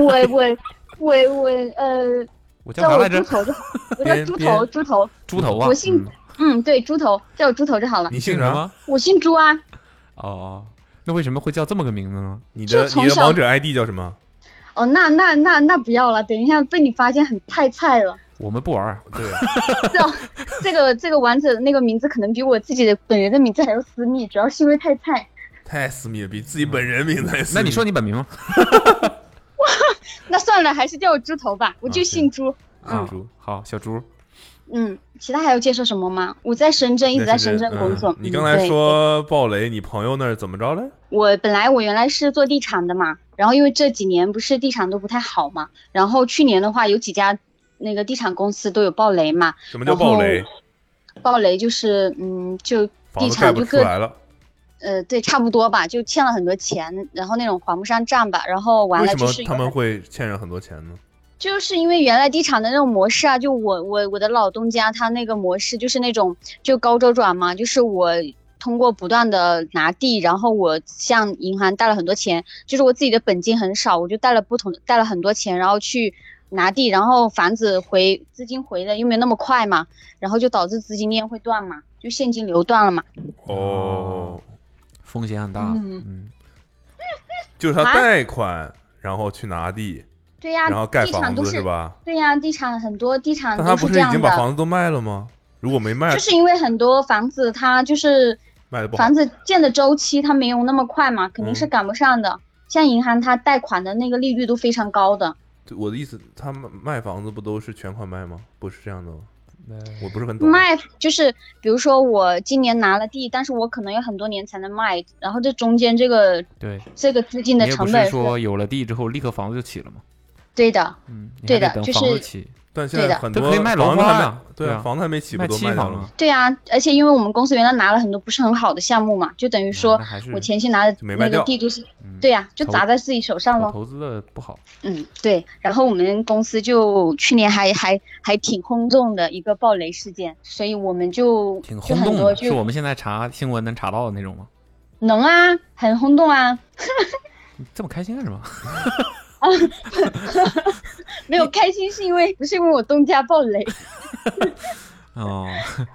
S18: 我我我我呃，
S2: 我叫
S18: 叫
S2: 啥
S18: 我
S2: 来
S18: 猪
S2: 着？
S18: 头 就，我叫
S2: 别
S18: 猪
S2: 别
S18: 头，猪头，
S2: 猪头啊
S18: 我姓嗯，对，猪头，叫我猪头就好了。
S2: 你姓什么？
S18: 我姓朱啊，
S2: 哦，那为什么会叫这么个名字呢？你
S18: 的就从你的小王者
S2: ID 叫什么？
S18: 哦，那那那那不要了，等一下被你发现很太菜了。
S2: 我们不玩儿。啊对，
S18: 这个这个丸子的那个名字可能比我自己的本人的名字还要私密，主要是因为太菜。
S10: 太私密了，比自己本人名字还私密。那你
S2: 说你本 名吗？
S18: 那算了，还是叫我猪头吧，我就
S10: 啊
S18: 姓朱。
S2: 小猪，好，小猪，
S18: 嗯，其他还要介绍什么吗？我在深圳，一直在深圳工作。
S10: 嗯你
S18: 嗯
S10: 刚才
S18: 对
S10: 说暴雷，你朋友那儿怎么着了？
S18: 我本来我原来是做地产的嘛，然后因为这几年不是地产都不太好嘛，然后去年的话有几家那个地产公司都有暴雷嘛。
S10: 什么叫暴雷？？
S18: 暴雷就是嗯，就
S10: 房
S18: 地
S10: 子盖
S18: 产
S10: 不
S18: 就
S10: 出
S18: 各
S10: 来了，
S18: 呃对差不多吧，就欠了很多钱，然后那种还不上账吧，然后完
S10: 为
S18: 了
S10: 什
S18: 就
S10: 么
S18: 是
S10: 他们会欠人很多钱呢？
S18: 就是因为原来地产的那种模式啊，就我我我的老东家他那个模式就是那种就高周转嘛，就是我通过不断的拿地，然后我向银行贷了很多钱，就是我自己的本金很少，我就贷了不同贷了很多钱，然后去拿地，然后房子回资金回的又没有那么快嘛，然后就导致资金链会断嘛，就现金流断了嘛。
S10: 哦，
S2: 风险很
S4: 啊
S2: 大
S18: 嗯
S10: 就是他
S18: 啊
S10: 贷款，然后去拿地，
S18: 对呀、
S10: 然后盖
S18: 地产
S10: 房
S18: 都
S10: 子
S18: 是
S10: 是吧？
S18: 对呀、地产很多地产
S10: 但他
S18: 啊都
S10: 不
S18: 这
S10: 是已
S18: 样
S10: 经把
S18: 的，
S10: 房子都卖了吗？如果没卖，
S18: 就是因为很多房子它就是。
S10: 卖的不好，嗯
S18: 房子建的周期它没有那么快嘛，肯定是赶不上的。像银行它贷款的那个利率都非常高的，
S10: 对我的意思，他们卖房子不都是全款卖吗？不是这样的吗？我不是很嗯懂。
S18: 卖就是比如说我今年拿了地，但是我可能有很多年才能卖，然后这中间这个
S2: 对。
S18: 这个资金
S2: 你
S18: 的
S2: 也不
S18: 成
S2: 是
S18: 本
S2: 说有了地之后立刻房子就起了吗？嗯
S18: 对的，
S10: 嗯
S2: 你
S18: 对
S2: 还得
S18: 的
S2: 等
S18: 就
S2: 房子
S18: 是
S2: 起，
S10: 但
S18: 现在对的很
S2: 都
S10: 多
S2: 可以卖楼
S10: 房子
S2: 花
S10: 还
S2: 呀
S10: 没，对啊
S2: 啊，
S10: 房子还没起不
S2: 卖
S10: 都
S2: 期
S10: 卖掉
S2: 房
S10: 了
S2: 了
S10: 吗？
S18: 对啊，而且因为我们公司原来拿了很多不是很好的项目嘛，就等于说
S2: 嗯是
S18: 我前期拿的
S2: 就没卖
S18: 那个
S2: 掉嗯
S18: 地都是，对呀、就
S2: 投
S18: 砸在自己手上
S2: 我
S18: 了。
S2: 嗯投资的不好，
S18: 嗯，对。然后我们公司就去年还还还挺轰动的一个暴雷事件，所以我们就
S2: 挺
S18: 就
S2: 轰
S18: 很
S2: 动
S18: 多
S2: 的，是我
S18: 就
S2: 们现在查新闻能查到的那种吗？
S18: 能啊，很轰动 啊。
S2: 你这么开心干什么？
S18: 啊，没有开心是因为不是因为我东家暴雷，
S2: 哦，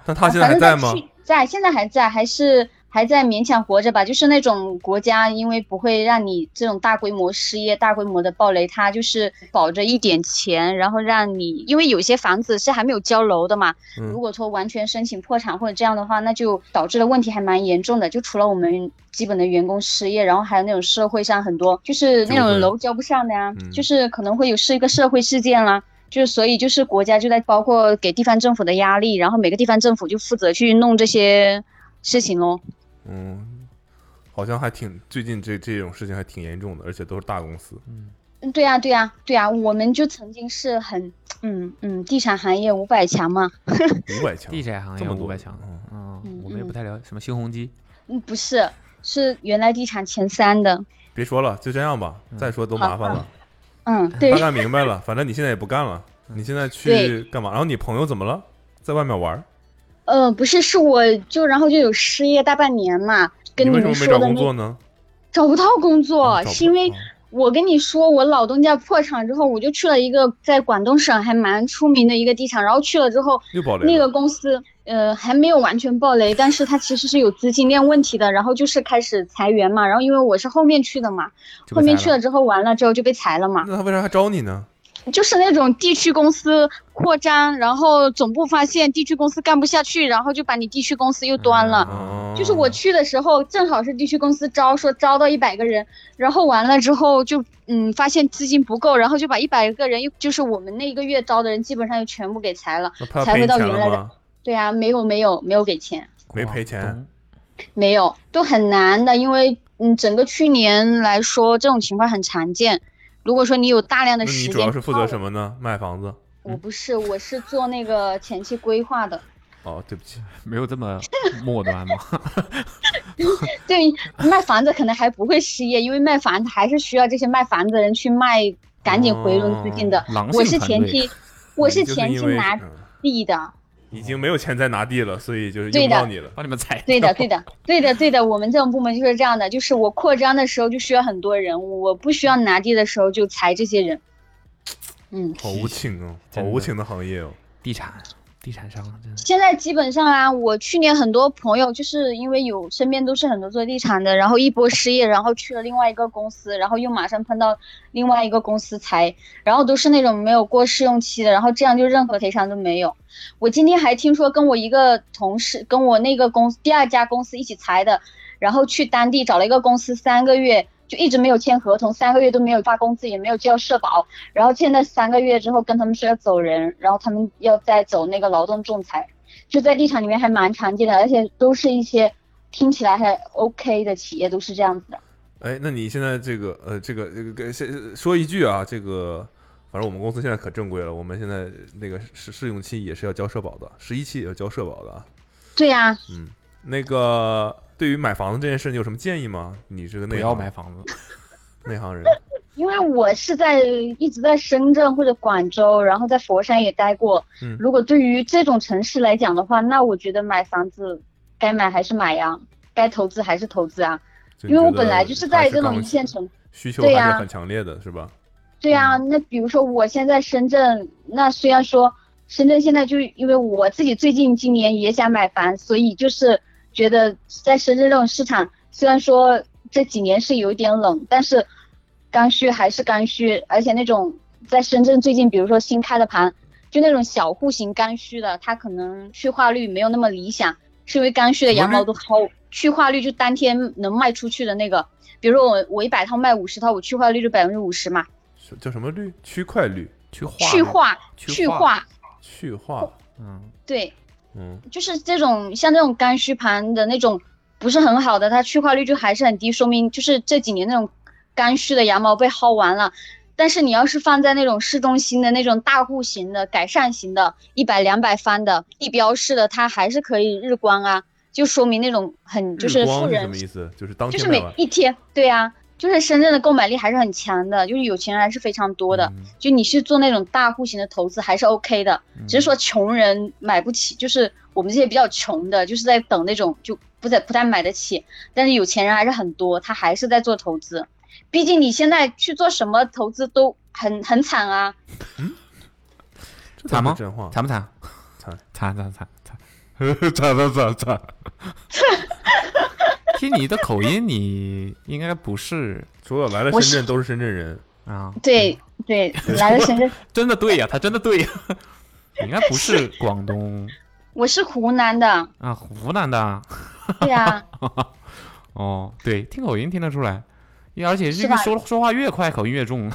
S10: 但他现在
S18: 反
S10: 还
S18: 正
S10: 在
S18: 他
S10: 吗？
S18: 去在，现在还在，还是还在勉强活着吧。就是那种国家，因为不会让你这种大规模失业、大规模的暴雷，它就是保着一点钱，然后让你，因为有些房子是还没有交楼的嘛。
S10: 嗯
S18: 如果说完全申请破产或者这样的话，那就导致了问题还蛮严重的。就除了我们基本的员工失业，然后还有那种社会上很多就是
S19: 纠
S18: 那种
S19: 纷
S18: 楼交不上的呀、就是可能会有是一个社会事件啦。就是所以就是国家就在包括给地方政府的压力，然后每个地方政府就负责去弄这些事情咯。
S10: 嗯，好像还挺最近这这种事情还挺严重的，而且都是大公司。嗯，
S18: 嗯，对呀、对呀、对呀、我们就曾经是很，嗯嗯，地产行业五百强嘛。
S10: 五百强，
S2: 地产行
S10: 这
S2: 业
S10: 么
S2: 五
S10: 多
S2: 百强，嗯，我们也
S18: 嗯
S2: 不太了解，什么新鸿基，
S18: 嗯，不是，是原来地产前三的。
S10: 别说了，就这样吧，再说都麻烦了。
S18: 嗯，对
S10: 大，概明白了，反正你现在也不干了，
S2: 嗯
S10: 你现在去
S18: 对
S10: 干嘛？然后你朋友怎么了？在外面玩儿？
S18: 呃，不是，是我就然后就有失业大半年嘛，跟
S10: 你为
S18: 们
S10: 什么没
S18: 说
S10: 找
S18: 的
S10: 工
S18: 那
S10: 作呢？哦
S18: 找不到工作，
S10: 不
S18: 是因为我跟你说，我老东家破产之后，我就去了一个在广东省还蛮出名的一个地产，然后去了之后
S10: 又暴雷，了
S18: 那个公司呃还没有完全暴雷，但是它其实是有资金链问题的，然后就是开始裁员嘛，然后因为我是后面去的嘛，
S10: 就被
S18: 后面
S10: 裁
S18: 去
S10: 了
S18: 了之后完了之后就被裁了嘛，
S10: 那他为啥还招你呢？
S18: 就是那种地区公司扩张，然后总部发现地区公司干不下去，然后就把你地区公司又端了。
S10: 嗯
S2: 嗯
S18: 就是我去的时候，正好是地区公司招，说招到一百个人，然后完了之后就嗯发现资金不够，然后就把一百个人又就是我们那一个月招的人基本上又全部给裁了
S10: 那，他
S18: 裁
S10: 赔
S18: 回
S10: 你
S18: 到
S10: 钱
S18: 原
S10: 了
S18: 来的
S10: 吗。？
S18: 对啊，没有没有没有给钱，
S10: 没赔钱，
S18: 没有都很难的，因为嗯整个去年来说这种情况很常见。如果说你有大量
S10: 那
S18: 的时
S10: 你
S18: 间，哦嗯
S10: 主要是负责什么呢？卖房子。
S18: 我不是，我是做那个前期规划的。
S10: 哦，对不起，
S2: 没有这么末端 吗？
S18: 对，卖房子可能还不会失业，因为卖房子还是需要这些卖房子的人去卖，赶紧回笼资金的。
S10: 哦狼性
S18: 我是
S10: 团
S18: 前
S10: 队
S18: 期，我
S10: 你
S18: 是
S10: 就是
S18: 前
S10: 因
S18: 期
S10: 为
S18: 拿
S10: 嗯
S18: 地的，
S10: 已经没有钱再拿地了，所以就是
S18: 对
S10: 用
S18: 的
S10: 到你了，
S2: 把你们裁
S18: 对的，对的，对的，对的。我们这种部门就是这样的，就是我扩张的时候就需要很多人，我不需要拿地的时候就裁这些人。嗯，
S10: 好无情哦，好
S2: 真的
S10: 无情的行业哦，
S2: 地产，地产商真的
S18: 现在基本上啊，我去年很多朋友就是因为有身边都是很多做地产的，然后一波失业，然后去了另外一个公司，然后又马上碰到另外一个公司裁，然后都是那种没有过试用期的，然后这样就任何赔偿都没有。我今天还听说跟我一个同事，跟我那个公司第二家公司一起裁的，然后去当地找了一个公司，三个月就一直没有签合同，三个月都没有发工资，也没有交社保，然后现在三个月之后跟他们说要走人，然后他们要再走那个劳动仲裁，就在地产里面还蛮常见的，而且都是一些听起来还 OK 的企业都是这样子的。
S10: 哎，那你现在这个呃，这个这个跟先说一句啊，这个反正我们公司现在可正规了，我们现在那个试试用期也是要交社保的，十一期也要交社保的啊。
S18: 对呀、
S10: 嗯，那个对于买房子这件事，你有什么建议吗？你这个内
S2: 不
S10: 行
S2: 要买房子，
S10: 内行人。
S18: 因为我是在一直在深圳或者广州，然后在佛山也待过。
S10: 嗯
S18: 如果对于这种城市来讲的话，那我觉得买房子该买还是买呀、该投资还是投资啊。
S10: 就
S18: 因
S10: 你
S18: 为我
S10: 觉得
S18: 本来就是
S10: 还
S18: 在
S10: 是
S18: 这种
S10: 刚
S18: 一线城，
S10: 需求还
S18: 对
S10: 是
S18: 呀
S10: 很强烈的，是吧？
S18: 对呀、那比如说我现在深圳，那虽然说深圳现在就因为我自己最近今年也想买房，所以就是觉得在深圳这种市场，虽然说这几年是有一点冷，但是刚需还是刚需，而且那种在深圳最近，比如说新开的盘，就那种小户型刚需的，它可能去化率没有那么理想，是因为刚需的羊毛都薅，去化率就当天能卖出去的那个。比如说我我一百套卖五十套，我去化率就百分之五十嘛。
S10: 是叫什么率？区块率？去化
S18: 去化去化，
S10: 去化。嗯
S18: 对，
S10: 嗯，
S18: 就是这种像这种刚需盘的那种不是很好的，它去化率就还是很低，说明就是这几年那种刚需的羊毛被薅完了。但是你要是放在那种市中心的那种大户型的、改善型的、一百两百翻的、地标式的，它还是可以日光啊，就说明那种很就是
S10: 日
S18: 富
S10: 光是
S18: 人
S10: 什么意思？就是当
S18: 就
S10: 天
S18: 是
S10: 卖
S18: 每
S10: 完
S18: 一天，对啊，就是深圳的购买力还是很强的，就是有钱人还是非常多的。
S10: 嗯
S18: 就你是做那种大户型的投资还是 OK 的，
S10: 嗯
S18: 只是说穷人买不起，就是我们这些比较穷的，就是在等那种就不太不太买得起，但是有钱人还是很多，他还是在做投资。毕竟你现在去做什么投资都很很惨啊，
S10: 嗯
S2: 惨吗？
S10: 真话
S2: 惨不惨？
S10: 惨
S2: 惨惨 惨惨惨惨惨惨！ 听你的口音，你应该不是。
S10: 所有来了
S18: 我
S10: 深
S18: 是
S10: 圳都是深圳人
S2: 啊，
S18: 对 对，来了深圳，
S2: 真的对呀、他真的对呀、 你应该不是广东
S18: 我是湖南的，
S2: 啊，湖南的啊。
S18: 对啊，
S2: 哦，对，听口音听得出来，也而且
S18: 是
S2: 这个
S18: 吧
S2: 说说话越快，口音越重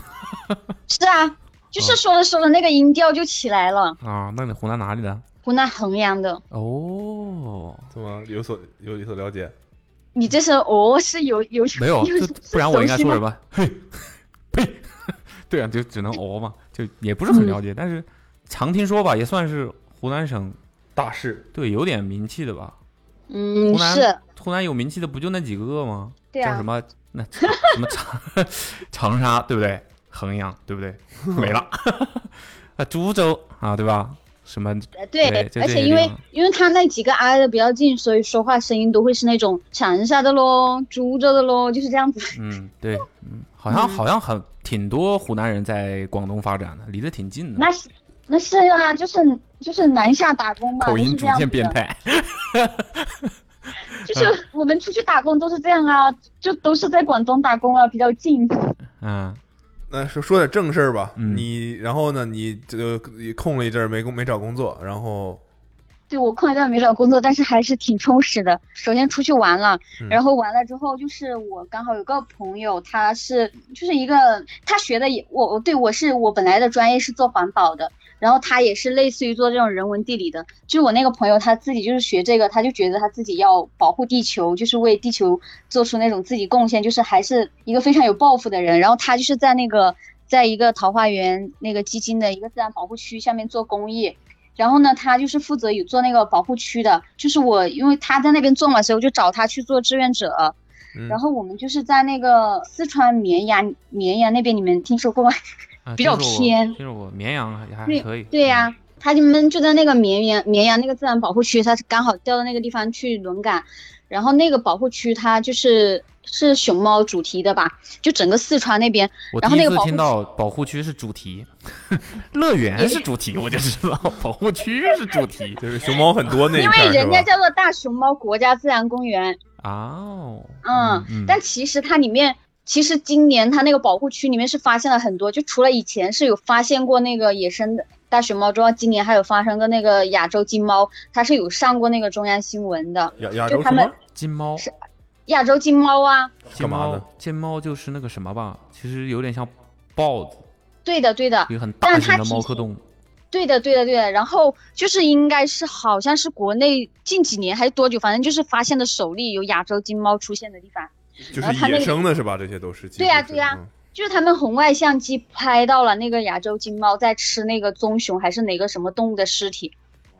S18: 是啊，就是说着说着那个音调就起来了，
S2: 啊。那你湖南哪里的？
S18: 湖南衡阳的。
S2: 哦，
S10: 怎么有所有有所了解？
S18: 你这是哦，是有有
S2: 没有，
S18: 有
S2: 这不然我应该说
S18: 有
S2: 什？
S18: 熟悉吗哎
S2: 么？嘿，呸，对啊，就只能哦嘛，就也不是很了解，但是常听说吧，也算是湖南省
S10: 大市，
S2: 对，有点名气的吧。
S18: 嗯，
S2: 湖南
S18: 是
S2: 湖南有名气的不就那几个吗？
S18: 对啊
S2: 叫什么那什么长 长沙对不对？衡阳对不对？没了 啊，株洲啊对吧？什么
S18: 呃对，
S2: 就
S18: 而
S2: 这
S18: 且
S2: 些
S18: 因
S2: 地
S18: 为
S2: 方
S18: 因为他那几个挨得比较近，所以说话声音都会是那种长沙的咯、株洲的咯，就是这样子。
S2: 嗯对嗯，好像好像很挺多湖南人在广东发展的，离得挺近的。
S18: 那是那是啊，就是就是南下打工嘛，
S2: 口
S18: 都
S2: 音
S18: 是这
S2: 逐
S18: 样子
S2: 渐
S18: 的
S2: 变。态，嗯
S18: 就是我们出去打工都是这样啊，就都是在广东打工啊，比较近。
S2: 嗯，
S10: 那说说点正事儿吧。你然后呢？你这个也空了一阵儿没工没找工作，然后
S18: 对我空一段没找工作，但是还是挺充实的。首先出去玩了，
S10: 嗯
S18: 然后完了之后，就是我刚好有个朋友，他是就是一个他学的也我我对我是我本来的专业是做环保的，然后他也是类似于做这种人文地理的。就是我那个朋友他自己就是学这个，他就觉得他自己要保护地球，就是为地球做出那种自己贡献，就是还是一个非常有抱负的人。然后他就是在那个在一个桃花源那个基金的一个自然保护区下面做公益。然后呢，他就是负责有做那个保护区的，就是我因为他在那边做嘛，所以我就找他去做志愿者。
S10: 嗯
S18: 然后我们就是在那个四川绵阳， 绵阳那边你们听说过吗？
S2: 啊
S18: 比较
S2: 听说过
S18: 偏
S2: 听说过绵阳还还
S18: 对
S2: 啊可以，嗯
S18: 对呀、他们就在那个绵阳绵阳那个自然保护区，他是刚好调到那个地方去轮岗，然后那个保护区它就是是熊猫主题的吧，就整个四川那边，
S2: 我
S18: 然后
S2: 第
S18: 那
S2: 一
S18: 个保护
S2: 次听
S18: 区
S2: 到保护区是主题， 乐园是主题，我就知道保护区是主题，
S10: 就是熊猫很多
S18: 因为人家叫做大熊猫国家自然公园，
S2: 哦，
S18: 嗯，但其实它里面，其实今年它那个保护区里面是发现了很多，就除了以前是有发现过那个野生的大熊猫之外，今年还有发生过那个亚洲金猫，它是有上过那个中央新闻的。
S10: 亚
S18: 亚洲就他们什么
S2: 金猫
S18: 亚洲金猫啊，
S2: 干嘛的？金猫就是那个什么吧，其实有点像豹子，
S18: 对的对的
S2: 一个很，大
S18: 但
S2: 型
S18: 它
S2: 的
S18: 其
S2: 猫
S18: 实
S2: 科动物。
S18: 对的，对的，对的。然后就是应该是好像是国内近几年还是多久，反正就是发现的首例有亚洲金猫出现的地方。
S10: 就
S18: 然后它
S10: 是
S18: 那
S10: 野
S18: 个
S10: 生的是吧？这些都是。
S18: 对呀、对呀、就是他们红外相机拍到了那个亚洲金猫在吃那个棕熊还是哪个什么动物的尸体，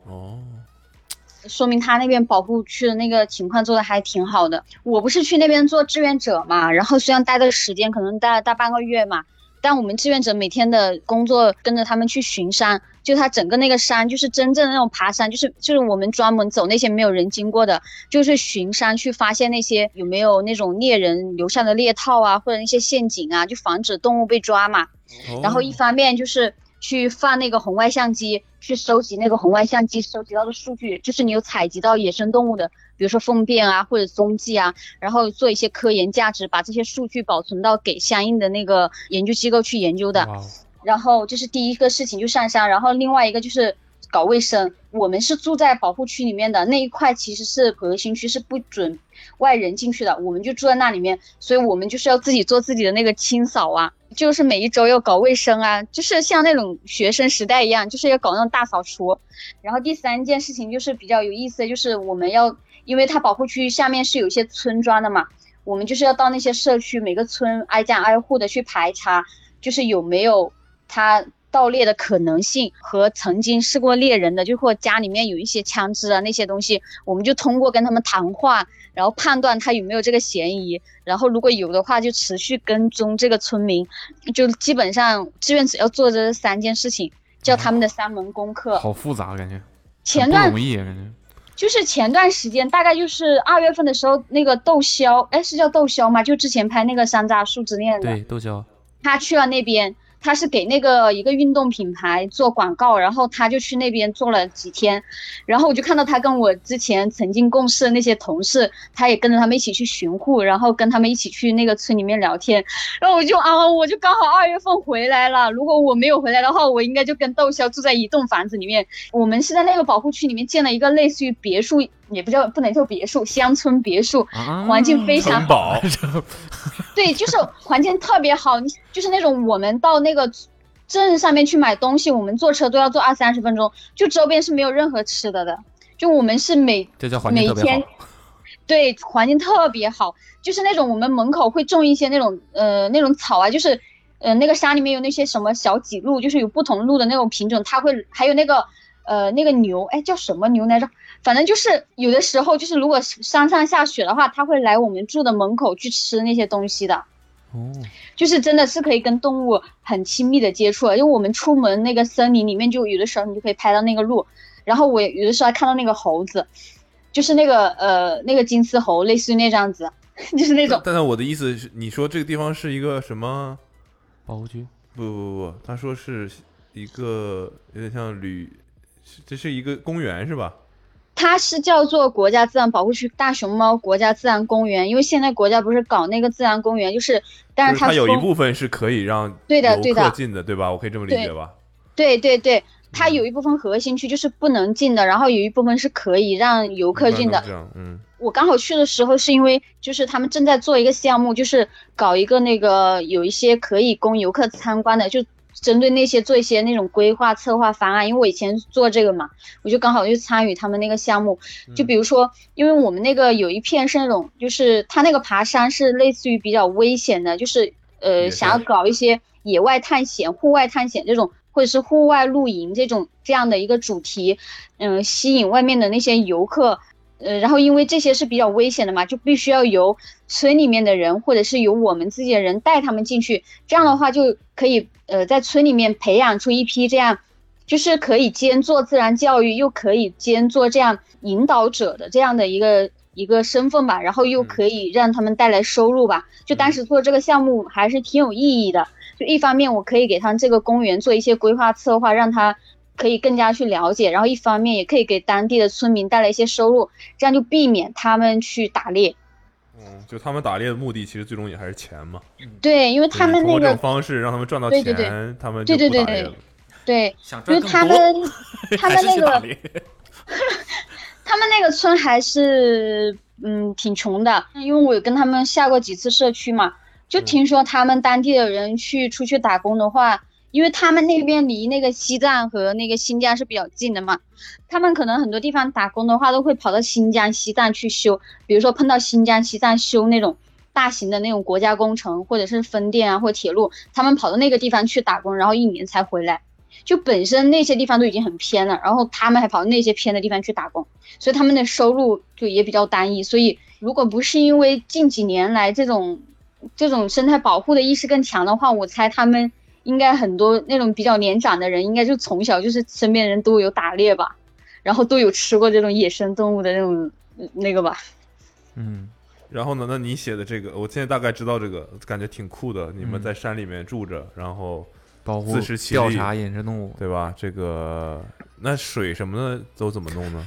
S10: 哦，
S18: 说明他那边保护区的那个情况做的还挺好的。我不是去那边做志愿者嘛，然后虽然待的时间可能待了大半个月嘛，但我们志愿者每天的工作跟着他们去巡山，就他整个那个山就是真正的那种爬山，就是就是我们专门走那些没有人经过的，就是巡山去发现那些有没有那种猎人留下的猎套啊，或者那些陷阱啊，就防止动物被抓嘛。
S2: 哦
S6: 哦
S18: 然后一方面就是去放那个红外相机，去收集那个红外相机收集到的数据，就是你有采集到野生动物的，比如说粪便啊或者踪迹啊，然后做一些科研价值，把这些数据保存到给相应的那个研究机构去研究的。然后这是第一个事情，就上山，然后另外一个就是搞卫生。我们是住在保护区里面的那一块，其实是核心区，是不准外人进去的，我们就住在那里面，所以我们就是要自己做自己的那个清扫啊，就是每一周要搞卫生啊，就是像那种学生时代一样，就是要搞那种大扫除。然后第三件事情就是比较有意思的，就是我们要，因为它保护区下面是有一些村庄的嘛，我们就是要到那些社区每个村挨家挨户的去排查，就是有没有他盗猎的可能性和曾经是过猎人的，就或家里面有一些枪支啊那些东西，我们就通过跟他们谈话，然后判断他有没有这个嫌疑，然后如果有的话就持续跟踪这个村民，就基本上志愿者要做这三件事情，叫他们的三门功课。
S2: 好复杂感觉，
S18: 前
S2: 很不
S18: 段
S2: 容易感觉。
S18: 就是前段时间，大概就是二月份的时候，那个窦骁，哎，是叫窦骁吗？就之前拍那个《山楂树之恋》的，
S2: 对，窦骁，
S18: 他去了那边，他是给那个一个运动品牌做广告，然后他就去那边做了几天，然后我就看到他跟我之前曾经共事的那些同事，他也跟着他们一起去巡护，然后跟他们一起去那个村里面聊天，然后我就啊，我就刚好二月份回来了，如果我没有回来的话，我应该就跟窦骁住在一栋房子里面。我们是在那个保护区里面建了一个类似于别墅，也不叫不能叫别墅，乡村别墅，
S11: 啊
S18: 环境非常好。
S10: 堡，
S18: 对，就是环境特别好，你就是那种我们到那个镇上面去买东西，我们坐车都要坐二三十分钟，就周边是没有任何吃的的，就我们是每
S2: 这叫环境特别
S18: 每
S2: 好
S18: 天。对，环境特别好，就是那种我们门口会种一些那种呃那种草啊，就是呃那个山里面有那些什么小脊鹿，就是有不同鹿的那种品种，它会还有那个呃那个牛，哎叫什么牛来着？反正就是有的时候就是如果山上下雪的话，它会来我们住的门口去吃那些东西的。
S10: 哦
S18: 就是真的是可以跟动物很亲密的接触了，因为我们出门那个森林里面，就有的时候你就可以拍到那个鹿，然后我有的时候还看到那个猴子，就是那个呃那个金丝猴，类似于那样子， 就是那种
S10: 但但我的意思是，你说这个地方是一个什么
S2: 保护区？
S10: 不不不，他说是一个有点像旅，是这是一个公园是吧？
S18: 它是叫做国家自然保护区大熊猫国家自然公园，因为现在国家不是搞那个自然公园，就是但
S10: 就是它有一
S18: 封
S10: 部分是可以让
S18: 对的对
S10: 游
S18: 的
S10: 客进的，对吧？我可以这么理解
S18: 对
S10: 吧？
S18: 对对对，它有一部分核心区就是不能进的，然后有一部分是可以让游客进的
S10: 这。样，嗯，
S18: 我刚好去的时候是因为就是他们正在做一个项目，就是搞一个那个有一些可以供游客参观的，就针对那些做一些那种规划策划方案。因为我以前做这个嘛，我就刚好就参与他们那个项目。就比如说，因为我们那个有一片是那种，就是它那个爬山是类似于比较危险的，就是
S10: 也
S18: 呃
S10: 是
S18: 想要搞一些野外探险、户外探险这种，或者是户外露营这种这样的一个主题，嗯、吸引外面的那些游客。呃，然后因为这些是比较危险的嘛，就必须要由村里面的人或者是由我们自己的人带他们进去，这样的话就可以呃在村里面培养出一批这样就是可以兼做自然教育，又可以兼做这样引导者的这样的一个一个身份吧，然后
S4: 嗯
S18: 又可以让他们带来收入吧。就当时做这个项目还是挺有意义的。就一方面我可以给他们这个公园做一些规划策划，让他可以更加去了解，然后一方面也可以给当地的村民带来一些收入，这样就避免他们去打猎。
S4: 嗯，就他们打猎的目的其实最终也还是钱嘛。
S18: 对，因为
S4: 就
S18: 嗯他
S4: 是
S18: 们
S4: 通过
S18: 那
S4: 这
S18: 个
S4: 种方式让他们赚到
S18: 对
S4: 钱，
S18: 对对
S4: 他们就
S18: 对对对
S4: 不打猎
S18: 对
S4: 了。
S18: 对，
S2: 想
S18: 因为
S2: 赚更
S18: 他
S2: 多
S18: 们 他们
S2: 还是
S18: 那
S2: 去打
S18: 个
S2: 猎
S18: 他们那个村还是嗯挺穷的，因为我有跟他们下过几次社区嘛，就听说他们当地的人去出去打工的话，因为他们那边离那个西藏和那个新疆是比较近的嘛，他们可能很多地方打工的话都会跑到新疆、西藏去修，比如说碰到新疆、西藏修那种。大型的那种国家工程或者是风电啊，或铁路，他们跑到那个地方去打工，然后一年才回来。就本身那些地方都已经很偏了，然后他们还跑到那些偏的地方去打工，所以他们的收入就也比较单一。所以如果不是因为近几年来这种这种生态保护的意识更强的话，我猜他们应该很多那种比较年长的人，应该就从小就是身边人都有打猎吧，然后都有吃过这种野生动物的那种那个吧。
S4: 嗯， 然后呢？那你写的这个，我现在大概知道这个，感觉挺酷的。你们在山里面住着，然后
S2: 嗯保护
S4: 自食其力
S2: 调查野生动物，
S4: 对吧？这个那水什么的都怎么弄呢？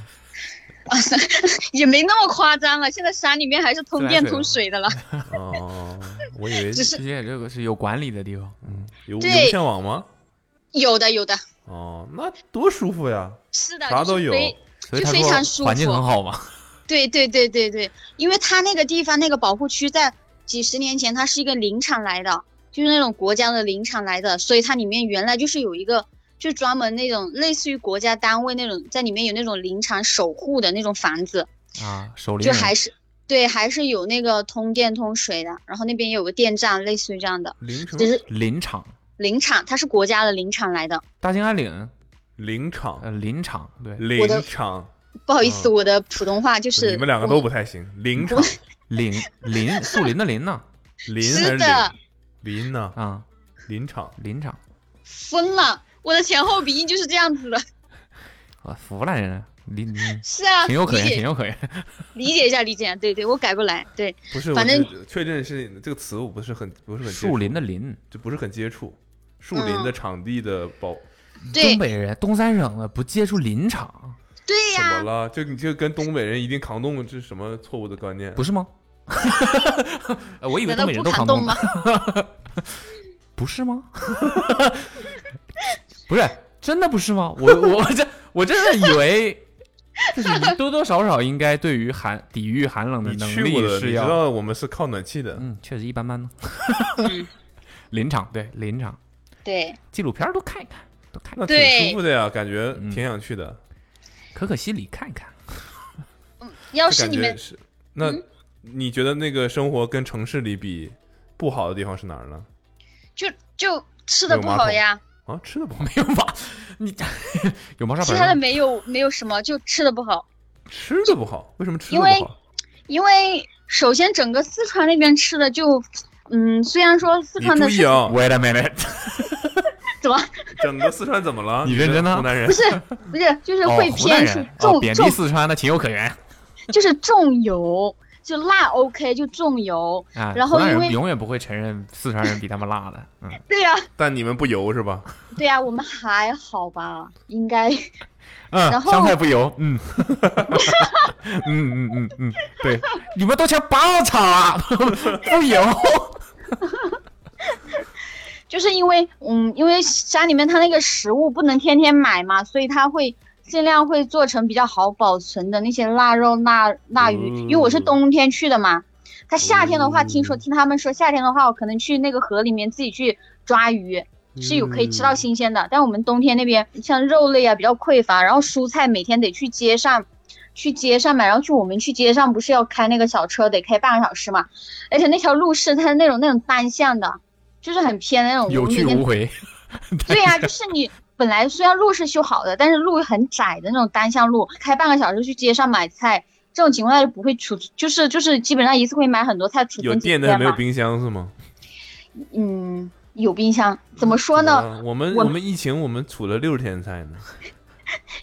S18: 也没那么夸张了，现在山里面还是
S2: 自
S18: 通
S2: 来
S18: 电
S2: 水
S18: 通
S2: 了
S18: 水的 了。
S4: 哦，我以为
S18: 只是
S2: 这些这个是有管理的地方，
S4: 嗯，有
S18: 对无
S4: 线网吗？
S18: 有的有的，
S4: 哦，那多舒服呀！
S18: 是的，
S4: 啥
S18: 就
S4: 都
S18: 是
S4: 有
S18: 非，
S2: 所以
S18: 就
S2: 他
S18: 非
S2: 说
S18: 常舒
S2: 环境
S18: 服
S2: 很好 嘛。
S18: 对对对对对，因为它那个地方那个保护区在几十年前它是一个林场来的，就是那种国家的林场来的，所以它里面原来就是有一个，就专门那种类似于国家单位那种，在里面有那种林场守护的那种房子，
S2: 啊，手里
S18: 就还是对，还是有那个通电通水的，然后那边也有个电站，类似于这样的
S4: 林
S18: 只是
S2: 林场，
S18: 林场，它是国家的林场来的。
S2: 大兴安岭
S4: 林场，
S2: 呃，林场，对，
S18: 我
S4: 林
S18: 的
S4: 场，
S18: 不好意思，我的普通话就是
S4: 啊你们两个都不太行。林场，
S2: 林林树林的林呐，
S4: 林还
S18: 是
S4: 是
S18: 的
S4: 林？林呢？
S2: 啊，
S4: 林场，
S2: 林场，
S18: 疯了，我的前后鼻音就是这样子的。
S2: 我服了啊人，林嗯林
S18: 是啊，
S2: 情有可
S18: 理
S2: 原，
S18: 解
S2: 情有可原。
S18: 理解一下，理解一下，对对，我改过来，对，
S4: 不是，
S18: 反
S4: 我
S18: 正
S4: 是确认是这个词，我不是很不是很接
S2: 树
S4: 触
S2: 林的林，
S4: 就不是很接触。树林的
S18: 嗯
S4: 场地的保，
S18: 对
S2: 东北人，东三省的不接触林场，
S18: 对
S4: 呀、怎么了？就你这跟东北人一定扛冻，这是什么错误的观念？
S2: 不 是吗？呃我以为
S18: 难道
S2: 东北人
S18: 不
S2: 都
S18: 扛
S2: 扛
S18: 冻
S2: 冻
S18: 吗？
S2: 不是吗？ 不是，真的不是吗？我我这我真的以为，就是你多多少少应该对于寒抵御寒冷的
S4: 你
S2: 能
S4: 去过
S2: 力
S4: 的，你
S2: 是
S4: 知
S2: 要，
S4: 道我们是靠暖气的。
S2: 嗯，确实一般般呢。 林场对林场，
S18: 嗯对，
S2: 纪录片儿都看一看，都看一
S4: 那
S2: 看，
S4: 挺舒服的呀，感觉挺想去的。
S2: 嗯可可西里看一看。
S18: 要
S4: 就是感
S18: 你
S4: 觉
S18: 们嗯
S4: 是那，你觉得那个生活跟城市里比不好的地方是哪儿呢？
S18: 就就吃的
S4: 没有
S18: 不
S4: 马
S18: 好
S4: 桶
S18: 呀，
S4: 啊，吃的不
S2: 好，没有吧？你 有毛
S18: 其他的没有没有什么，就吃的不好，
S4: 吃的不好，为什么吃的
S18: 因
S4: 不
S18: 为
S4: 好？
S18: 因为首先整个四川那边吃的就，嗯，虽然说四
S4: 你
S18: 川的
S4: 注意
S18: 是
S4: 啊！Wait
S2: a minute，
S18: 怎么
S4: 整个四川怎么了？
S2: 你认真呢
S4: 湖南人
S18: 不是不是就是
S2: 哦
S18: 会，
S2: 湖南
S18: 偏是
S2: 人哦，
S18: 重
S2: 贬低
S18: 重
S2: 四川的情有可原。
S18: 就是重油，就辣 OK 就重油，
S2: 啊，
S18: 然后
S2: 湖南
S18: 因
S2: 人
S18: 为
S2: 永远不会承认四川人比他们辣的，嗯，
S18: 对呀
S4: 但你们不油是吧？
S18: 对呀，我们还好吧，应该。
S2: 嗯
S18: 然后
S2: 香菜不油，嗯， 嗯嗯嗯嗯，对，你们都想把我炒啊，不油，
S18: 就是因为嗯，因为山里面它那个食物不能天天买嘛，所以它会尽量会做成比较好保存的那些腊肉、腊腊鱼。因为我是冬天去的嘛，它夏天的话，听说听他们说夏天的话，我可能去那个河里面自己去抓鱼。是有可以吃到新鲜的，但我们冬天那边像肉类啊比较匮乏，然后蔬菜每天得去街上，去街上买，然后去我们去街上不是要开那个小车，得开半个小时嘛，而且那条路是它那种那种单向的，就是很偏的那种，
S2: 有
S18: 我们
S2: 去
S18: 每天
S2: 无回。
S18: 对呀、就是你本来虽然路是修好的，但是路很窄的那种单向路，开半个小时去街上买菜，这种情况下就不会储，就是就是基本上一次会买很多菜储
S4: 有
S18: 存几
S4: 电但是
S18: 天
S4: 没有
S18: 嘛。
S4: 冰箱是吗？
S18: 嗯，有冰箱。怎么说
S2: 啊
S18: 呢？
S4: 啊我们
S18: 哦我
S4: 我们疫情我们处了六十天菜呢，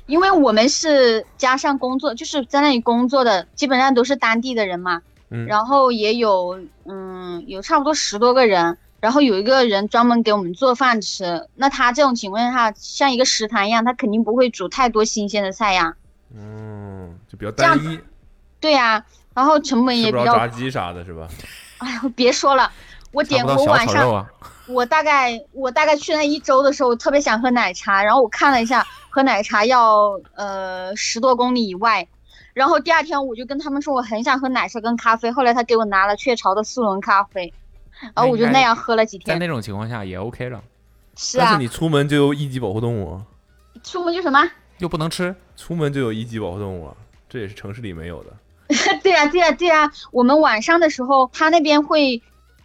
S18: 因为我们是加上工作，就是在那里工作的，基本上都是当地的人嘛。
S4: 嗯
S18: 然后也有嗯有差不多十多个人，然后有一个人专门给我们做饭吃。那他这种情况下，像一个食堂一样，他肯定不会煮太多新鲜的菜呀。
S4: 嗯，就比较单一，
S18: 对呀、然后成本
S10: 吃
S18: 也
S10: 不
S18: 比
S10: 着
S18: 较
S10: 炸鸡啥的是吧？
S18: 哎呦， 别说了，我点我晚上，
S10: 啊，
S18: 我大概我大概去那一周的时候，我特别想喝奶茶，然后我看了一下，喝奶茶要呃十多公里以外。然后第二天我就跟他们说我很想喝奶茶跟咖啡，后来他给我拿了雀巢的速溶咖啡，然后我就那样喝了几
S2: 哎在
S18: 天。
S2: 那种情况下也 OK 了，
S18: 是啊，
S4: 出门就有一级保护动物，
S18: 出门就什么？
S2: 又不能吃，
S4: 出门就有一级保护动物，啊这也是城市里没有的，
S18: 对呀、对呀、啊对呀、我们晚上的时候，他那边会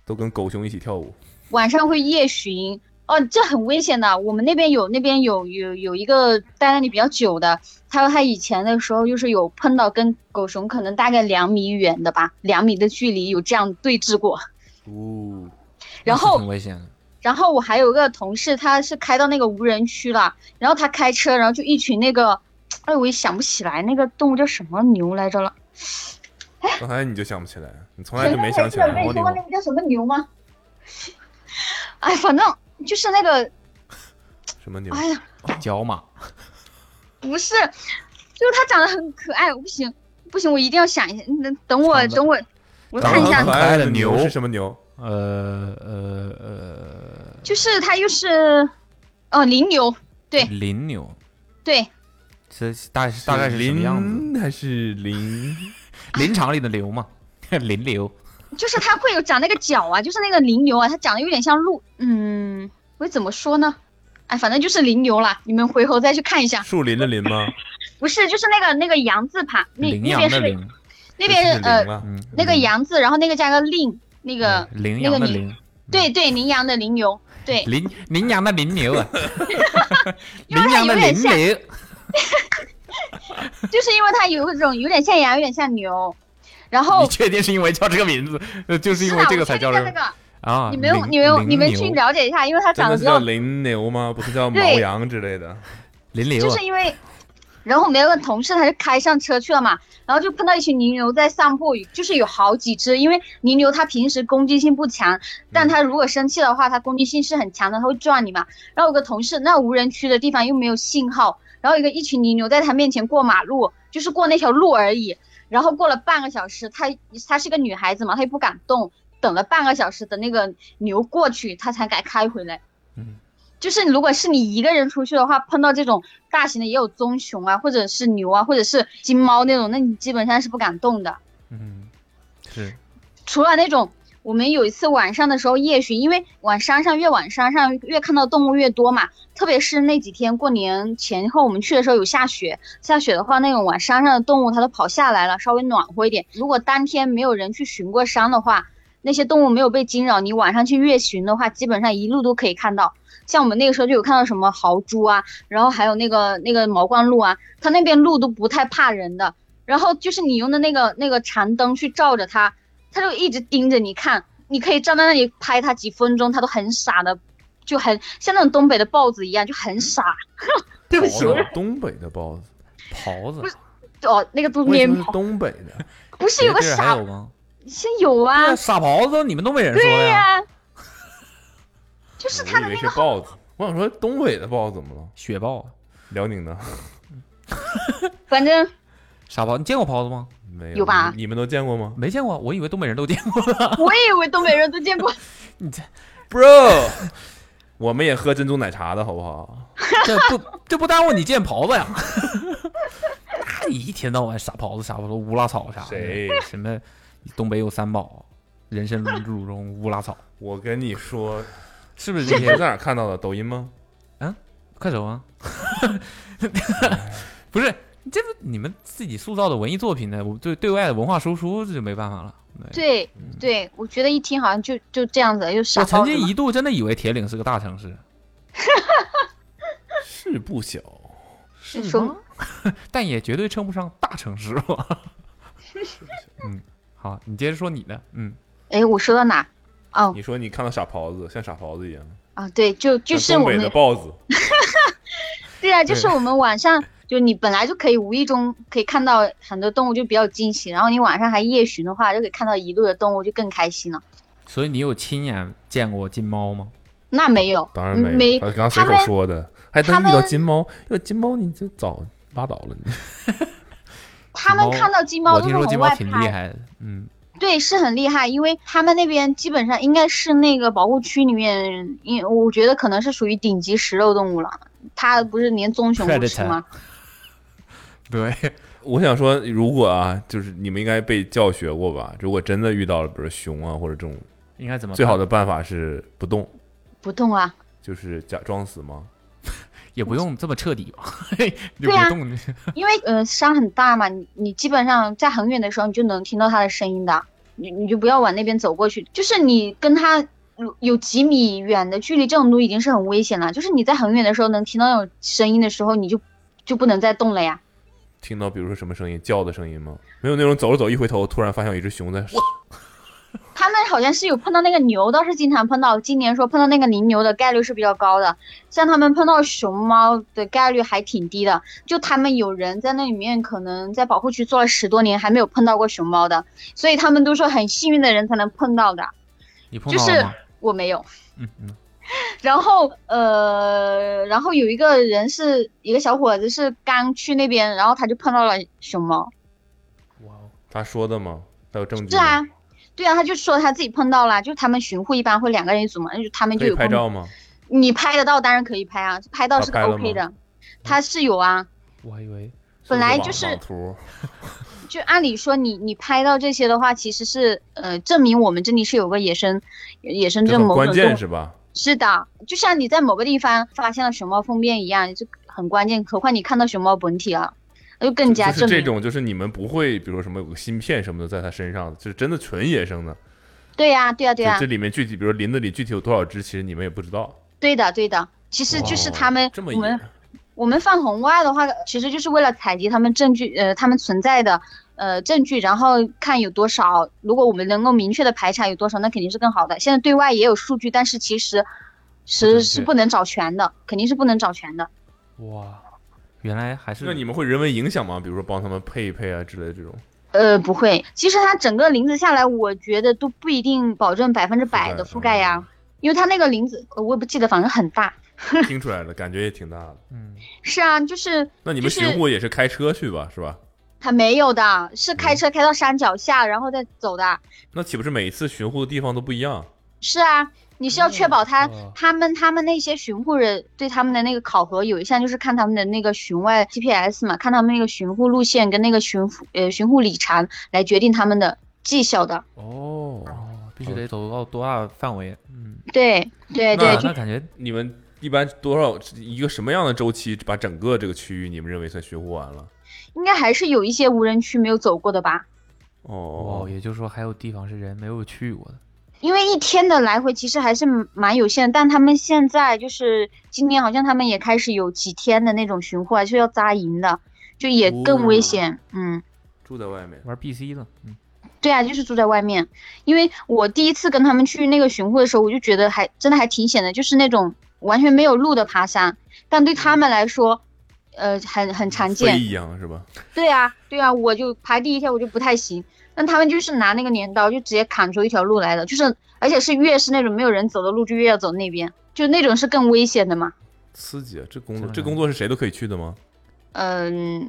S4: 都跟狗熊一起跳舞，
S18: 晚上会夜巡，哦，这很危险的。我们那边有那边有有有一个待那里比较久的，他说他以前的时候就是有碰到跟狗熊可能大概两米远的吧，两米的距离有这样对峙过。
S2: 哦，
S18: 然后
S2: 很危险的。
S18: 然后我还有一个同事，他是开到那个无人区了，然后他开车，然后就一群那个，哎，我也想不起来那个动物叫什么牛来着了。
S4: 刚才你就想不起来，你从来就没想起来，
S18: 哎没说那个叫什么牛吗？ 哎，反正就是那个，
S4: 什么牛？
S18: 哎呀，
S2: 角马，
S18: 不是，就是它长得很可爱，不行不行，我一定要想一下，等等我等
S2: 呃
S18: 我我看一下，
S4: 可爱的
S2: 牛
S4: 是什么牛？
S2: 呃呃呃，
S18: 就是它又是，呃，羚牛，对
S2: 羚牛，
S18: 对，
S2: 这大大概是什么样子？
S4: 还是林
S18: 啊
S2: 林场里的牛嘛？ 林流，
S18: 就是它会有长那个角啊， 就是那个羚牛啊，它长得有点像鹿，嗯，我怎么说呢？哎，反正就是羚牛啦，你们回头再去看一下。
S4: 树林的林吗？
S18: 不是，就是那个那个羊字旁，那
S2: 羚
S18: 那
S2: 羊
S18: 边
S2: 的
S18: 是
S2: 羚，
S18: 那边
S4: 这是
S18: 呃
S4: 林吗？
S18: 那个羊字，然后那个加个令，那个
S2: 嗯呃羚
S18: 那
S2: 羊
S18: 个哎
S2: 的
S18: 羚，
S2: 羚，
S18: 对对，羚羊的羚牛，对，
S2: 羚羚羊的羚 牛啊，
S18: 因为
S2: 羚
S18: 它
S2: 羊
S18: 有
S2: 的
S18: 点
S2: 羚
S18: 像，
S2: 牛。
S18: 就是因为它有一种有点像羊，有点像牛。然后
S2: 你确定是因为叫这个名字，呃就是因为
S18: 啊
S2: 这个
S18: 我
S2: 才
S18: 确
S2: 叫
S18: 定
S2: 这
S18: 叫这个。
S2: 啊？
S18: 你们有
S2: 羚
S18: 你们有你们
S2: 羚
S18: 去
S2: 牛
S18: 了解一下，因为它
S4: 真
S18: 长
S4: 的
S18: 得比
S4: 是叫
S18: 较，
S4: 羚牛吗？不是叫毛
S18: 对
S4: 羊之类的？
S2: 羚
S18: 就是因为。然后我们有个同事，他就开上车去了嘛，然后就碰到一群羚牛在散步，就是有好几只。因为羚牛它平时攻击性不强，但它如果生气的话，它攻击性是很强的，它会撞你嘛。然后有个同事，那无人区的地方又没有信号，然后有一个一群羚牛在他面前过马路，就是过那条路而已。然后过了半个小时，她她是个女孩子嘛，她也不敢动，等了半个小时，等那个牛过去，她才敢开回来。就是如果是你一个人出去的话，碰到这种大型的也有棕熊啊，或者是牛啊，或者是金猫那种，那你基本上是不敢动的。
S2: 是
S18: 除了那种，我们有一次晚上的时候夜巡，因为往山上越往山上越看到动物越多嘛，特别是那几天过年前后我们去的时候有下雪，下雪的话那种往山上的动物它都跑下来了，稍微暖和一点。如果当天没有人去巡过山的话，那些动物没有被惊扰，你晚上去夜巡的话，基本上一路都可以看到。像我们那个时候就有看到什么豪猪啊，然后还有那个那个毛冠鹿啊，它那边鹿都不太怕人的。然后就是你用的那个那个长灯去照着它，它就一直盯着你看。你可以站在那里拍它几分钟，它都很傻的，就很像那种东北的豹子一样，就很傻。 对不起，我
S10: 哦东北的包子，
S2: 狍子，
S18: 哦，那个都
S10: 为什
S18: 面
S10: 么是
S18: 跑，
S10: 东北的？
S18: 不是有个
S2: 别的地儿还
S18: 傻
S2: 有，吗？
S18: 是有啊，
S2: 傻狍子，你们东北人说的
S18: 对
S2: 呀？
S18: 呀、就是它
S10: 我以为是豹子，我想说东北的豹子怎么了？
S2: 雪豹，
S10: 辽 宁的
S18: 反正
S2: 傻狍，你见过狍子吗？
S10: 没
S18: 有吧
S2: 你们都见过吗？没见过，我以为东北人都见过。
S18: 我也以为东北人都见过。
S4: 哦
S10: ，bro，我们也喝珍珠奶茶的好不好？
S2: 这不这不耽误你见狍子呀？ 他一天到晚傻狍子傻狍子乌拉草啥的，
S10: 谁
S2: 什么东北有三宝，人参、鹿茸、乌拉草。
S10: 我跟你说，
S2: 是不是这
S10: 你
S2: 些
S10: 是在哪儿看到的？抖音吗？
S2: 啊？快手啊？ 不是，这不你们自己塑造的文艺作品呢？我对对外的文化输出这就没办法了。
S18: 对对，我觉得一听好像就就这样子，就傻
S2: 我曾
S18: 包子
S2: 经
S18: 嘛。
S2: 一度真的以为铁岭是个大城市，
S10: 是不小，
S2: 是
S18: 说
S2: 吗？但也绝对称不上大城市 吧。嗯，好，你接着说你的。嗯，
S18: 哎，我说到哪？哦
S4: 你说你看到傻狍子，像傻狍子一样，
S18: 啊，对，就就
S4: 像
S18: 是
S4: 东
S18: 我
S4: 北
S18: 们
S4: 的豹子，
S18: 对啊，就是
S4: 对
S18: 我们晚上就你本来就可以无意中可以看到很多动物，就比较惊喜。然后你晚上还夜巡的话，就可以看到一路的动物，就更开心了。
S2: 所以你有亲眼见过金猫吗？
S18: 那没有，
S4: 当然
S18: 嗯
S4: 有
S18: 没，
S4: 他刚随
S18: 他
S4: 口
S18: 们
S4: 说的，还能
S18: 他
S4: 遇到
S18: 们
S4: 金猫，遇到金猫你就早拉倒了。你
S18: 他们
S2: 金猫
S18: 看到金猫
S2: 我
S18: 都是
S2: 听说
S18: 往
S2: 金猫
S18: 外
S2: 挺
S18: 拍
S2: 厉害的，嗯，
S18: 对，是很厉害，因为他们那边基本上应该是那个保护区里面，因我觉得可能是属于顶级食肉动物了。它不是连棕熊都吃
S4: Predator
S18: 吗？
S2: 对，
S4: 我想说，如果啊，就是你们应该被教学过吧？如果真的遇到了，比如说熊啊或者这种，
S2: 应该怎么
S4: 最
S2: 办
S4: 好的办法是不动，
S18: 不动啊，
S4: 就是假装死吗？
S2: 也不用这么彻底吧， 就
S18: 对
S2: 不
S18: 啊
S2: 动你。
S18: 因为呃伤很大嘛，你你基本上在很远的时候你就能听到它的声音的，你你就不要往那边走过去，就是你跟它有有几米远的距离，这种都已经是很危险了。就是你在很远的时候能听到那种声音的时候，你就就不能再动了呀。
S4: 听到比如说什么声音叫的声音吗？没有那种走着走一回头，突然发现有一只熊在。
S18: 他们好像是有碰到那个牛，倒是经常碰到。今年说碰到那个羚牛的概率是比较高的，像他们碰到熊猫的概率还挺低的。就他们有人在那里面可能在保护区做了十多年，还没有碰到过熊猫的，所以他们都说很幸运的人才能碰到的。
S2: 你碰
S18: 就
S2: 到
S18: 是
S2: 了吗？
S18: 我没有。
S2: 嗯嗯，
S18: 然后呃，然后有一个人是一个小伙子是刚去那边，然后他就碰到了熊猫。
S4: 他说的吗？他有证据
S18: 是
S4: 吗？
S18: 啊，对啊，他就说他自己碰到了，就是他们巡护一般会两个人一组嘛，那就他们啊
S4: 可
S18: 就
S4: 以
S18: 有
S4: 拍
S18: 共
S4: 照吗？
S18: 你拍得到，当然可以拍啊，拍到
S4: 他
S18: 是个
S4: 拍了
S18: OK
S4: 吗
S18: 的，他是有啊。
S2: 我还以为
S18: 本来就是
S4: 网图，
S18: 就按理说你你拍到这些的话，其实是呃证明我们这里是有个野生野生
S4: 这
S18: 证
S4: 很
S18: 某
S4: 关
S18: 种
S4: 键
S18: 动
S4: 是
S18: 物。
S4: 吧？
S18: 是的，就像你在某个地方发现了熊猫粪便一样，这很关键。何况你看到熊猫本体了，那就更加
S4: 就是
S18: 证
S4: 这
S18: 明。
S4: 种，就是你们不会，比如说什么有个芯片什么的在它身上，就是真的纯野生的。
S18: 对呀、对呀、对啊
S4: 就
S18: 呀、
S4: 这里面具体，比如林子里具体有多少只，其实你们也不知道。
S18: 对的，对的，其实就是
S4: 哇
S18: 他们
S4: 这么
S18: 我们我们放红外的话，其实就是为了采集他们证据，呃，他们存在的呃证据，然后看有多少。如果我们能够明确的排查有多少，那肯定是更好的。现在对外也有数据，但是其实
S2: 准
S18: 是是
S2: 确
S18: 不能找全的，肯定是不能找全的。
S2: 哇，原来还是
S4: 那你们会人为影响吗？比如说帮他们配一配啊之类的这种。
S18: 呃，不会，其实它整个林子下来，我觉得都不一定保证百分之百的覆盖呀、
S4: 嗯
S18: 因为它那个林子，呃我也不记得，反正很大。
S4: 听出来了，感觉也挺大的。嗯，
S18: 是啊，就是
S4: 那你
S18: 就
S4: 们
S18: 是
S4: 巡护也是开车去吧，是吧？
S18: 它没有的，是
S4: 嗯
S18: 开车开到山脚下，然后再走的。
S4: 那岂不是每一次巡护的地方都不一样？
S18: 是啊，你是要确保他、
S4: 哦
S18: 他们他们那些巡护人对他们的那个考核有一项就是看他们的那个巡外 GPS 嘛，看他们那个巡护路线跟那个巡护呃巡护里程来决定他们的绩效的。
S2: 哦，必须得走到多大范围？嗯，
S18: 对对对，
S4: 那
S18: 就
S2: 感觉
S4: 你们一般多少一个什么样的周期把整个这个区域你们认为算巡护完了？
S18: 应该还是有一些无人区没有走过的吧，
S4: 哦，
S2: 也就是说还有地方是人没有去过的。
S18: 因为一天的来回其实还是蛮蛮有限的。但他们现在就是今年好像他们也开始有几天的那种巡护，还是要扎营的，就也更危险。
S4: 哦
S18: 嗯，
S4: 住在外面
S2: 玩 BC 了，嗯，
S18: 对啊，就是住在外面，因为我第一次跟他们去那个巡护的时候，我就觉得还真的还挺险的，就是那种完全没有路的爬山，但对他们来说，呃，很很常
S4: 飞
S18: 见。
S4: 一样是吧？
S18: 对啊，对啊，我就爬第一天我就不太行，但他们就是拿那个镰刀就直接砍出一条路来的，就是而且是越是那种没有人走的路，就越要走那边，就那种是更危险的嘛。
S4: 刺激啊！这工作，这工作是谁都可以去的吗？
S18: 嗯，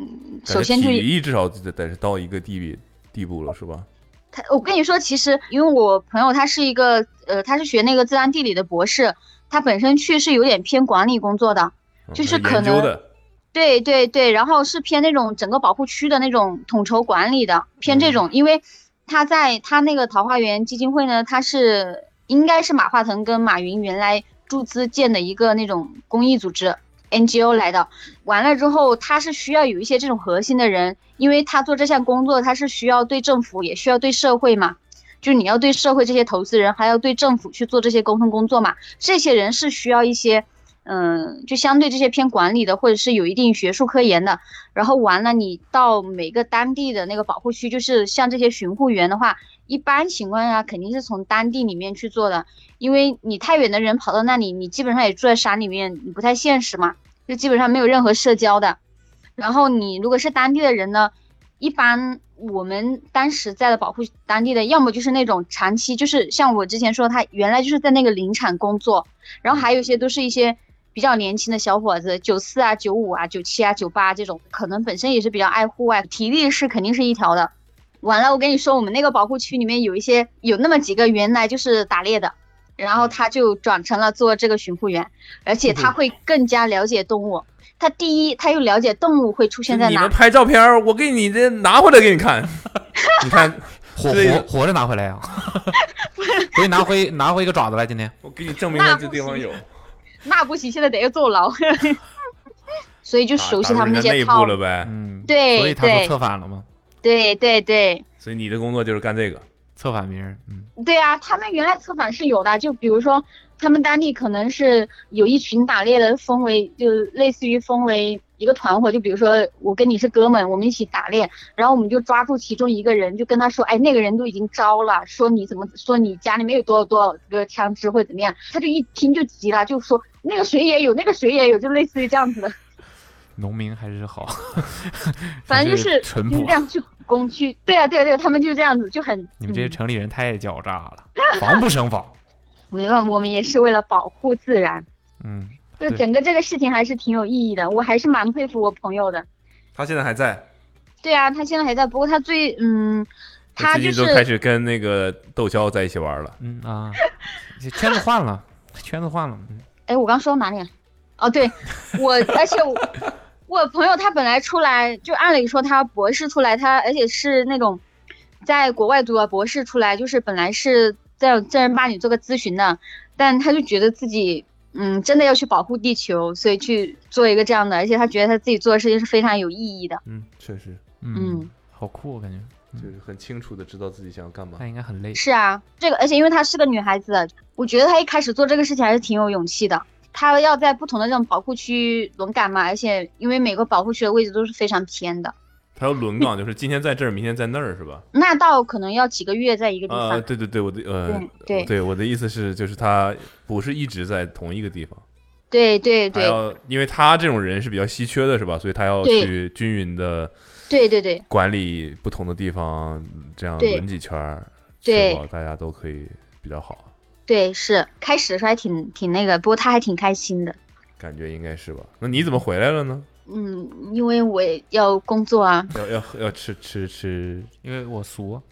S4: 感觉
S18: 首先就
S4: 体力至少得得是到一个地位地步了，是吧？
S18: 他，我跟你说，其实因为我朋友他是一个，呃，他是学那个自然地理的博士，他本身去是有点偏管理工作的，
S2: 啊
S4: 嗯
S2: 呃
S18: 就是
S4: 那
S18: 可
S4: 研究
S18: 能
S4: 的
S18: 对对对，然后是偏那种整个保护区的那种统筹管理的，偏这种，因为他在他那个桃花源基金会呢，他是应该是马化腾跟马云原来注资建的一个那种公益组织。NGO 来的，完了之后，他是需要有一些这种核心的人，因为他做这项工作，他是需要对政府，也需要对社会嘛，就你要对社会这些投资人，还要对政府去做这些沟通工作嘛，这些人是需要一些嗯，就相对这些偏管理的或者是有一定学术科研的，然后完了你到每个当地的那个保护区，就是像这些巡护员的话，一般情况下肯定是从当地里面去做的，因为你太远的人跑到那里，你基本上也住在山里面，你不太现实嘛，就基本上没有任何社交的。然后你如果是当地的人呢，一般我们当时在的保护当地的，要么就是那种长期，就是像我之前说，他原来就是在那个林场工作，然后还有一些都是一些比较年轻的小伙子，九四啊、九五啊、九七啊、九八这种，可能本身也是比较爱户外，体力是肯定是一条的。完了，我跟你说，我们那个保护区里面有一些有那么几个原来就是打猎的，然后他就转成了做这个巡护员，而且他会更加了解动物。他第一，他又了解动物会出现在
S4: 你
S18: 哪
S4: 们，拍照片儿，我给你这拿回来给你 看，
S9: 你看活活活着拿回来 呀、给你拿回拿回一个爪子来，今天
S4: 我给你证明一下这地方有。
S18: 那不行，现在得要坐牢。 所以就熟悉他们那些套路。
S4: 呗，
S9: 嗯，
S18: 对
S9: 所以他说
S18: 对
S9: 策反了嘛，
S18: 对对对
S4: 所以你的工作就是干这个，
S9: 策反别人，嗯，
S18: 对啊，他们原来策反是有的，就比如说他们当地可能是有一群打猎的，分为就类似于分为一个团伙，就比如说我跟你是哥们，我们一起打猎，然后我们就抓住其中一个人，就跟他说，哎，那个人都已经招了，说你怎么说你家里面有多少多少个枪支或者怎么样，他就一听就急了，就说那个谁也有，那个谁也有，就类似于这样子的。
S9: 农民还是好，
S18: 反
S9: 还
S18: 正就是
S9: 淳
S18: 就是
S9: 朴
S18: 这。样去攻去，对啊对啊对啊，他们就是这样子，就很
S9: 你们这些城里人太狡诈了，防不胜防。
S18: 没办法，我们也是为了保护自然，
S9: 嗯，
S18: 就
S4: 对
S18: 整个这个事情还是挺有意义的，我还是蛮佩服我朋友的。
S4: 他现在还在，
S18: 对啊，他现在还在，不过他最嗯，他
S4: 最
S18: 就
S4: 近
S18: 是
S4: 都开始跟那个窦骁在一起玩了，
S9: 嗯啊，这圈子换了，圈子换了，嗯
S18: 哎，我刚说到哪里了？哦，对，我而且我我朋友他本来出来就按理说他博士出来，他而且是那种在国外读的博士出来，就是本来是在正儿八经做个咨询的，但他就觉得自己嗯真的要去保护地球，所以去做一个这样的，而且他觉得他自己做的事情是非常有意义的。
S4: 嗯，确实，
S18: 嗯，
S9: 好酷，啊我感觉嗯
S4: 就是很清楚的知道自己想要干嘛。
S9: 那应该很累。
S18: 是啊，这个而且因为她是个女孩子，我觉得她一开始做这个事情还是挺有勇气的。她要在不同的这种保护区轮岗嘛，而且因为每个保护区的位置都是非常偏的，
S4: 他要轮岗，就是今天在这儿，明天在那儿，是吧？
S18: 那到可能要几个月在一个地
S4: 啊，
S18: 方。
S4: 对对对，我的呃，
S18: 对对
S4: 对，我的意思是，就是他不是一直在同一个地方，
S18: 对对
S4: 他
S18: 对
S4: 要因为他这种人是比较稀缺的，是吧？所以他要
S18: 对
S4: 去均匀的
S18: 对对对
S4: 管理不同的地方，这样
S18: 对
S4: 轮几圈儿，
S18: 对
S4: 确保大家都可以比较好，
S18: 对，是开始的时候还挺挺那个，不过她还挺开心的。
S4: 感觉应该是吧？那你怎么回来了呢？
S18: 嗯，因为我也要工作啊，
S4: 要要要吃吃吃，
S9: 因为我俗啊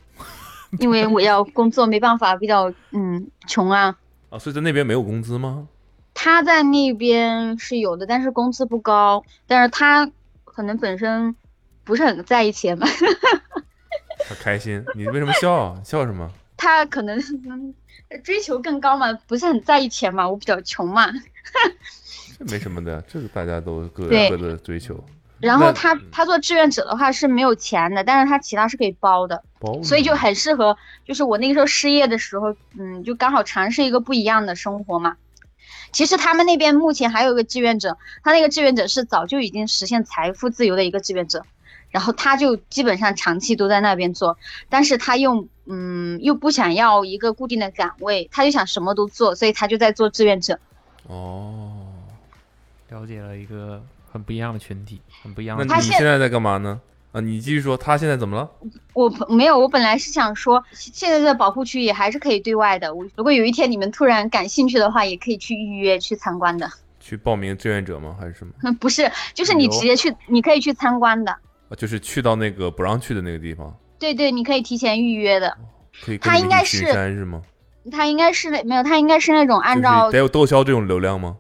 S18: 因为我要工作，没办法，比较嗯穷啊。
S4: 啊，所以在那边没有工资吗？
S18: 他在那边是有的，但是工资不高，但是他可能本身不是很在意钱吧，
S4: 他开心，你为什么笑？啊笑什么？
S18: 他可能 嗯追求更高嘛，不是很在意钱嘛，我比较穷嘛。
S4: 这没什么的，这个大家都各
S18: 对
S4: 各的追求。
S18: 然后
S4: 那
S18: 他他做志愿者的话是没有钱的，但是他其他是可以包的，
S4: 包
S18: 所以就很适合，就是我那个时候失业的时候，嗯，就刚好尝试一个不一样的生活嘛。其实他们那边目前还有一个志愿者，他那个志愿者是早就已经实现财富自由的一个志愿者，然后他就基本上长期都在那边做，但是他又嗯又不想要一个固定的岗位，他就想什么都做，所以他就在做志愿者。
S4: 哦，
S9: 了解了一个很不一样的群体，很不一样
S4: 那
S9: 的。
S4: 你现在在干嘛呢？啊，你继续说，他现在怎么了？
S18: 我不没有，我本来是想说，现在的保护区也还是可以对外的。我如果有一天你们突然感兴趣的话，也可以去预约去参观的。
S4: 去报名志愿者吗？还是什么？
S18: 不是，就是你
S4: 旅游
S18: 直接去，你可以去参观的。
S4: 啊，就是去到那个不让去的那个地方，
S18: 对对，你可以提前预约的。
S4: 可以跟
S18: 他
S4: 着
S18: 应该
S4: 一起
S18: 是
S4: 巡山是吗？
S18: 他应该是那没有，他应该是那种按照
S4: 就是得有窦骁这种流量吗？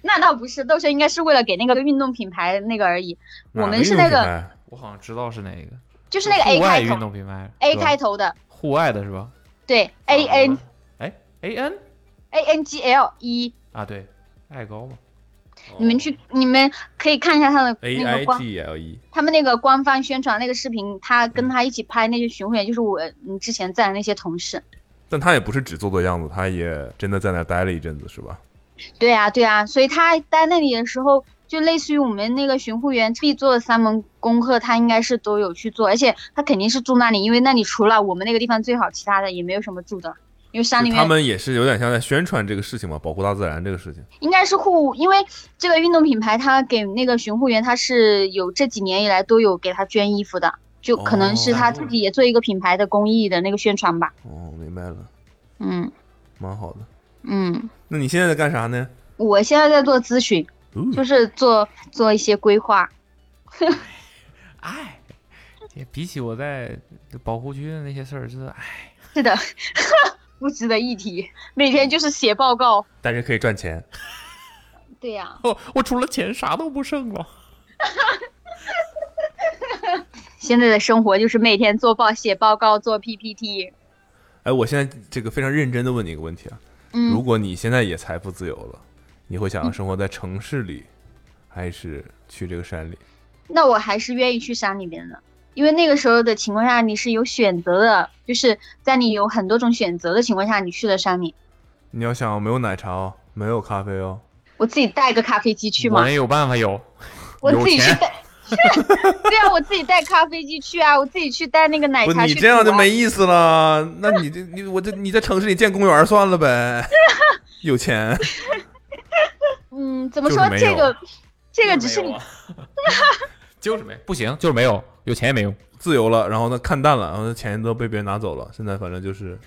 S18: 那倒不是，豆生应该是为了给那个运动品牌那个而已。我
S9: 哪
S18: 们是
S9: 运动
S18: 那
S9: 品
S18: 个
S9: 牌，我好像知道是哪个，
S18: 就是那个 A
S9: 户外
S18: 开
S9: 运
S18: 头
S9: 动品牌
S18: ，A
S9: 是吧啊
S18: 开头的，
S9: 户外的是吧？
S18: 对，A N
S9: 哎，A N
S18: A N G L E，
S9: 啊，对，爱高嘛，
S18: 你们
S9: 哦
S18: 去，你们可以看一下他的那个官
S4: L E
S18: 他们那个官方宣传那个视频，他
S9: 嗯
S18: 跟他一起拍那些巡回演，就是我嗯之前在的那些同事。
S4: 但他也不是只做做样子，他也真的在那儿待了一阵子，是吧？
S18: 对呀、对呀、所以他待那里的时候，就类似于我们那个巡护员必做的三门功课，他应该是都有去做，而且他肯定是住那里，因为那里除了我们那个地方最好，其他的也没有什么住的，因为山里
S4: 就他
S18: 面
S4: 们也是有点像在宣传这个事情嘛，保护大自然这个事情。
S18: 应该是护，因为这个运动品牌它给那个巡护员，他是有这几年以来都有给他捐衣服的，就可能是他自己也做一个品牌的公益的那个宣传吧。
S4: 哦，明白了，
S18: 嗯
S4: 蛮好的。
S18: 嗯，
S4: 那你现在在干啥呢？
S18: 我现在在做咨询，
S4: 嗯
S18: 就是做做一些规划。
S2: 也比起我在保护区的那些事儿，就是哎，
S18: 是的， 不值得一提。每天就是写报告。
S4: 但是可以赚钱。
S18: 对呀、
S2: 我哦我除了钱啥都不剩了。
S18: 现在的生活就是每天做报、写报告、做 PPT。
S4: 哎，我现在这个非常认真的问你一个问题啊，
S18: 嗯
S4: 如果你现在也财富自由了，你会想要生活在城市里，还是去这个山里？
S18: 那我还是愿意去山里面的，因为那个时候的情况下你是有选择的，就是在你有很多种选择的情况下，你去了山里。
S4: 你要想没有奶茶哦，没有咖啡哦，
S18: 我自己带个咖啡机去嘛，
S4: 有办法有，
S18: 我自己去带。 对啊，我自己带咖啡机去啊，我自己去带那个奶
S4: 不，
S18: 茶去、啊。
S4: 你这样就没意思了。那你这你我这你在城市里建公园算了呗， 有钱。
S18: 嗯，怎么
S4: 就是
S18: 说
S4: 没
S18: 这
S4: 有
S18: 个？这个只是 你，
S4: 就是没不行，就是没有，有钱也没用，自由了，然后呢看淡了，然后钱都被别人拿走了，现在反正就是，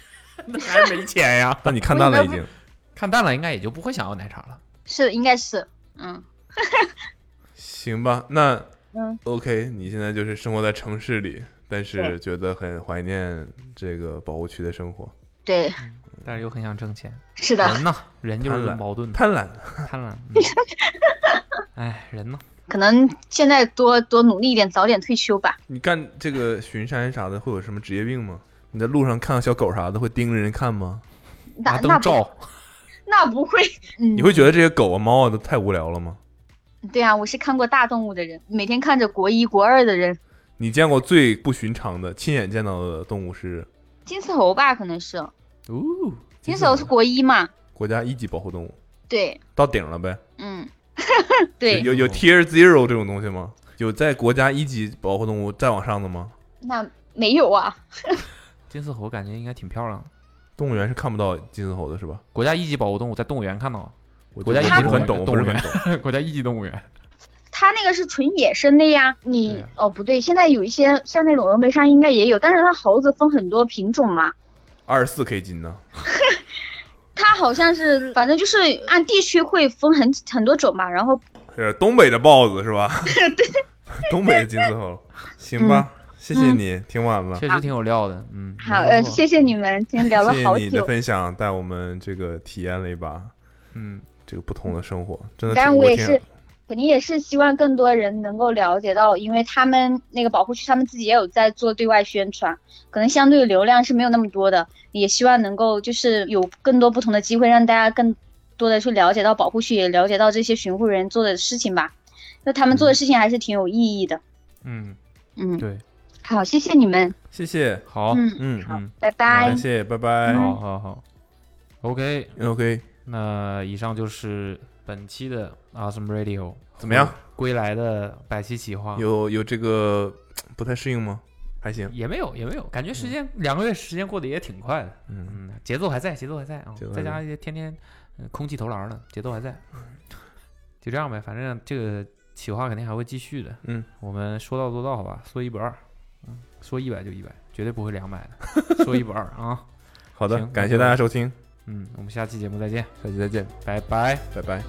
S2: 那还没钱呀？
S4: 但你看淡了已经，
S2: 看淡了，应该也就不会想要奶茶了。
S18: 是的应该是，嗯
S4: 行吧？那
S18: 嗯，
S4: OK，你现在就是生活在城市里，但是
S18: 对
S4: 觉得很怀念这个保护区的生活，
S18: 对，
S9: 嗯
S2: 但是又很想挣钱。
S18: 是的
S2: 人呐，人就是
S4: 贪婪
S2: 矛盾的，
S4: 贪婪，
S2: 贪婪。哎，人呢？
S18: 可能现在多多努力一点，早点退休吧。
S4: 你干这个巡山啥的会有什么职业病吗？你在路上看到小狗啥的会盯着人看吗？
S18: 嗯那那不， 那不会，嗯，
S4: 你会觉得这些狗啊猫啊都太无聊了吗？
S18: 对啊，我是看过大动物的人，每天看着国一国二的人，
S4: 你见过最不寻常的、亲眼见到的动物是？
S18: 金丝猴吧，可能是
S4: 哦，
S18: 金丝猴是国一嘛？
S4: 国家一级保护动物，
S18: 对，
S4: 到顶了呗。
S18: 嗯，对，
S4: 有有 Tier Zero 这种东西吗？有在国家一级保护动物再往上的吗？
S18: 那没有啊？
S2: 金丝猴感觉应该挺漂亮的。
S4: 动物园是看不到金丝猴的，是吧？
S2: 国家一级保护动物在动物园看到了，
S4: 我
S2: 国家一级
S4: 不是很懂，我
S2: 动
S4: 不
S2: 物
S4: 是很
S2: 园
S4: 懂。，
S2: 国家一级动物园。
S18: 它那个是纯野生的呀，你、哦不对，现在有一些像那种峨眉山应该也有，但是它猴子分很多品种嘛，
S4: 二十四 K 金呢？
S18: 它好像是反正就是按地区会分很很多种吧，然后
S4: 是呃东北的豹子是吧？东北的金丝猴，行吧？谢谢你，听完了，
S2: 确实挺有料的。嗯，
S18: 嗯好呃，谢谢你们，今天聊了
S4: 谢
S18: 好
S4: 哦谢你的
S18: 久，
S4: 分享，带我们这个体验了一把，嗯，这个不同的生活，真的
S18: 嗯
S4: 挺。
S18: 当然我也
S4: 挺
S18: 是，肯定也是希望更多人能够了解到，因为他们那个保护区，他们自己也有在做对外宣传，可能相对流量是没有那么多的，也希望能够就是有更多不同的机会，让大家更多的去了解到保护区，也了解到这些巡护人做的事情吧。那他们做的事情还是挺有意义的。
S4: 嗯
S18: 嗯，
S2: 对，
S18: 好，谢谢你们，
S4: 谢谢，
S2: 好，
S18: 嗯
S4: 嗯嗯，
S18: 拜拜
S4: 感。谢，拜拜，
S2: 好好好，OK
S4: OK，
S2: 那以上就是本期的 Awesome Radio，
S4: 怎么样？
S2: 归来的百期企划
S4: 有有这个不太适应吗？还行，
S2: 也没有也没有，感觉时间两个月时间过得也挺快的，
S4: 嗯
S2: 嗯，节奏还在，节奏还在啊
S4: 节奏，还在
S2: 再加上一些天天呃空气投篮的节奏还在，
S4: 嗯
S2: 就这样呗，反正这个企划肯定还会继续的，
S4: 嗯，
S2: 我们说到做到，好吧，说一不二，嗯，说一百就一百，绝对不会两百 的，说一不二啊。
S4: 好的
S2: 行
S4: 感谢大家收听，
S2: 嗯，我们下期节目再见，
S4: 下期再见，
S2: 拜拜，
S4: 拜拜。